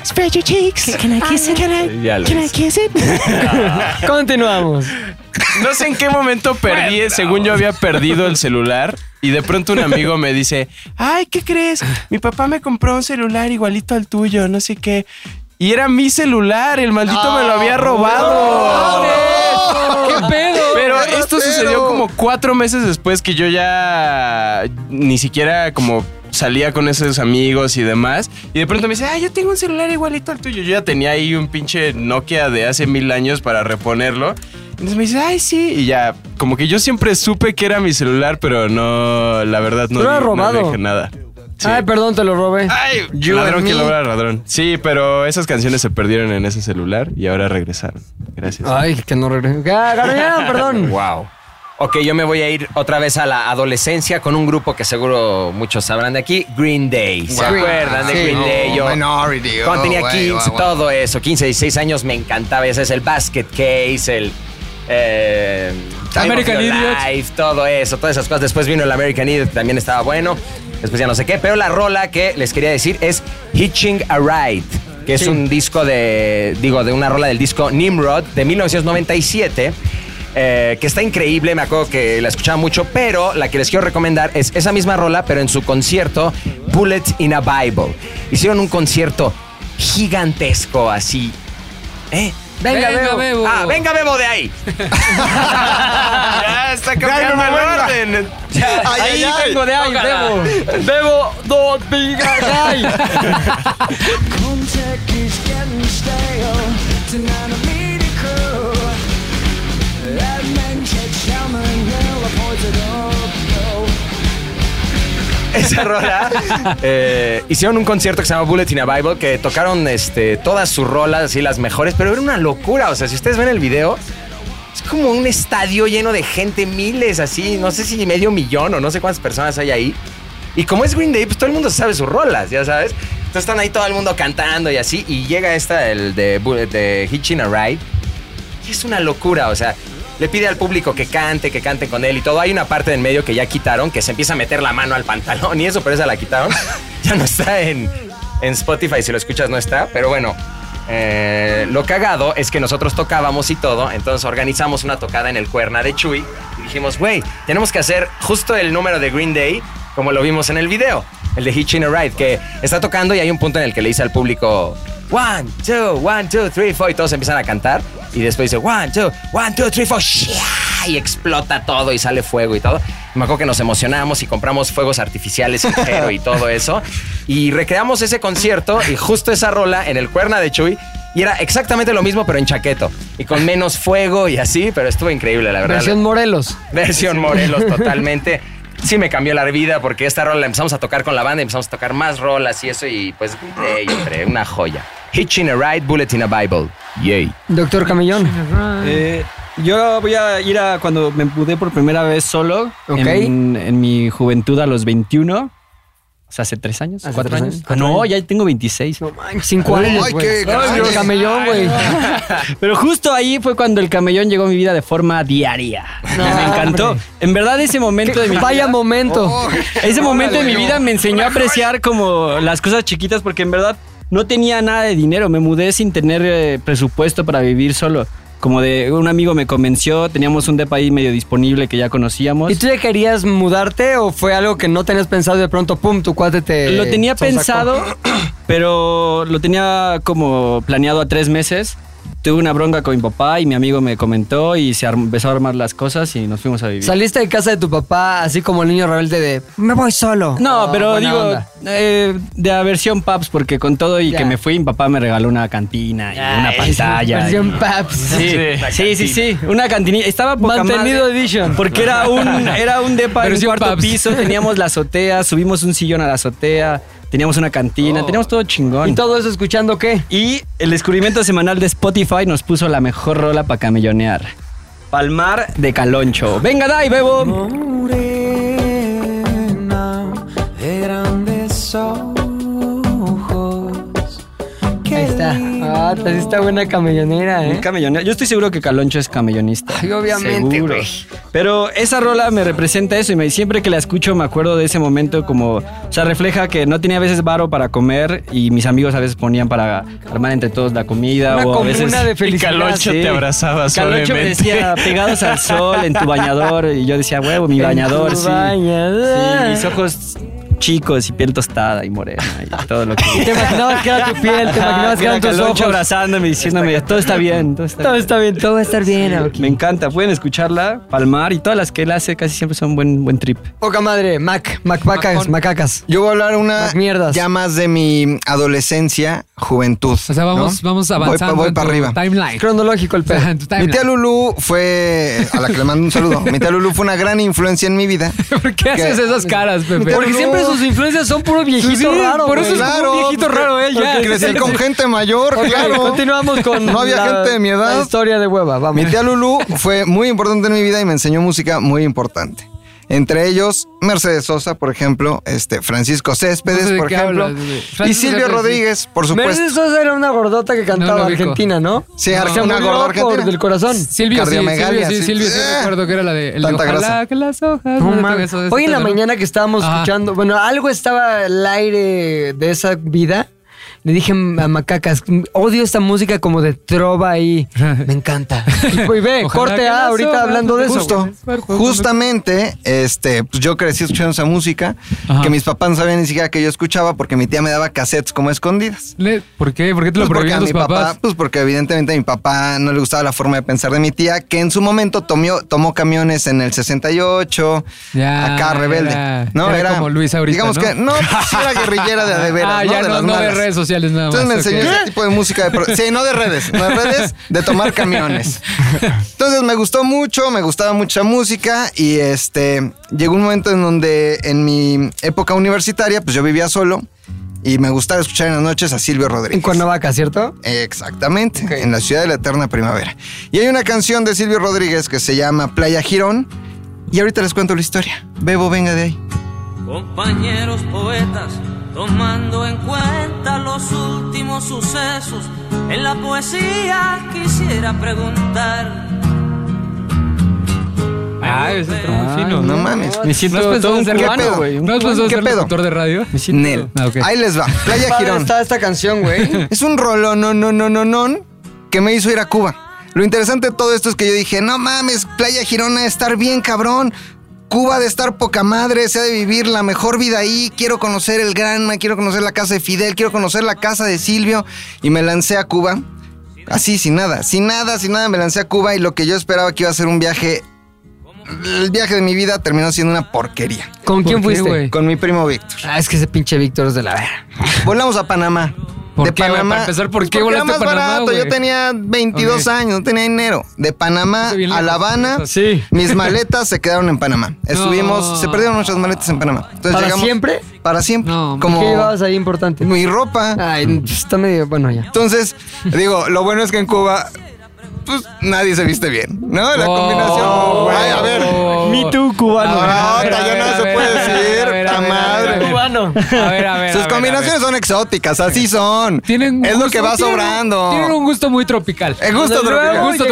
[SPEAKER 8] Spread your cheeks. Can I kiss it? Can I,
[SPEAKER 1] Ya lo
[SPEAKER 8] can I
[SPEAKER 1] hice.
[SPEAKER 8] kiss it?
[SPEAKER 2] Continuamos.
[SPEAKER 1] No sé en qué momento perdí, según yo había perdido el celular y de pronto un amigo me dice, ay, ¿qué crees? Mi papá me compró un celular igualito al tuyo, no sé qué. Y era mi celular, el maldito me lo había robado.
[SPEAKER 6] ¿Qué pedo?
[SPEAKER 1] Pero esto sucedió como cuatro meses después que yo ya ni siquiera como salía con esos amigos y demás. Y de pronto me dice, ah, yo tengo un celular igualito al tuyo. Yo ya tenía ahí un pinche Nokia de hace mil años para reponerlo. Entonces me dice, ay, sí. Y ya, como que yo siempre supe que era mi celular, pero no, la verdad, no,
[SPEAKER 2] Te lo
[SPEAKER 1] di-
[SPEAKER 2] has
[SPEAKER 1] no
[SPEAKER 2] robado.
[SPEAKER 1] dije nada.
[SPEAKER 2] Ay, perdón, te lo robé.
[SPEAKER 1] Ay, ladrón que logra ladrón. Sí, pero esas canciones se perdieron en ese celular y ahora regresaron. Gracias.
[SPEAKER 2] Ay, que no regreso. Ah, Gabriela, perdón.
[SPEAKER 14] Wow. Ok, yo me voy a ir otra vez a la adolescencia con un grupo que seguro muchos sabrán de aquí, Green Day. ¿Se
[SPEAKER 5] Wow.
[SPEAKER 14] acuerdan de
[SPEAKER 5] Sí.
[SPEAKER 14] Green Day? Yo,
[SPEAKER 5] Oh, Minority,
[SPEAKER 14] cuando
[SPEAKER 5] oh,
[SPEAKER 14] tenía
[SPEAKER 5] güey,
[SPEAKER 14] 15,
[SPEAKER 5] guau, guau.
[SPEAKER 14] todo eso, 15, 16 años, me encantaba. Ese es el Basket Case, el... eh, Time
[SPEAKER 6] American
[SPEAKER 14] of Your
[SPEAKER 6] Idiot.
[SPEAKER 14] Life, todo eso, todas esas cosas. Después vino el American Idiot, que también estaba bueno. Después ya no sé qué. Pero la rola que les quería decir es Hitching a Ride, que es un disco de, digo, de una rola del disco Nimrod de 1997. eh, que está increíble, me acuerdo que la escuchaba mucho, pero la que les quiero recomendar es esa misma rola, pero en su concierto Bullets in a Bible. Hicieron un concierto gigantesco así. ¿Eh?
[SPEAKER 8] Venga, Bebo.
[SPEAKER 14] Ah, venga, Bebo de ahí.
[SPEAKER 1] ya está
[SPEAKER 8] cambiando
[SPEAKER 14] Ya no me
[SPEAKER 8] el
[SPEAKER 14] vuelva.
[SPEAKER 1] orden.
[SPEAKER 8] Ay, ay, ay.
[SPEAKER 2] vengo de ahí,
[SPEAKER 8] Ojalá.
[SPEAKER 2] bebo. Bebo, dos vigas ay.
[SPEAKER 8] Contact is getting stale. Tonight I'm eating crow. That man checks shaman now. I pointed up. No.
[SPEAKER 14] esa rola. eh, hicieron un concierto que se llama Bullet in a Bible, que tocaron este, todas sus rolas, así las mejores, pero era una locura. O sea, si ustedes ven el video,
[SPEAKER 1] Es como un estadio lleno de gente, miles así, no sé si medio millón o no sé cuántas personas hay ahí. Y como es Green Day, pues todo el mundo sabe sus rolas, ya sabes. Entonces están ahí todo el mundo cantando y así. Y llega esta, el de, Bullet- de Hitching a Ride. Y es una locura, o sea, le pide al público que cante, que cante con él y todo. Hay una parte del medio que ya quitaron, que se empieza a meter la mano al pantalón y eso, pero esa la quitaron. ya no está en, en Spotify, si lo escuchas no está, pero bueno. eh, lo cagado es que nosotros tocábamos y todo, entonces organizamos una tocada en el Cuerna de Chuy y dijimos, güey, tenemos que hacer justo el número de Green Day como lo vimos en el video, el de Hitching a Ride, que está tocando y hay un punto en el que le dice al público, one, two, one, two, three, four, y todos empiezan a cantar, y después dice, one, two, one, two, three, four, shia", y explota todo y sale fuego y todo. Y Me acuerdo que nos emocionamos y compramos fuegos artificiales en cero y todo eso, y recreamos ese concierto y justo esa rola en el cuerna de Chuy. Y era exactamente lo mismo, pero en chaqueto. Y con menos fuego y así, pero estuvo increíble, la verdad.
[SPEAKER 2] Versión Morelos.
[SPEAKER 1] Versión Morelos, totalmente. Sí me cambió la vida porque esta rola la empezamos a tocar con la banda, y empezamos a tocar más rolas y eso y pues, ey, hombre, una joya. Hitching a Ride, Bullet in a Bible. Yay.
[SPEAKER 2] Doctor Camellón. Ah.
[SPEAKER 7] Eh, yo voy a ir a cuando me mudé por primera vez solo
[SPEAKER 2] Ok.
[SPEAKER 7] en, en mi juventud a los 21. O sea, hace tres años,
[SPEAKER 2] Hace
[SPEAKER 7] cuatro
[SPEAKER 2] tres
[SPEAKER 7] años.
[SPEAKER 2] años,
[SPEAKER 7] Ah,
[SPEAKER 2] cuatro
[SPEAKER 7] no, ya tengo 26.
[SPEAKER 2] Cinco
[SPEAKER 7] Ay,
[SPEAKER 2] años,
[SPEAKER 7] ay,
[SPEAKER 2] güey.
[SPEAKER 7] qué caray.
[SPEAKER 2] el camellón, güey.
[SPEAKER 7] Pero justo ahí fue cuando el camellón llegó a mi vida de forma diaria. me encantó. En verdad, ese momento de mi
[SPEAKER 2] Vaya
[SPEAKER 7] vida-
[SPEAKER 5] Oh.
[SPEAKER 2] momento.
[SPEAKER 7] ese momento de mi
[SPEAKER 2] no.
[SPEAKER 7] vida me enseñó a apreciar como las cosas chiquitas porque en verdad no tenía nada de dinero. Me mudé sin tener eh, presupuesto para vivir solo. Como de un amigo me convenció, teníamos un depa ahí medio disponible que ya conocíamos.
[SPEAKER 2] ¿Y tú ya querías mudarte o fue algo que no tenías pensado y de pronto, pum, tu cuate te.
[SPEAKER 7] Lo tenía
[SPEAKER 2] sonsacó?
[SPEAKER 7] pensado, pero lo tenía como planeado a tres meses. Tuve una bronca con mi papá y mi amigo me comentó y se arm- empezó a armar las cosas y nos fuimos a vivir.
[SPEAKER 2] Saliste de casa de tu papá así como el niño rebelde de me voy solo.
[SPEAKER 7] No,
[SPEAKER 2] Oh,
[SPEAKER 7] pero
[SPEAKER 2] buena
[SPEAKER 7] digo,
[SPEAKER 2] onda.
[SPEAKER 7] eh, de aversión Paps, porque con todo y
[SPEAKER 2] Ya.
[SPEAKER 7] que me fui, mi papá me regaló una cantina y una pantalla.
[SPEAKER 2] versión
[SPEAKER 7] y-
[SPEAKER 2] Pues, Paps.
[SPEAKER 7] Ah, Sí,
[SPEAKER 2] La
[SPEAKER 7] sí, sí, sí, una cantinita. Estaba poca
[SPEAKER 2] Mantenido
[SPEAKER 7] madre,
[SPEAKER 2] edition.
[SPEAKER 7] Porque era un, era un depa en un
[SPEAKER 6] Versión
[SPEAKER 7] cuarto
[SPEAKER 6] Paps.
[SPEAKER 7] piso, teníamos la azotea, subimos un sillón a la azotea, teníamos una cantina, teníamos todo chingón.
[SPEAKER 2] Oh. ¿Y todo eso escuchando qué?
[SPEAKER 7] Y el descubrimiento semanal de Spotify nos puso la mejor rola para camellonear. Palmar de Caloncho. Venga, dai, bebo.
[SPEAKER 10] morena de grandes ojos.
[SPEAKER 2] Ahí está. Ah, sí está buena camellonera,
[SPEAKER 7] Un
[SPEAKER 2] ¿eh?
[SPEAKER 7] camellonero. Yo estoy seguro que Caloncho es camellonista.
[SPEAKER 2] Ay, obviamente,
[SPEAKER 7] Seguro.
[SPEAKER 2] güey.
[SPEAKER 7] Pero esa rola me representa eso y me, siempre que la escucho me acuerdo de ese momento como... O sea, refleja que no tenía a veces varo para comer y mis amigos a veces ponían para armar entre todos la comida
[SPEAKER 2] Una
[SPEAKER 7] o a
[SPEAKER 2] comuna
[SPEAKER 7] veces...
[SPEAKER 2] de felicidad.
[SPEAKER 8] Y Caloncho te abrazaba
[SPEAKER 7] Caloncho me
[SPEAKER 8] suavemente.
[SPEAKER 7] decía, pegados al sol, en tu bañador. Y yo decía, huevo, mi
[SPEAKER 2] En
[SPEAKER 7] bañador,
[SPEAKER 2] tu
[SPEAKER 7] sí.
[SPEAKER 2] bañador. Ah,
[SPEAKER 7] Sí, mis ojos chicos y piel tostada y morena y todo lo que...
[SPEAKER 2] Te imaginabas que era tu piel, te imaginabas que
[SPEAKER 7] Ajá,
[SPEAKER 2] eran tus
[SPEAKER 7] Caloncho
[SPEAKER 2] ojos.
[SPEAKER 7] abrazándome, diciéndome, todo está bien, todo está
[SPEAKER 2] Todo
[SPEAKER 7] bien.
[SPEAKER 2] está bien, todo va a estar bien. Aoki.
[SPEAKER 7] Me encanta, pueden escucharla, Palmar y todas las que él hace casi siempre son buen, buen trip.
[SPEAKER 2] Poca madre, Mac, Mac, macacas,
[SPEAKER 6] Macón.
[SPEAKER 2] macacas.
[SPEAKER 5] Yo voy a hablar una
[SPEAKER 2] Las mierdas.
[SPEAKER 5] ya más de mi adolescencia, juventud.
[SPEAKER 6] O sea, vamos,
[SPEAKER 5] ¿no?
[SPEAKER 6] vamos
[SPEAKER 5] Voy pa-
[SPEAKER 6] avanzando.
[SPEAKER 5] Voy,
[SPEAKER 6] en
[SPEAKER 5] para
[SPEAKER 6] tu
[SPEAKER 5] arriba.
[SPEAKER 6] Timeline.
[SPEAKER 2] Cronológico el
[SPEAKER 6] O sea,
[SPEAKER 2] pedo.
[SPEAKER 6] en tu
[SPEAKER 5] Mi tía
[SPEAKER 6] timeline.
[SPEAKER 5] Lulu fue, a la que le mando un saludo, mi tía Lulu fue una gran influencia en mi vida.
[SPEAKER 6] ¿Por qué haces esas caras, Pepe?
[SPEAKER 2] Porque
[SPEAKER 5] Lulu.
[SPEAKER 2] siempre sus influencias son puro viejito
[SPEAKER 5] Sí,
[SPEAKER 2] raro.
[SPEAKER 6] por
[SPEAKER 2] güey.
[SPEAKER 6] eso es como un viejito
[SPEAKER 2] ¿eh?
[SPEAKER 5] porque-
[SPEAKER 6] raro, él, ya.
[SPEAKER 5] porque Crecí con gente mayor,
[SPEAKER 2] Ok,
[SPEAKER 5] claro.
[SPEAKER 2] Continuamos con.
[SPEAKER 5] No había
[SPEAKER 2] la-
[SPEAKER 5] gente de mi edad.
[SPEAKER 2] La historia de hueva,
[SPEAKER 5] Mi
[SPEAKER 2] vamos.
[SPEAKER 5] tía Lulu fue muy importante en mi vida y me enseñó música muy importante. Entre ellos, Mercedes Sosa, por ejemplo, este, Francisco Céspedes,
[SPEAKER 6] No sé de
[SPEAKER 5] por
[SPEAKER 6] qué
[SPEAKER 5] ejemplo,
[SPEAKER 6] hablas, güey.
[SPEAKER 5] y
[SPEAKER 6] Francisco
[SPEAKER 5] Silvio
[SPEAKER 6] Céspedes, sí.
[SPEAKER 5] Rodríguez, por supuesto.
[SPEAKER 2] Mercedes Sosa era una gordota que cantaba
[SPEAKER 6] lo ubico.
[SPEAKER 2] argentina, ¿no?
[SPEAKER 5] Sí,
[SPEAKER 2] No. Se
[SPEAKER 5] Argentina, una
[SPEAKER 2] murió
[SPEAKER 5] gorda argentina.
[SPEAKER 2] Por del corazón.
[SPEAKER 6] Silvio, sí, Silvio,
[SPEAKER 5] Cardiomegalia,
[SPEAKER 6] sí,
[SPEAKER 5] sí.
[SPEAKER 6] Silvio, sí,
[SPEAKER 5] Eh.
[SPEAKER 6] recuerdo que era la de... El de
[SPEAKER 5] Tanta
[SPEAKER 6] ojalá
[SPEAKER 5] grasa.
[SPEAKER 6] que las hojas...
[SPEAKER 2] No,
[SPEAKER 6] me
[SPEAKER 2] man.
[SPEAKER 6] toquen eso, este eso,
[SPEAKER 2] Hoy en la
[SPEAKER 6] todo.
[SPEAKER 2] mañana que estábamos
[SPEAKER 6] Ajá.
[SPEAKER 2] escuchando, bueno, algo estaba al aire de esa vida. Le dije a Macacas, odio esta música como de trova ahí. Me encanta. Y, pues, ve,
[SPEAKER 6] Ojalá que
[SPEAKER 2] corte
[SPEAKER 6] las
[SPEAKER 2] A ahorita
[SPEAKER 6] hojas
[SPEAKER 2] hablando de eso.
[SPEAKER 5] Justo, justamente, este, pues yo crecí escuchando esa música
[SPEAKER 6] Ajá.
[SPEAKER 5] que mis papás no sabían ni siquiera que yo escuchaba porque mi tía me daba cassettes como escondidas.
[SPEAKER 6] Le- ¿Por qué? ¿Por qué te lo
[SPEAKER 5] Pues porque a
[SPEAKER 6] prohibían tus
[SPEAKER 5] mi
[SPEAKER 6] papás?
[SPEAKER 5] papá, pues porque evidentemente a mi papá no le gustaba la forma de pensar de mi tía, que en su momento tomió- tomó camiones en el 68,
[SPEAKER 6] Ya,
[SPEAKER 5] acá rebelde.
[SPEAKER 6] era-
[SPEAKER 5] no,
[SPEAKER 6] era como Luis ahorita,
[SPEAKER 5] Digamos
[SPEAKER 6] ¿no?
[SPEAKER 5] que no, pues sí era guerrillera de, a de veras,
[SPEAKER 6] Ah,
[SPEAKER 5] ¿no?
[SPEAKER 6] ya
[SPEAKER 5] de
[SPEAKER 6] no,
[SPEAKER 5] las
[SPEAKER 6] no de
[SPEAKER 5] malas.
[SPEAKER 6] redes sociales nada más.
[SPEAKER 5] Entonces me
[SPEAKER 6] ok.
[SPEAKER 5] enseñó ese tipo de música de pro- Sí, no de redes, no de redes, de tomar camiones. Entonces me gustó mucho, me gustaba mucha música y este llegó un momento en donde en mi época universitaria pues yo vivía solo y me gustaba escuchar en las noches a Silvio Rodríguez. En
[SPEAKER 2] Cuernavaca, ¿cierto?
[SPEAKER 5] Exactamente, en la ciudad de la eterna primavera. Y hay una canción de Silvio Rodríguez que se llama Playa Girón y ahorita les cuento la historia. Bebo, venga de ahí.
[SPEAKER 15] Compañeros poetas, tomando en cuenta los últimos sucesos, en la poesía quisiera preguntar.
[SPEAKER 6] Ah, ese está muy fino.
[SPEAKER 5] No mames.
[SPEAKER 6] Me siento
[SPEAKER 5] ¿No has pensado
[SPEAKER 6] todo un
[SPEAKER 5] en ser
[SPEAKER 6] cubano,
[SPEAKER 5] pedo?
[SPEAKER 6] güey. ¿No has
[SPEAKER 5] ¿Qué
[SPEAKER 6] pensado en ser
[SPEAKER 5] pedo?
[SPEAKER 6] locutor de radio?
[SPEAKER 5] Nel.
[SPEAKER 6] Ah, ok.
[SPEAKER 5] Ahí les va.
[SPEAKER 2] Qué
[SPEAKER 5] Playa
[SPEAKER 2] padre
[SPEAKER 5] Girón.
[SPEAKER 2] está esta canción, güey.
[SPEAKER 5] Es un rolón, no, no, no, no, no, que me hizo ir a Cuba. Lo interesante de todo esto es que yo dije, no mames, Playa Girón ha de estar bien, cabrón. Cuba ha de estar poca madre, se ha de vivir la mejor vida ahí. Quiero conocer el Granma, quiero conocer la casa de Fidel, quiero conocer la casa de Silvio. Y me lancé a Cuba, así, sin nada, sin nada, sin nada, me lancé a Cuba y lo que yo esperaba que iba a ser un viaje... El viaje de mi vida terminó siendo una porquería.
[SPEAKER 2] ¿Con quién fuiste?
[SPEAKER 5] Con mi primo Víctor.
[SPEAKER 2] Ah, es que ese pinche Víctor es de la verga.
[SPEAKER 5] Volamos a Panamá.
[SPEAKER 2] ¿Por
[SPEAKER 5] de
[SPEAKER 2] qué, güey?
[SPEAKER 5] Panamá.
[SPEAKER 2] Para empezar, ¿por
[SPEAKER 5] Pues
[SPEAKER 2] qué
[SPEAKER 5] porque era
[SPEAKER 2] volaste a
[SPEAKER 5] más
[SPEAKER 2] Panamá,
[SPEAKER 5] barato.
[SPEAKER 2] güey?
[SPEAKER 5] Yo tenía 22
[SPEAKER 2] Ok.
[SPEAKER 5] años, no tenía dinero. De Panamá
[SPEAKER 2] Está bien
[SPEAKER 5] a
[SPEAKER 2] lejos,
[SPEAKER 5] La Habana,
[SPEAKER 2] sí.
[SPEAKER 5] mis maletas se quedaron en Panamá.
[SPEAKER 2] No.
[SPEAKER 5] Estuvimos, se perdieron nuestras maletas en Panamá. Entonces
[SPEAKER 2] ¿Para
[SPEAKER 5] llegamos-
[SPEAKER 2] siempre?
[SPEAKER 5] Para siempre.
[SPEAKER 2] Pues Como...
[SPEAKER 5] Como-
[SPEAKER 2] ¿Qué Ah. llevabas ahí importante?
[SPEAKER 5] Mi ropa.
[SPEAKER 2] Ay, está medio... Bueno, ya.
[SPEAKER 5] Entonces, digo, lo bueno es que en Cuba, pues nadie se viste bien, ¿no?
[SPEAKER 6] Oh,
[SPEAKER 2] Oh,
[SPEAKER 5] La combinación. Ay, a ver.
[SPEAKER 6] Me
[SPEAKER 5] Too cubano. No, ya no se puede decir. ta madre.
[SPEAKER 2] Cubano.
[SPEAKER 6] A ver, a ver.
[SPEAKER 5] Sus combinaciones son exóticas, así son. es lo que va sobrando.
[SPEAKER 6] Tienen un gusto muy tropical.
[SPEAKER 5] El gusto
[SPEAKER 6] Desde luego,
[SPEAKER 5] tropical.
[SPEAKER 6] gusto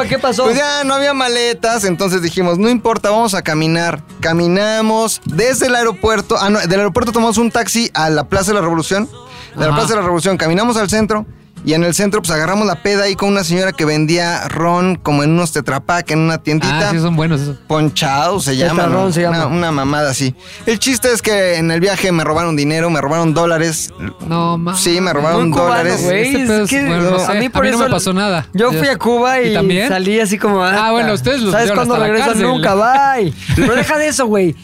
[SPEAKER 6] tropical.
[SPEAKER 5] Pues ya no había maletas, entonces dijimos, no importa, vamos a caminar. Caminamos desde el aeropuerto. Ah, no, del aeropuerto tomamos un taxi a la Plaza de la Revolución. De la
[SPEAKER 6] Ajá.
[SPEAKER 5] Plaza de la Revolución caminamos al centro. Y en el centro, pues agarramos la peda ahí con una señora que vendía ron como en unos tetrapack, en una tiendita.
[SPEAKER 6] Ah, sí, son buenos esos.
[SPEAKER 5] Ponchado se llama.
[SPEAKER 6] Tetarrón
[SPEAKER 5] ¿no?
[SPEAKER 6] se llama.
[SPEAKER 5] Una, una mamada así. El chiste es que en el viaje me robaron dinero, me robaron dólares.
[SPEAKER 6] No, mames.
[SPEAKER 5] Sí, me robaron
[SPEAKER 6] Muy cubano,
[SPEAKER 5] dólares.
[SPEAKER 6] güey. Este pedo es- bueno, no sé. A mí no me pasó nada.
[SPEAKER 2] Yo fui
[SPEAKER 6] Ya.
[SPEAKER 2] a Cuba y,
[SPEAKER 6] ¿Y también?
[SPEAKER 2] salí así como.
[SPEAKER 6] Ah, bueno, ustedes los
[SPEAKER 2] ¿Sabes
[SPEAKER 6] vieron
[SPEAKER 2] cuándo
[SPEAKER 6] hasta la
[SPEAKER 2] regresas?
[SPEAKER 6] cárcel.
[SPEAKER 2] Nunca, bye. Pero deja de eso, güey.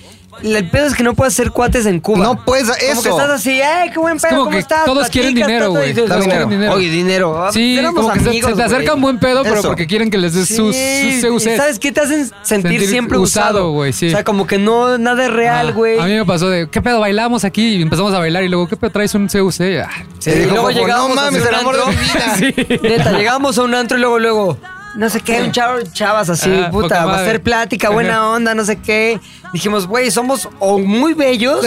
[SPEAKER 2] El pedo es que no puedes hacer cuates en Cuba. No
[SPEAKER 5] puedes,
[SPEAKER 2] Como
[SPEAKER 5] eso.
[SPEAKER 2] que estás así, ¡eh, qué buen pedo!
[SPEAKER 6] como
[SPEAKER 2] ¿Cómo
[SPEAKER 6] que
[SPEAKER 2] estás?
[SPEAKER 6] todos
[SPEAKER 2] Platicas,
[SPEAKER 6] quieren dinero,
[SPEAKER 2] todo, y
[SPEAKER 6] güey.
[SPEAKER 2] dices,
[SPEAKER 6] Todos
[SPEAKER 2] "Oye,
[SPEAKER 6] quieren dinero.
[SPEAKER 2] Oye, dinero. Ah,
[SPEAKER 6] Sí,
[SPEAKER 2] éramos
[SPEAKER 6] como que se-
[SPEAKER 2] amigos,
[SPEAKER 6] se, te
[SPEAKER 2] güey".
[SPEAKER 6] acercan buen pedo, pero
[SPEAKER 2] Eso.
[SPEAKER 6] porque quieren que les des sus,
[SPEAKER 2] Sí,
[SPEAKER 6] sus- se use.
[SPEAKER 2] y ¿Sabes qué? Te hacen sentir,
[SPEAKER 6] Sentir
[SPEAKER 2] siempre usado.
[SPEAKER 6] usado, güey, sí.
[SPEAKER 2] O sea, como que no, nada es real,
[SPEAKER 6] Ah,
[SPEAKER 2] güey.
[SPEAKER 6] A mí me pasó de, ¿qué pedo? Bailamos aquí y empezamos a bailar y luego, ¿qué pedo? ¿Traes un CUC? Ah,
[SPEAKER 2] Sí, y luego llegamos a hacer un antro. Neta, llegamos a un antro y luego, luego, no sé qué, un chavo, chavas así,
[SPEAKER 6] Ah, poca
[SPEAKER 2] puta, va a
[SPEAKER 6] madre.
[SPEAKER 2] ser plática, buena onda, no sé qué. Dijimos, güey, somos o muy bellos,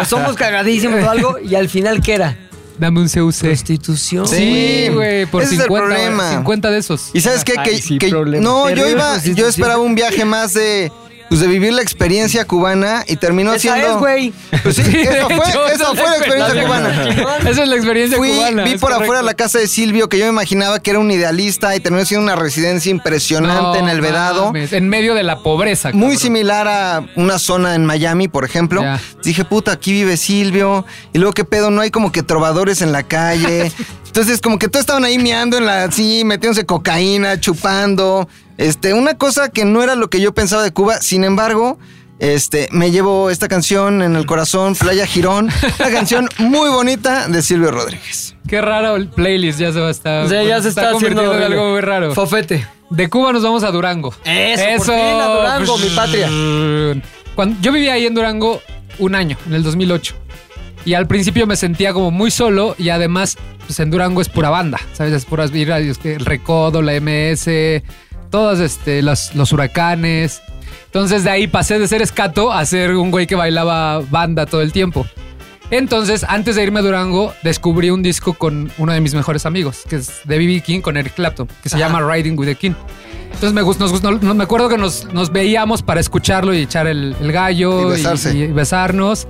[SPEAKER 2] o somos cagadísimos o algo, y al final, ¿qué era?
[SPEAKER 6] Dame un CUC.
[SPEAKER 2] Prostitución.
[SPEAKER 6] Sí, güey, por
[SPEAKER 5] Ese es el
[SPEAKER 6] 50, güey,
[SPEAKER 5] problema.
[SPEAKER 6] 50 de esos.
[SPEAKER 5] ¿Y sabes qué?
[SPEAKER 6] Ay,
[SPEAKER 5] Que,
[SPEAKER 6] sí,
[SPEAKER 5] que-
[SPEAKER 6] problema.
[SPEAKER 5] no, yo
[SPEAKER 6] Terrible
[SPEAKER 5] iba, yo
[SPEAKER 6] prostitución.
[SPEAKER 5] esperaba un viaje más de. Pues de vivir la experiencia cubana y terminó
[SPEAKER 2] Esa
[SPEAKER 5] siendo.
[SPEAKER 2] es, güey.
[SPEAKER 5] Pues sí,
[SPEAKER 6] Sí, de
[SPEAKER 5] esa fue,
[SPEAKER 6] hecho,
[SPEAKER 5] esa
[SPEAKER 6] esa es
[SPEAKER 5] fue la
[SPEAKER 6] la
[SPEAKER 5] experiencia
[SPEAKER 6] experiencia
[SPEAKER 5] cubana.
[SPEAKER 6] cubana. Esa es la experiencia cubana,
[SPEAKER 5] Vi
[SPEAKER 6] es
[SPEAKER 5] por afuera
[SPEAKER 6] correcto.
[SPEAKER 5] la casa de Silvio, que yo me imaginaba que era un idealista y terminó siendo una residencia
[SPEAKER 6] No
[SPEAKER 5] impresionante en el Vedado.
[SPEAKER 6] mames, En medio de la pobreza.
[SPEAKER 5] Muy similar a una zona en Miami, por ejemplo.
[SPEAKER 6] Ya.
[SPEAKER 5] Dije, puta, aquí vive Silvio. Y luego, ¿qué pedo? No hay como que trovadores en la calle. Entonces, como que todos estaban ahí meando en la... Sí, metiéndose cocaína, chupando. Este, una cosa que no era lo que yo pensaba de Cuba. Sin embargo... Este, me llevo esta canción en el corazón, Playa Girón, una canción muy bonita de Silvio Rodríguez.
[SPEAKER 6] Qué raro el playlist, ya se va a estar.
[SPEAKER 2] O sea, ya se está haciendo
[SPEAKER 6] convirtiendo en
[SPEAKER 2] horrible.
[SPEAKER 6] algo muy raro.
[SPEAKER 2] Fofete.
[SPEAKER 6] De Cuba nos vamos a Durango.
[SPEAKER 2] Eso, pues, por fin, a Durango, mi patria.
[SPEAKER 6] Cuando, pues, yo vivía ahí en Durango un año, en el 2008. Y al principio me sentía como muy solo y además, pues en Durango es pura banda, ¿sabes? Es puras vibras, es que el Recodo, la MS, todos este, los, los huracanes. Entonces de ahí pasé de ser escato a ser un güey que bailaba banda todo el tiempo. Entonces, antes de irme a Durango, descubrí un disco con uno de mis mejores amigos, que es de B.B. King con Eric Clapton, que se llama Riding with the King. Entonces me gust- nos gust- no- no- me acuerdo que nos, nos veíamos para escucharlo y echar el, el gallo
[SPEAKER 5] Y besarse.
[SPEAKER 6] y- y besarnos.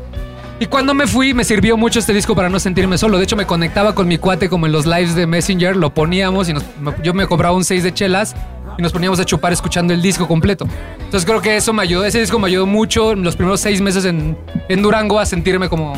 [SPEAKER 6] Y cuando me fui, me sirvió mucho este disco para no sentirme solo. De hecho, me conectaba con mi cuate como en los lives de Messenger, lo poníamos y nos- me- yo me compraba un 6 de chelas y nos poníamos a chupar escuchando el disco completo. Entonces creo que eso me ayudó, ese disco me ayudó mucho en los primeros seis meses en, en Durango a sentirme como,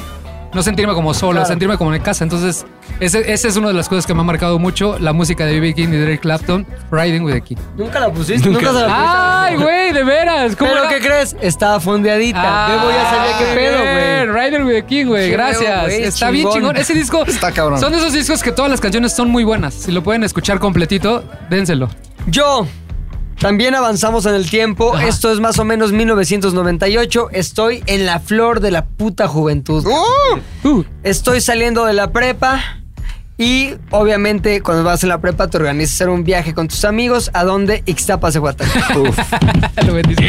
[SPEAKER 6] no sentirme como solo, a sentirme como en casa. Entonces, ese- esa es una de las cosas que me ha marcado mucho, la música de B.B. King y Drake Clapton, Riding with the King.
[SPEAKER 2] Nunca la pusiste, nunca, se la pusiste.
[SPEAKER 6] Ay, güey, de veras. ¿cómo Ah,
[SPEAKER 2] Pero
[SPEAKER 6] la-
[SPEAKER 2] ¿qué crees? Estaba fondeadita. Bebo ya sabía qué pedo, güey.
[SPEAKER 6] güey. Rider with the King, güey.
[SPEAKER 2] Sí,
[SPEAKER 6] Gracias.
[SPEAKER 2] güey,
[SPEAKER 6] Está
[SPEAKER 2] chingón.
[SPEAKER 6] bien chingón. Ese disco.
[SPEAKER 5] Está cabrón.
[SPEAKER 6] Son de esos discos que todas las canciones son muy buenas. Si lo pueden escuchar completito, dénselo.
[SPEAKER 2] Yo También avanzamos en el tiempo. Esto es más o menos 1998. Estoy en la flor de la puta juventud. Uh. Estoy saliendo de la prepa. Y obviamente cuando vas en la prepa te organizas hacer un viaje con tus amigos a donde Ixtapa se
[SPEAKER 6] Lo vendiste.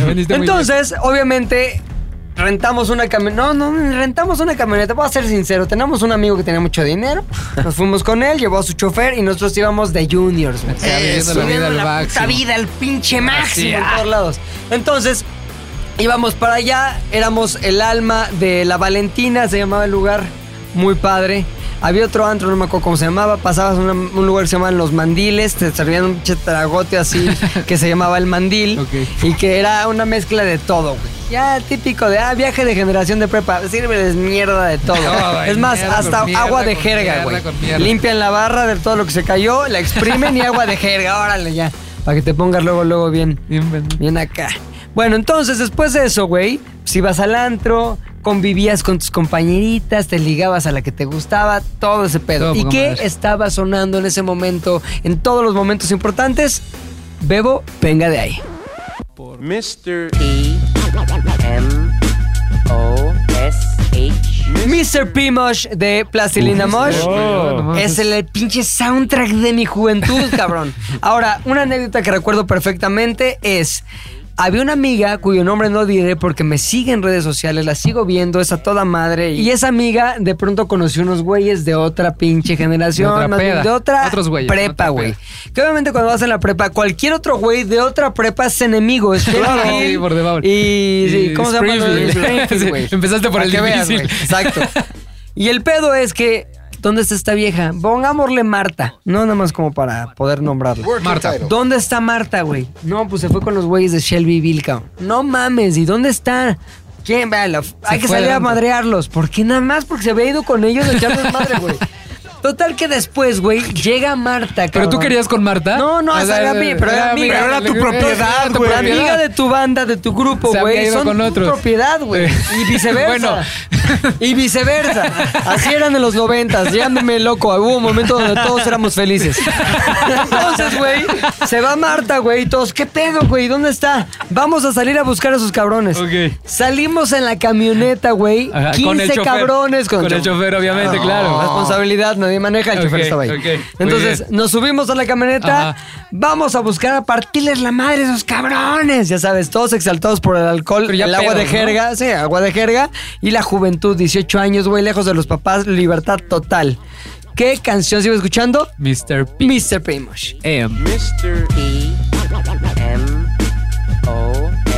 [SPEAKER 6] Lo vendiste muy bien.
[SPEAKER 2] Entonces, obviamente, rentamos una camioneta. No, no, rentamos una camioneta. Voy a ser sincero. Tenemos un amigo que tenía mucho dinero. Nos fuimos con él, llevó a su chofer y nosotros íbamos de juniors. güey.
[SPEAKER 6] Acá viviendo la
[SPEAKER 2] Eso.
[SPEAKER 6] vida al
[SPEAKER 2] Viviendo la puta
[SPEAKER 6] máximo.
[SPEAKER 2] vida, el pinche máximo en
[SPEAKER 6] ah.
[SPEAKER 2] todos lados. Entonces, íbamos para allá. Éramos el alma de la Valentina, se llamaba el lugar. Muy padre. Había otro antro, no me acuerdo cómo se llamaba. Pasabas a una- un lugar que se llamaban Los Mandiles. Te servían un chetragote así que se llamaba El Mandil. Y que era una mezcla de todo, güey. Ya típico de, ah, viaje de generación de prepa. Sírveles mierda de todo.
[SPEAKER 6] No,
[SPEAKER 2] es más,
[SPEAKER 6] mierda
[SPEAKER 2] hasta
[SPEAKER 6] con mierda,
[SPEAKER 2] agua de
[SPEAKER 6] con
[SPEAKER 2] jerga,
[SPEAKER 6] mierda,
[SPEAKER 2] güey.
[SPEAKER 6] con mierda.
[SPEAKER 2] Limpian la barra de todo lo que se cayó, la exprimen y agua de jerga. Órale, ya. Para que te pongas luego, luego bien. Bien acá. Bueno, entonces, después de eso, güey, pues ibas al antro, convivías con tus compañeritas, te ligabas a la que te gustaba, todo ese pedo.
[SPEAKER 6] Todo
[SPEAKER 2] ¿Y
[SPEAKER 6] poca
[SPEAKER 2] qué
[SPEAKER 6] madre.
[SPEAKER 2] estaba sonando en ese momento, en todos los momentos importantes? Bebo, venga de ahí.
[SPEAKER 8] Mr.
[SPEAKER 16] M O S H.
[SPEAKER 2] Mr. P. Mosh de Plastilina
[SPEAKER 16] Uf,
[SPEAKER 2] Mosh
[SPEAKER 16] no mames.
[SPEAKER 2] es el pinche soundtrack de mi juventud, cabrón. Ahora, una anécdota que recuerdo perfectamente es. Había una amiga cuyo nombre no diré porque me sigue en redes sociales, la sigo viendo, es a toda madre. Y esa amiga de pronto conoció unos güeyes de otra pinche generación,
[SPEAKER 6] De otra
[SPEAKER 2] más bien
[SPEAKER 6] peda.
[SPEAKER 2] de otra
[SPEAKER 6] Otros güeyes,
[SPEAKER 2] prepa,
[SPEAKER 6] otra
[SPEAKER 2] güey. Que obviamente cuando vas en la prepa, cualquier otro güey de otra prepa es enemigo, es
[SPEAKER 6] Claro,
[SPEAKER 2] gentil.
[SPEAKER 6] sí, por debajo.
[SPEAKER 2] Y, sí, ¿cómo se llama?
[SPEAKER 6] Springfield.
[SPEAKER 2] Springfield, güey.
[SPEAKER 6] Sí, Empezaste por
[SPEAKER 2] Para
[SPEAKER 6] el
[SPEAKER 2] que veas,
[SPEAKER 6] difícil.
[SPEAKER 2] güey. Exacto. Y el pedo es que, ¿dónde está esta vieja? Pongámosle Marta. No, nada más como para poder nombrarla.
[SPEAKER 6] Marta. title.
[SPEAKER 2] ¿Dónde está Marta, güey? No, pues se fue con los güeyes de Shelby cabrón. No mames, ¿y dónde está? ¿Quién? Véala, Hay que
[SPEAKER 6] fue
[SPEAKER 2] salir a
[SPEAKER 6] adelante.
[SPEAKER 2] madrearlos. ¿Por qué nada más? Porque se había ido con ellos a echarles madre, güey. Total que después, güey, llega Marta, cabrón.
[SPEAKER 6] ¿Pero tú querías con Marta?
[SPEAKER 2] No, no, esa era mi, pero era amiga.
[SPEAKER 6] Era tu
[SPEAKER 2] La
[SPEAKER 6] propiedad.
[SPEAKER 2] amiga de tu banda, de tu grupo,
[SPEAKER 6] Se había
[SPEAKER 2] güey.
[SPEAKER 6] ido
[SPEAKER 2] Son
[SPEAKER 6] con
[SPEAKER 2] tu
[SPEAKER 6] otros.
[SPEAKER 2] propiedad, güey. Y viceversa.
[SPEAKER 6] Bueno.
[SPEAKER 2] Y viceversa. Así eran en los noventas. Llámeme loco. Hubo un momento donde todos éramos felices. Entonces, güey, se va Marta, güey. Y todos, ¿qué pedo, güey? ¿Dónde está? Vamos a salir a buscar a esos cabrones. Salimos en la camioneta, güey.
[SPEAKER 6] Ajá,
[SPEAKER 2] 15
[SPEAKER 6] con el chofer.
[SPEAKER 2] cabrones
[SPEAKER 6] Con el chofer, obviamente,
[SPEAKER 2] No,
[SPEAKER 6] claro.
[SPEAKER 2] Responsabilidad, nadie maneja. El chofer
[SPEAKER 6] Ok,
[SPEAKER 2] estaba ahí.
[SPEAKER 6] ok, muy
[SPEAKER 2] Entonces,
[SPEAKER 6] bien.
[SPEAKER 2] nos subimos a la camioneta,
[SPEAKER 6] Ajá.
[SPEAKER 2] vamos a buscar a partirles la madre a esos cabrones. Ya sabes, todos exaltados por el alcohol,
[SPEAKER 6] ya
[SPEAKER 2] el agua
[SPEAKER 6] pedos,
[SPEAKER 2] de
[SPEAKER 6] ¿no?
[SPEAKER 2] jerga, sí, agua de jerga y la juventud, 18 años, güey, lejos de los papás, libertad total. ¿Qué canción sigo escuchando?
[SPEAKER 6] Mr. P.
[SPEAKER 2] Mr. Primosh.
[SPEAKER 16] Mr. P M O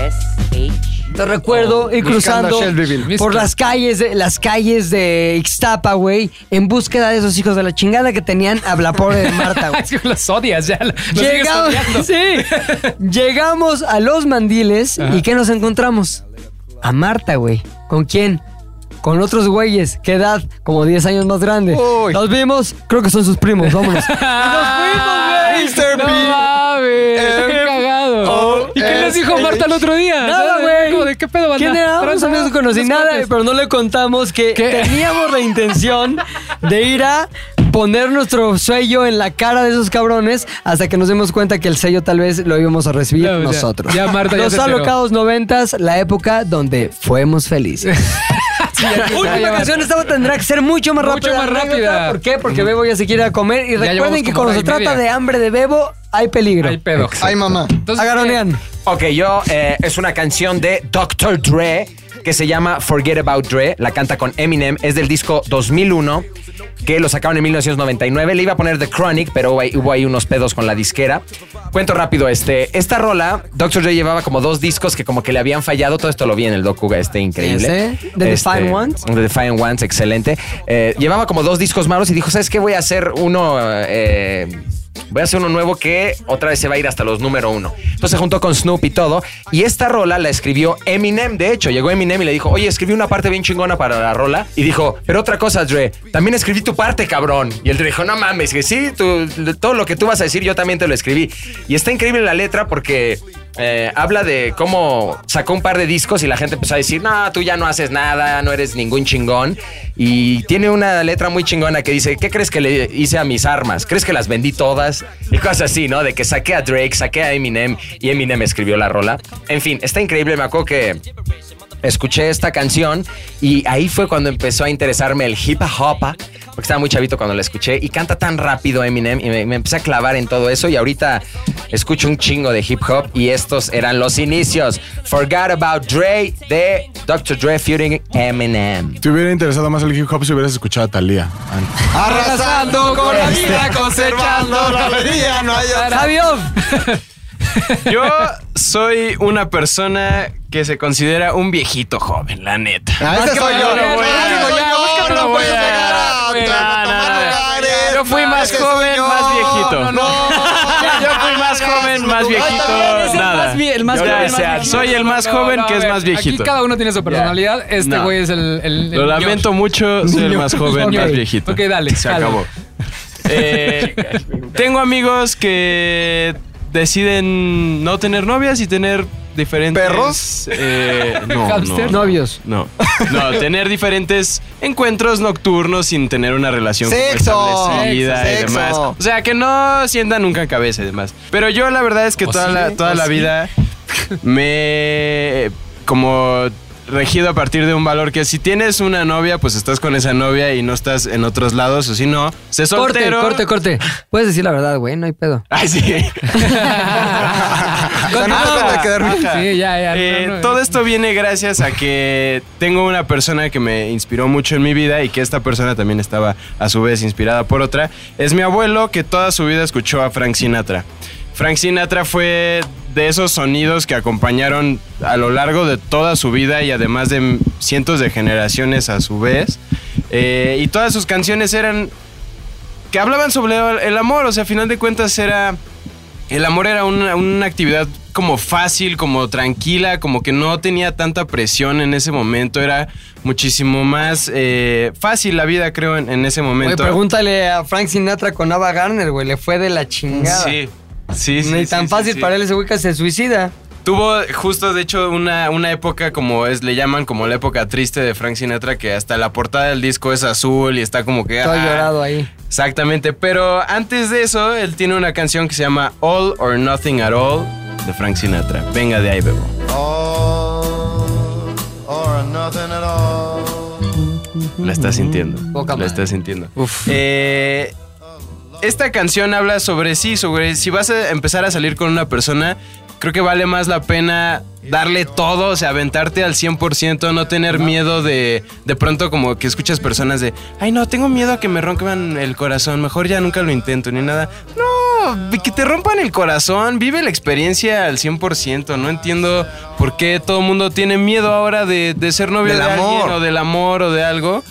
[SPEAKER 16] S H.
[SPEAKER 2] Te recuerdo ir
[SPEAKER 16] Oh, Buscando
[SPEAKER 2] cruzando
[SPEAKER 16] a Shelbyville.
[SPEAKER 2] por las calles de las calles de Ixtapa, güey, en búsqueda de esos hijos de la chingada que tenían a la pobre de Marta, güey.
[SPEAKER 6] Es que los odias ya. Los sigues
[SPEAKER 2] Llegamos,
[SPEAKER 6] odiando.
[SPEAKER 2] sí. Llegamos a los mandiles y ¿qué nos encontramos? A Marta, güey. ¿Con quién? Con otros güeyes. ¿Qué edad? Como 10 años más grande. Nos vimos. Creo que son sus primos. Vámonos.
[SPEAKER 6] Ay,
[SPEAKER 2] Mr.
[SPEAKER 6] No
[SPEAKER 2] ¡Ah! P.
[SPEAKER 6] mames, qué cagado. ¿Y qué les dijo Marta el otro día?
[SPEAKER 2] Nada,
[SPEAKER 6] ¿Sabes?
[SPEAKER 2] güey.
[SPEAKER 6] Como de, ¿Qué pedo, banda?
[SPEAKER 2] ¿Quién era? Unos
[SPEAKER 6] Tranza,
[SPEAKER 2] amigos que conocí.
[SPEAKER 6] unos
[SPEAKER 2] Nada,
[SPEAKER 6] cuates.
[SPEAKER 2] pero no le contamos que
[SPEAKER 6] ¿Qué?
[SPEAKER 2] teníamos la intención de ir a poner nuestro sello en la cara de esos cabrones hasta que nos dimos cuenta que el sello tal vez lo íbamos a recibir
[SPEAKER 6] No, ya.
[SPEAKER 2] nosotros.
[SPEAKER 6] Ya, Marta, ya
[SPEAKER 2] Los
[SPEAKER 6] se enteró.
[SPEAKER 2] alocados noventas, la época donde fuimos felices. Última canción, esta tendrá que ser mucho más
[SPEAKER 6] Mucho
[SPEAKER 2] rápida.
[SPEAKER 6] más
[SPEAKER 2] la anécdota.
[SPEAKER 6] rápida.
[SPEAKER 2] ¿Por qué? Porque Bebo ya se quiere ir a comer. Y
[SPEAKER 6] Ya llevamos
[SPEAKER 2] recuerden que
[SPEAKER 6] como
[SPEAKER 2] cuando se
[SPEAKER 6] hora y
[SPEAKER 2] trata
[SPEAKER 6] media.
[SPEAKER 2] de hambre de Bebo, hay peligro.
[SPEAKER 6] Hay pedo.
[SPEAKER 2] Ay, mamá. Agaronean.
[SPEAKER 1] Ok, yo eh, es una canción de Dr. Dre que se llama Forget About Dre. La canta con Eminem. Es del disco 2001 que lo sacaron en 1999. Le iba a poner The Chronic, pero hubo ahí, hubo ahí unos pedos con la disquera. Cuento rápido este. Esta rola, Dr. Dre llevaba como dos discos que como que le habían fallado. Todo esto lo vi en el docu este increíble. Este,
[SPEAKER 2] Sí, sí. The Defiant Ones.
[SPEAKER 1] The Defiant Ones, excelente. Eh, llevaba como dos discos malos y dijo, ¿sabes qué? Voy a hacer uno... eh, Voy a hacer uno nuevo que otra vez se va a ir hasta los número uno. Entonces se juntó con Snoop y todo. Y esta rola la escribió Eminem. De hecho, llegó Eminem y le dijo, oye, escribí una parte bien chingona para la rola. Y dijo, pero otra cosa, Dre, también escribí tu parte, cabrón. Y el Dre dijo, no mames, que sí, tú- todo lo que tú vas a decir yo también te lo escribí. Y está increíble la letra porque eh, habla de cómo sacó un par de discos y la gente empezó a decir, no, tú ya no haces nada, no eres ningún chingón. Y tiene una letra muy chingona que dice, ¿qué crees que le hice a mis armas? ¿Crees que las vendí todas? Y cosas así, ¿no? De que saqué a Drake, saqué a Eminem y Eminem escribió la rola. En fin, está increíble, me acuerdo que escuché esta canción y ahí fue cuando empezó a interesarme el hip hop, ah, porque estaba muy chavito cuando la escuché y canta tan rápido Eminem y me, me empecé a clavar en todo eso y ahorita escucho un chingo de hip hop y estos eran los inicios. Forgot About Dre de Dr. Dre featuring Eminem.
[SPEAKER 4] Te hubiera interesado más el hip hop si hubieras escuchado a Thalía antes.
[SPEAKER 1] Arrasando
[SPEAKER 10] con la
[SPEAKER 2] este
[SPEAKER 10] vida,
[SPEAKER 4] conservando la alegría, no hay otra.
[SPEAKER 8] Yo soy una persona que se considera un viejito joven, la neta.
[SPEAKER 10] Ah, ese soy yo.
[SPEAKER 8] No voy a-
[SPEAKER 10] Ah, ese soy yo.
[SPEAKER 8] no
[SPEAKER 10] Búscate
[SPEAKER 8] voy
[SPEAKER 10] una
[SPEAKER 8] a-
[SPEAKER 10] puedes llegar
[SPEAKER 8] no
[SPEAKER 10] a- a
[SPEAKER 8] voy a- no,
[SPEAKER 10] tomar
[SPEAKER 8] no,
[SPEAKER 10] lugares.
[SPEAKER 8] Yo fui más
[SPEAKER 10] Ese soy
[SPEAKER 8] joven,
[SPEAKER 10] yo.
[SPEAKER 8] más viejito. Yo fui más joven, más viejito. Nada. Yo ya sé, Soy el más
[SPEAKER 6] No,
[SPEAKER 8] joven
[SPEAKER 6] no,
[SPEAKER 8] que
[SPEAKER 6] a
[SPEAKER 8] es
[SPEAKER 6] ver,
[SPEAKER 8] más
[SPEAKER 6] Aquí
[SPEAKER 8] viejito.
[SPEAKER 6] cada uno tiene su personalidad.
[SPEAKER 8] Ya.
[SPEAKER 6] Este
[SPEAKER 8] No.
[SPEAKER 6] güey es el, el- el
[SPEAKER 8] Lo lamento
[SPEAKER 6] Josh.
[SPEAKER 8] mucho, soy el
[SPEAKER 6] Niño.
[SPEAKER 8] más joven, más
[SPEAKER 6] Ok.
[SPEAKER 8] viejito.
[SPEAKER 6] Ok, dale.
[SPEAKER 8] Se
[SPEAKER 6] jalo.
[SPEAKER 8] acabó. Eh, tengo amigos que deciden no tener novias y tener diferentes.
[SPEAKER 5] ¿Perros?
[SPEAKER 8] eh, no,
[SPEAKER 2] Hamster.
[SPEAKER 8] no,
[SPEAKER 2] Novios.
[SPEAKER 8] no. No, tener diferentes encuentros nocturnos sin tener una relación como
[SPEAKER 5] Sexo.
[SPEAKER 8] establecida
[SPEAKER 5] Sexo,
[SPEAKER 8] y demás.
[SPEAKER 5] sexo.
[SPEAKER 8] O sea, que no sientan nunca cabeza y demás. Pero yo la verdad es que
[SPEAKER 5] ¿O
[SPEAKER 8] toda,
[SPEAKER 5] sí,
[SPEAKER 8] la,
[SPEAKER 5] eh?
[SPEAKER 8] toda
[SPEAKER 5] ¿O
[SPEAKER 8] la
[SPEAKER 5] sí?
[SPEAKER 8] vida me he como regido a partir de un valor que si tienes una novia, pues estás con esa novia y no estás en otros lados, o si no, se
[SPEAKER 2] Corte,
[SPEAKER 8] soltero.
[SPEAKER 2] corte, corte. Puedes decir la verdad, güey, no hay pedo.
[SPEAKER 8] Ay, sí.
[SPEAKER 2] Continúa.
[SPEAKER 8] Ajá.
[SPEAKER 6] Sí, ya, ya.
[SPEAKER 8] Eh,
[SPEAKER 6] no, no,
[SPEAKER 8] todo esto viene gracias a que tengo una persona que me inspiró mucho en mi vida y que esta persona también estaba a su vez inspirada por otra. Es mi abuelo que toda su vida escuchó a Frank Sinatra. Frank Sinatra fue de esos sonidos que acompañaron a lo largo de toda su vida y además de m- cientos de generaciones a su vez. Eh, y todas sus canciones eran que hablaban sobre el amor, o sea, a final de cuentas era... El amor era una, una actividad como fácil, como tranquila, como que no tenía tanta presión en ese momento. Era muchísimo más eh, fácil la vida, creo, en, en ese
[SPEAKER 2] Güey,
[SPEAKER 8] momento.
[SPEAKER 2] pregúntale a Frank Sinatra con Ava Garner, güey, le fue de la chingada.
[SPEAKER 8] Sí, sí, sí.
[SPEAKER 2] Ni
[SPEAKER 8] sí,
[SPEAKER 2] tan
[SPEAKER 8] sí,
[SPEAKER 2] fácil
[SPEAKER 8] sí.
[SPEAKER 2] para él ese güey que se suicida.
[SPEAKER 8] Tuvo justo, de hecho, una, una época como es, le llaman como la época triste de Frank Sinatra, que hasta la portada del disco es azul y está como que...
[SPEAKER 2] Todo
[SPEAKER 8] ah,
[SPEAKER 2] llorado ahí.
[SPEAKER 8] Exactamente, pero antes de eso, él tiene una canción que se llama All or Nothing at All de Frank Sinatra. Venga de ahí, Bebo.
[SPEAKER 17] or nothing at all.
[SPEAKER 8] La está sintiendo.
[SPEAKER 17] Poca
[SPEAKER 8] la está sintiendo. Eh, esta canción habla sobre sí, sobre si vas a empezar a salir con una persona, creo que vale más la pena darle todo, o sea, aventarte al 100%, no tener miedo de de pronto como que escuchas personas de, ay no, tengo miedo a que me rompan el corazón, mejor ya nunca lo intento ni nada. No, que te rompan el corazón, vive la experiencia al 100%, no entiendo por qué todo el mundo tiene miedo ahora de, de ser novio
[SPEAKER 5] Del
[SPEAKER 8] de
[SPEAKER 5] amor.
[SPEAKER 8] alguien o del amor o de algo.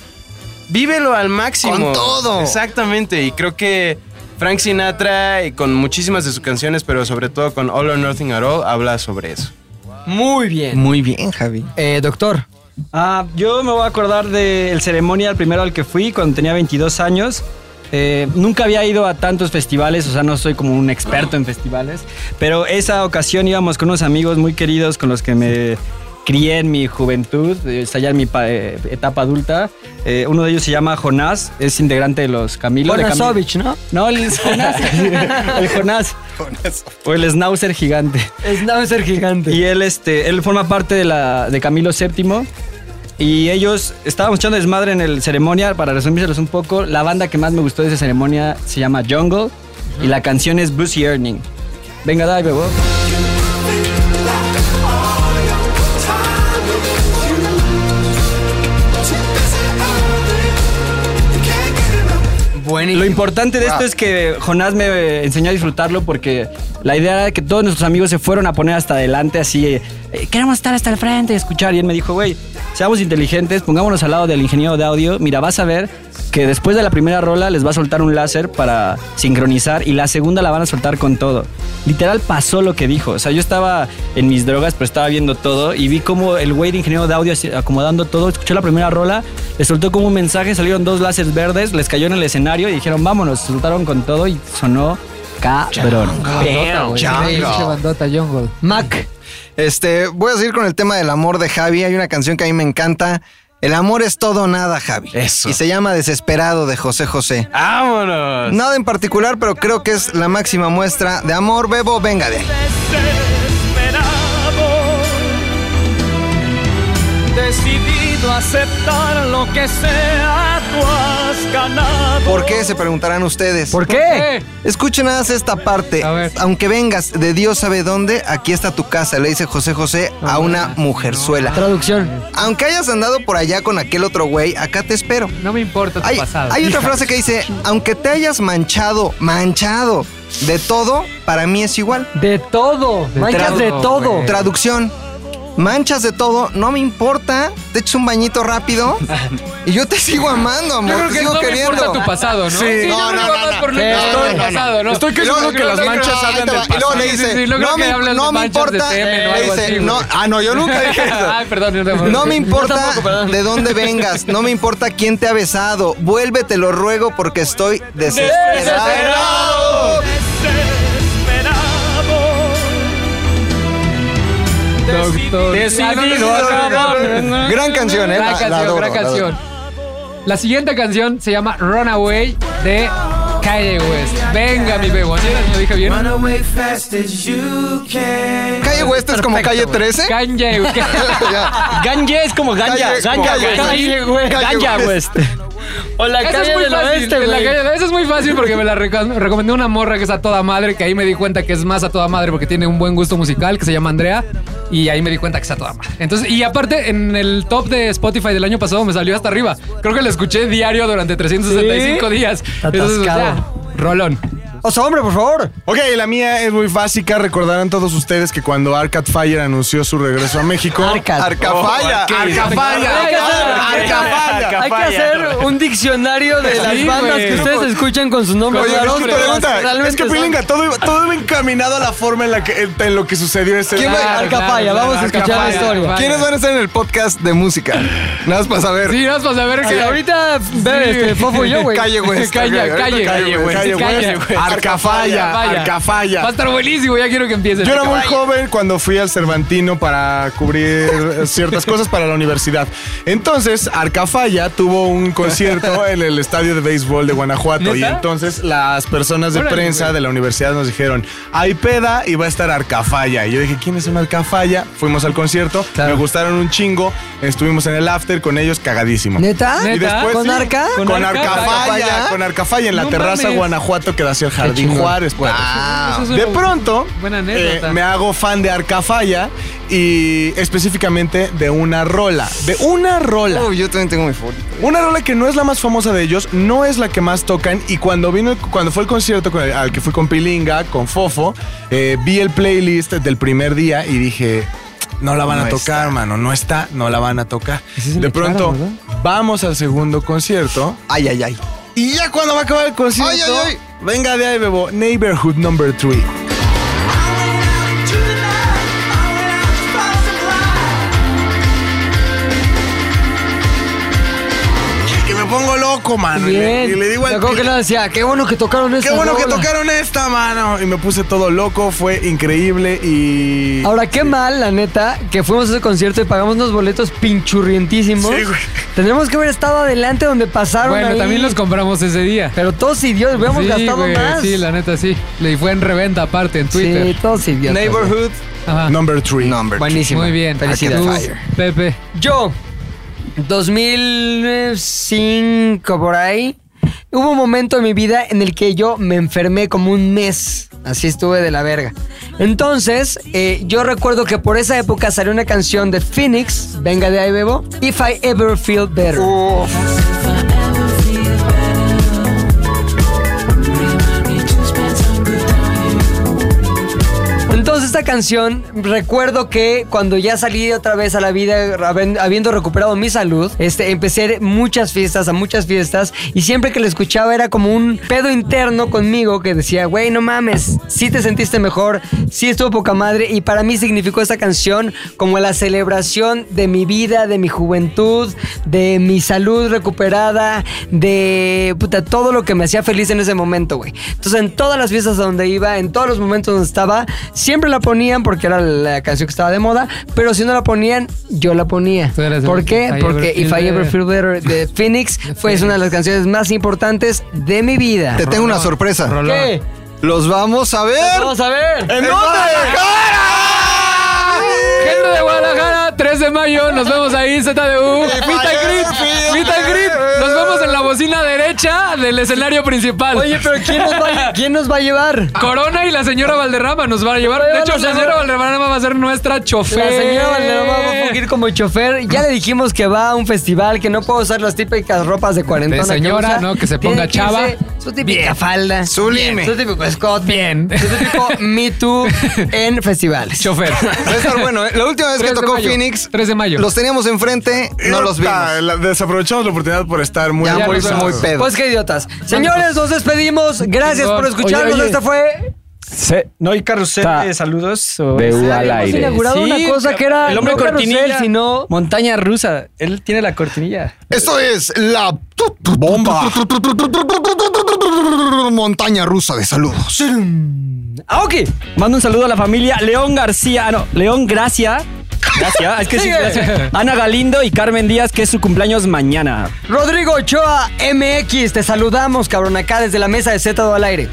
[SPEAKER 8] Vívelo al máximo.
[SPEAKER 5] Con todo.
[SPEAKER 8] Exactamente. Y creo que Frank Sinatra, y con muchísimas de sus canciones, pero sobre todo con All or Nothing at All, habla sobre eso.
[SPEAKER 2] Muy bien. Eh,
[SPEAKER 7] Muy bien, Javi.
[SPEAKER 2] doctor.
[SPEAKER 7] Ah, yo me voy a acordar del ceremonial primero al que fui cuando tenía 22 años. Eh, nunca había ido a tantos festivales, o sea, no soy como un experto en festivales, pero esa ocasión íbamos con unos amigos muy queridos con los que me crié en mi juventud, eh, o sea, ya en mi pa- eh, etapa adulta. Eh, uno de ellos se llama Jonás, es integrante de los Camilos. de Cam-
[SPEAKER 2] Bonasovich, ¿no?
[SPEAKER 7] No, el Jonás. el Jonás. O el Schnauzer gigante.
[SPEAKER 2] Schnauzer gigante.
[SPEAKER 7] Y él, este, él forma parte de, la, de Camilo VII. Y ellos estábamos echando desmadre en el ceremonia. Para resumírselos un poco, la banda que más me gustó de esa ceremonia se llama Jungle. Y la canción es Brucey Earning. Venga, dale, bebo. Lo importante de esto es que Jonás me eh, enseñó a disfrutarlo porque la idea era que todos nuestros amigos se fueron a poner hasta adelante así, eh, eh, queremos estar hasta el frente y escuchar. Y él me dijo, güey, seamos inteligentes, pongámonos al lado del ingeniero de audio. Mira, vas a ver que después de la primera rola les va a soltar un láser para sincronizar y la segunda la van a soltar con todo. Literal pasó lo que dijo. O sea, yo estaba en mis drogas, pero estaba viendo todo y vi como el güey de ingeniero de audio así, acomodando todo, escuchó la primera rola, le soltó como un mensaje, salieron dos láseres verdes, les cayó en el escenario y dijeron, vámonos, soltaron con todo y sonó Cabrón.
[SPEAKER 5] Damn,
[SPEAKER 6] Pinche
[SPEAKER 5] Django.
[SPEAKER 6] bandota, Jungle.
[SPEAKER 5] Mac. Este, voy a seguir con el tema del amor de Javi. Hay una canción que a mí me encanta. El amor es todo o nada, Javi. Eso. Y se llama Desesperado de José José.
[SPEAKER 8] ¡Vámonos!
[SPEAKER 5] Nada en particular, pero creo que es la máxima muestra de amor, bebo, venga de ahí.
[SPEAKER 10] Decidido a aceptar lo que sea, tú has ganado.
[SPEAKER 5] ¿Por qué? Se preguntarán ustedes. ¿Por
[SPEAKER 6] qué?
[SPEAKER 5] Escuchen nada más esta parte. Aunque vengas de Dios sabe dónde, aquí está tu casa, le dice José José
[SPEAKER 6] Ah,
[SPEAKER 5] a una mujerzuela. Traducción. Aunque hayas andado por allá con aquel otro güey, acá te espero.
[SPEAKER 6] No me importa tu
[SPEAKER 5] Hay,
[SPEAKER 6] pasado.
[SPEAKER 5] hay otra frase que dice, aunque te hayas manchado, manchado de todo, para mí es igual. De todo,
[SPEAKER 2] manchas de todo. güey.
[SPEAKER 5] Traducción. Manchas de todo, no me importa. Te eches un bañito rápido y yo te sigo amando, amor.
[SPEAKER 6] Yo creo
[SPEAKER 5] te
[SPEAKER 6] que
[SPEAKER 5] sigo
[SPEAKER 6] no me
[SPEAKER 5] queriendo.
[SPEAKER 6] importa tu pasado, ¿no? Sí, yo creo
[SPEAKER 5] no, no,
[SPEAKER 6] que va
[SPEAKER 5] no,
[SPEAKER 6] por
[SPEAKER 5] no.
[SPEAKER 6] lo que
[SPEAKER 5] Sí,
[SPEAKER 6] hablo del pasado, ¿no?
[SPEAKER 5] Estoy
[SPEAKER 6] Yo
[SPEAKER 5] seguro
[SPEAKER 6] creo que no, creo-
[SPEAKER 5] hablan del pasado. Y luego le
[SPEAKER 6] Sí, sí,
[SPEAKER 5] dice,
[SPEAKER 6] sí, yo creo
[SPEAKER 5] no
[SPEAKER 6] que
[SPEAKER 5] me,
[SPEAKER 6] hablan de
[SPEAKER 5] no me
[SPEAKER 6] manchas de
[SPEAKER 5] importa.
[SPEAKER 6] semen o
[SPEAKER 5] le
[SPEAKER 6] algo
[SPEAKER 5] dice,
[SPEAKER 6] así, güey.
[SPEAKER 5] no, ah, no, yo nunca dije eso.
[SPEAKER 6] Ay, perdón, yo tampoco.
[SPEAKER 5] No me
[SPEAKER 6] Yo
[SPEAKER 5] importa
[SPEAKER 6] tampoco, perdón.
[SPEAKER 5] de dónde vengas, no me importa quién te ha besado. Vuélvete, lo ruego, porque estoy desesperado.
[SPEAKER 10] Desesperado. Desesperado.
[SPEAKER 6] Decidido a acabar.
[SPEAKER 5] Gran canción, ¿eh?
[SPEAKER 6] Gran
[SPEAKER 5] La- la
[SPEAKER 6] canción,
[SPEAKER 5] adoro,
[SPEAKER 6] gran
[SPEAKER 5] la
[SPEAKER 6] canción. La siguiente canción se llama Runaway de Calle West. Venga, mi bebo. ¿no? ¿Lo dije bien?
[SPEAKER 5] Calle West es como calle 13.
[SPEAKER 6] Kanye West.
[SPEAKER 7] Ganja es como ganja.
[SPEAKER 5] Calle-
[SPEAKER 7] Ganja,
[SPEAKER 5] Calle-
[SPEAKER 7] güey.
[SPEAKER 5] Calle West.
[SPEAKER 7] Ganja,
[SPEAKER 5] Calle
[SPEAKER 7] güey.
[SPEAKER 5] West.
[SPEAKER 7] O la
[SPEAKER 6] Esa
[SPEAKER 7] calle
[SPEAKER 6] es muy
[SPEAKER 7] del
[SPEAKER 6] fácil,
[SPEAKER 7] oeste,
[SPEAKER 6] de la
[SPEAKER 7] güey.
[SPEAKER 6] calle del- Esa es muy fácil porque me la reco- recomendó una morra que es a toda madre, que ahí me di cuenta que es más a toda madre porque tiene un buen gusto musical, que se llama Andrea, y ahí me di cuenta que es a toda madre. Entonces, y aparte, en el top de Spotify del año pasado me salió hasta arriba. Creo que la escuché diario durante 365
[SPEAKER 2] ¿Sí?
[SPEAKER 6] días.
[SPEAKER 2] Está
[SPEAKER 6] Entonces, o sea,
[SPEAKER 2] atascado.
[SPEAKER 6] rolón.
[SPEAKER 4] O sea, hombre, por favor. Ok, la mía es muy básica. Recordarán todos ustedes que cuando Arcade Fire anunció su regreso a México.
[SPEAKER 2] Arcade.
[SPEAKER 4] Arcafalla.
[SPEAKER 2] Oh, Arcade.
[SPEAKER 4] Arcafalla.
[SPEAKER 2] Hay que hacer-
[SPEAKER 4] Arcafalla.
[SPEAKER 2] Hay que hacer un diccionario de las
[SPEAKER 4] Sí,
[SPEAKER 2] bandas
[SPEAKER 4] güey.
[SPEAKER 2] que ustedes escuchan con sus nombres.
[SPEAKER 4] Oye, es
[SPEAKER 2] raros,
[SPEAKER 4] que
[SPEAKER 2] pero
[SPEAKER 4] pregunta,
[SPEAKER 2] realmente
[SPEAKER 4] es que
[SPEAKER 2] son-
[SPEAKER 4] Pilinga, todo, iba- todo iba encaminado a la forma en la que en, en lo que sucedió ese
[SPEAKER 5] ¿Quién va- Claro,
[SPEAKER 2] Arcafalla, claro, vamos a escuchar la Arcafalla, historia. Arcafalla.
[SPEAKER 5] ¿Quiénes van a estar en el podcast de música? Nada más para saber.
[SPEAKER 6] Sí, vamos a ver
[SPEAKER 5] Sí,
[SPEAKER 6] que
[SPEAKER 2] ahorita ve, este, Fofo y yo, güey.
[SPEAKER 5] Calle West.
[SPEAKER 6] Calle,
[SPEAKER 5] ok,
[SPEAKER 6] calle,
[SPEAKER 5] ahorita
[SPEAKER 6] calle,
[SPEAKER 5] West,
[SPEAKER 6] calle,
[SPEAKER 5] Calle
[SPEAKER 6] calle.
[SPEAKER 5] West. Arcafalla.
[SPEAKER 4] Arcafalla.
[SPEAKER 6] Va a estar buenísimo, ya quiero que empiece.
[SPEAKER 4] Yo era muy
[SPEAKER 6] Arcafalla.
[SPEAKER 4] joven cuando fui al Cervantino para cubrir ciertas cosas para la universidad. Entonces, Arcafalla tuvo un concierto en el estadio de béisbol de Guanajuato. Y
[SPEAKER 8] ¿Neta?
[SPEAKER 4] entonces las personas de
[SPEAKER 8] Órale,
[SPEAKER 4] prensa
[SPEAKER 8] güey.
[SPEAKER 4] de la universidad nos dijeron, hay peda y va a estar Arcafalla. Y yo dije, ¿quién es un Arcafalla? Fuimos al concierto, me gustaron un chingo, estuvimos en el after con ellos cagadísimo.
[SPEAKER 2] ¿Neta?
[SPEAKER 4] Y
[SPEAKER 2] ¿Neta?
[SPEAKER 4] después,
[SPEAKER 2] ¿Con
[SPEAKER 4] sí,
[SPEAKER 2] Arca?
[SPEAKER 4] Con,
[SPEAKER 2] ¿Con Arca?
[SPEAKER 4] Arcafalla.
[SPEAKER 2] ¿Arcafalla?
[SPEAKER 4] Con Arcafalla en la
[SPEAKER 2] No
[SPEAKER 4] terraza
[SPEAKER 2] mames.
[SPEAKER 4] Guanajuato que da hacia el Jardín
[SPEAKER 2] chingón.
[SPEAKER 4] Juárez. pues.
[SPEAKER 6] Eso es
[SPEAKER 4] de
[SPEAKER 6] una
[SPEAKER 4] pronto,
[SPEAKER 6] buena anécdota.
[SPEAKER 4] eh, me hago fan de Arcafalla y específicamente de una rola. De una rola.
[SPEAKER 5] Uy, yo también tengo mi favorito.
[SPEAKER 4] Una rola que no es la más famosa de ellos, no es la que más tocan. Y cuando vino, el- cuando fue el concierto con el- al que fui con Pilinga, con Fofo, eh, vi el playlist del primer día y dije. No la van a
[SPEAKER 8] No
[SPEAKER 4] tocar, mano. No está, no la van a tocar. De pronto,
[SPEAKER 8] echaron,
[SPEAKER 4] vamos al segundo concierto.
[SPEAKER 5] Ay, ay, ay.
[SPEAKER 4] Y ya cuando va a acabar el concierto, venga de ahí, bebo. Neighborhood number 3. Que me pongo loco, mano. Y le,
[SPEAKER 2] Bien.
[SPEAKER 4] y le digo
[SPEAKER 2] Me
[SPEAKER 4] al
[SPEAKER 2] acuerdo que
[SPEAKER 4] Pilinga,
[SPEAKER 2] nada decía, qué bueno que tocaron
[SPEAKER 4] Qué
[SPEAKER 2] esta
[SPEAKER 4] bueno que
[SPEAKER 2] rola".
[SPEAKER 4] tocaron esta, mano. Y me puse todo loco, fue increíble y.
[SPEAKER 2] Ahora, qué mal, la neta, que fuimos a ese concierto y pagamos unos boletos pinchurrientísimos.
[SPEAKER 4] Sí, güey.
[SPEAKER 2] Tendríamos que haber estado adelante donde pasaron
[SPEAKER 6] Bueno,
[SPEAKER 2] ahí.
[SPEAKER 6] también los compramos ese día.
[SPEAKER 2] Pero todos idiotas, hubiéramos
[SPEAKER 6] Sí,
[SPEAKER 2] gastado
[SPEAKER 6] güey,
[SPEAKER 2] más.
[SPEAKER 6] Sí, la neta, sí. Le fue en reventa aparte en Twitter.
[SPEAKER 2] Sí, todos idiotas.
[SPEAKER 5] Neighborhood
[SPEAKER 6] Ajá.
[SPEAKER 4] number 3.
[SPEAKER 2] Buenísimo.
[SPEAKER 6] Muy bien.
[SPEAKER 2] Felicidades.
[SPEAKER 6] Tú, Pepe.
[SPEAKER 2] Yo, 2005 por ahí, hubo un momento en mi vida en el que yo me enfermé como un mes. Así estuve de la verga. Entonces, eh, yo recuerdo que por esa época salió una canción de Phoenix, Venga de ahí, Bebo, If I Ever Feel Better. Entonces esta canción, recuerdo que cuando ya salí otra vez a la vida, haben- habiendo recuperado mi salud, este, empecé a ir muchas fiestas, a muchas fiestas, y siempre que la escuchaba era como un pedo interno conmigo que decía, güey, no mames, sí te sentiste mejor, sí estuvo poca madre, y para mí significó esta canción como la celebración de mi vida, de mi juventud, de mi salud recuperada, de puta, todo lo que me hacía feliz en ese momento, güey. Entonces, en todas las fiestas a donde iba, en todos los momentos donde estaba, siempre la ponían porque era la canción que estaba de moda, pero si no la ponían, yo la ponía. ¿Por qué?
[SPEAKER 6] If I
[SPEAKER 2] Porque
[SPEAKER 6] Ever
[SPEAKER 2] If
[SPEAKER 6] Feel
[SPEAKER 2] I Ever
[SPEAKER 6] Better.
[SPEAKER 2] Feel Better de Phoenix fue es una de las canciones más importantes de mi vida.
[SPEAKER 5] Te tengo una sorpresa.
[SPEAKER 2] ¿Qué?
[SPEAKER 5] Los vamos a ver.
[SPEAKER 2] Vamos a ver.
[SPEAKER 5] ¿En dónde?
[SPEAKER 6] Gente de Guadalajara, 3 de mayo, nos vemos ahí, ZDU. Meet and greet, meet and greet. Nos vemos en la bocina derecha del escenario principal.
[SPEAKER 2] Oye, pero ¿quién nos va, quién nos va a llevar?
[SPEAKER 6] Corona y la señora Valderrama nos van a llevar. De hecho, la señora Valderrama va a ser nuestra chofer.
[SPEAKER 2] La señora Valderrama va a fungir como chofer. Ya le dijimos que va a un festival, que no puede usar las típicas ropas de cuarentona.
[SPEAKER 6] De señora,
[SPEAKER 2] usa.
[SPEAKER 6] ¿no? Que se
[SPEAKER 2] Tiene
[SPEAKER 6] ponga
[SPEAKER 2] que
[SPEAKER 6] chava.
[SPEAKER 2] irse Su típica falda.
[SPEAKER 5] Sublime.
[SPEAKER 2] Su típico Scott. Bien. Su típico Me Too en festivales.
[SPEAKER 6] Chofer.
[SPEAKER 5] Va a estar bueno, ¿eh? La última vez que
[SPEAKER 6] 3 de
[SPEAKER 5] tocó
[SPEAKER 6] mayo.
[SPEAKER 5] Phoenix,
[SPEAKER 6] 3 de mayo.
[SPEAKER 5] los teníamos enfrente, no los vimos.
[SPEAKER 4] Idiota, la- Desaprovechamos la oportunidad por estar muy,
[SPEAKER 5] Ya
[SPEAKER 4] muy
[SPEAKER 5] nos vemos.
[SPEAKER 4] pedos.
[SPEAKER 2] Pues qué idiotas. Señores, nos despedimos. Gracias
[SPEAKER 7] Chingón.
[SPEAKER 2] por escucharnos.
[SPEAKER 7] Oye, oye.
[SPEAKER 2] Esta fue.
[SPEAKER 7] Se- ¿No hay carrusel de saludos? o-
[SPEAKER 3] de U al
[SPEAKER 7] Habíamos
[SPEAKER 3] aire.
[SPEAKER 2] inaugurado una cosa que era
[SPEAKER 7] El hombre
[SPEAKER 2] no carrusel,
[SPEAKER 7] cortinilla,
[SPEAKER 2] sino-
[SPEAKER 7] Montaña rusa. Él tiene la cortinilla.
[SPEAKER 5] Esto es la bomba. Montaña rusa de saludos.
[SPEAKER 2] ¡Aoki!
[SPEAKER 7] Mando un saludo a la familia León García. ah, No, León Gracia. Gracias. Es que sí,
[SPEAKER 2] Sigue.
[SPEAKER 7] gracias. Ana Galindo y Carmen Díaz, que es su cumpleaños mañana.
[SPEAKER 2] Rodrigo Ochoa MX, te saludamos, cabrón, acá desde la mesa de Z2 al aire.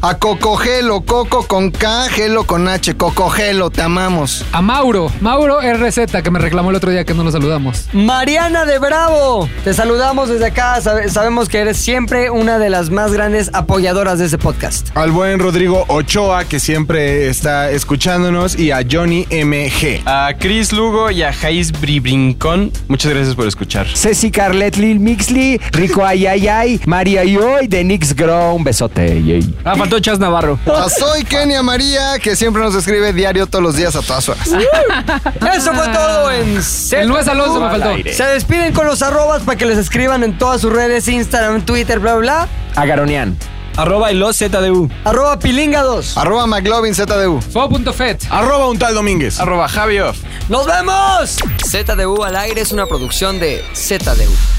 [SPEAKER 5] A Cocogelo, Coco con K, Gelo con H, Cocogelo, te amamos.
[SPEAKER 6] A Mauro, Mauro RZ, que me reclamó el otro día que no lo saludamos.
[SPEAKER 2] Mariana de Bravo, te saludamos desde acá. Sabe- sabemos que eres siempre una de las más grandes apoyadoras de este podcast.
[SPEAKER 4] Al buen Rodrigo Ochoa, que siempre está escuchándonos, y a Johnny MG.
[SPEAKER 8] A Chris Lugo y a Jais Bribrincón, muchas gracias por escuchar.
[SPEAKER 1] Ceci Carlet Lil Mixley, Rico Ayayay, María Yoy, de Nix Grown, besote. yay.
[SPEAKER 7] Ah, faltó Chas Navarro.
[SPEAKER 5] A Soy Kenia María, que siempre nos escribe diario todos los días a todas horas.
[SPEAKER 2] Eso fue todo en Z.
[SPEAKER 6] El Nuez Alonso Ah. me faltó.
[SPEAKER 2] Se despiden con los arrobas para que les escriban en todas sus redes, Instagram, Twitter, bla, bla.
[SPEAKER 1] Agaronian.
[SPEAKER 7] Arroba y los ZDU.
[SPEAKER 2] bla. Arroba pilinga2.
[SPEAKER 5] Arroba McLovin ZDU.
[SPEAKER 6] Fo.fet.
[SPEAKER 4] Arroba un tal Domínguez.
[SPEAKER 8] Arroba Javioff.
[SPEAKER 2] ¡Nos vemos! ZDU al aire es una producción de ZDU.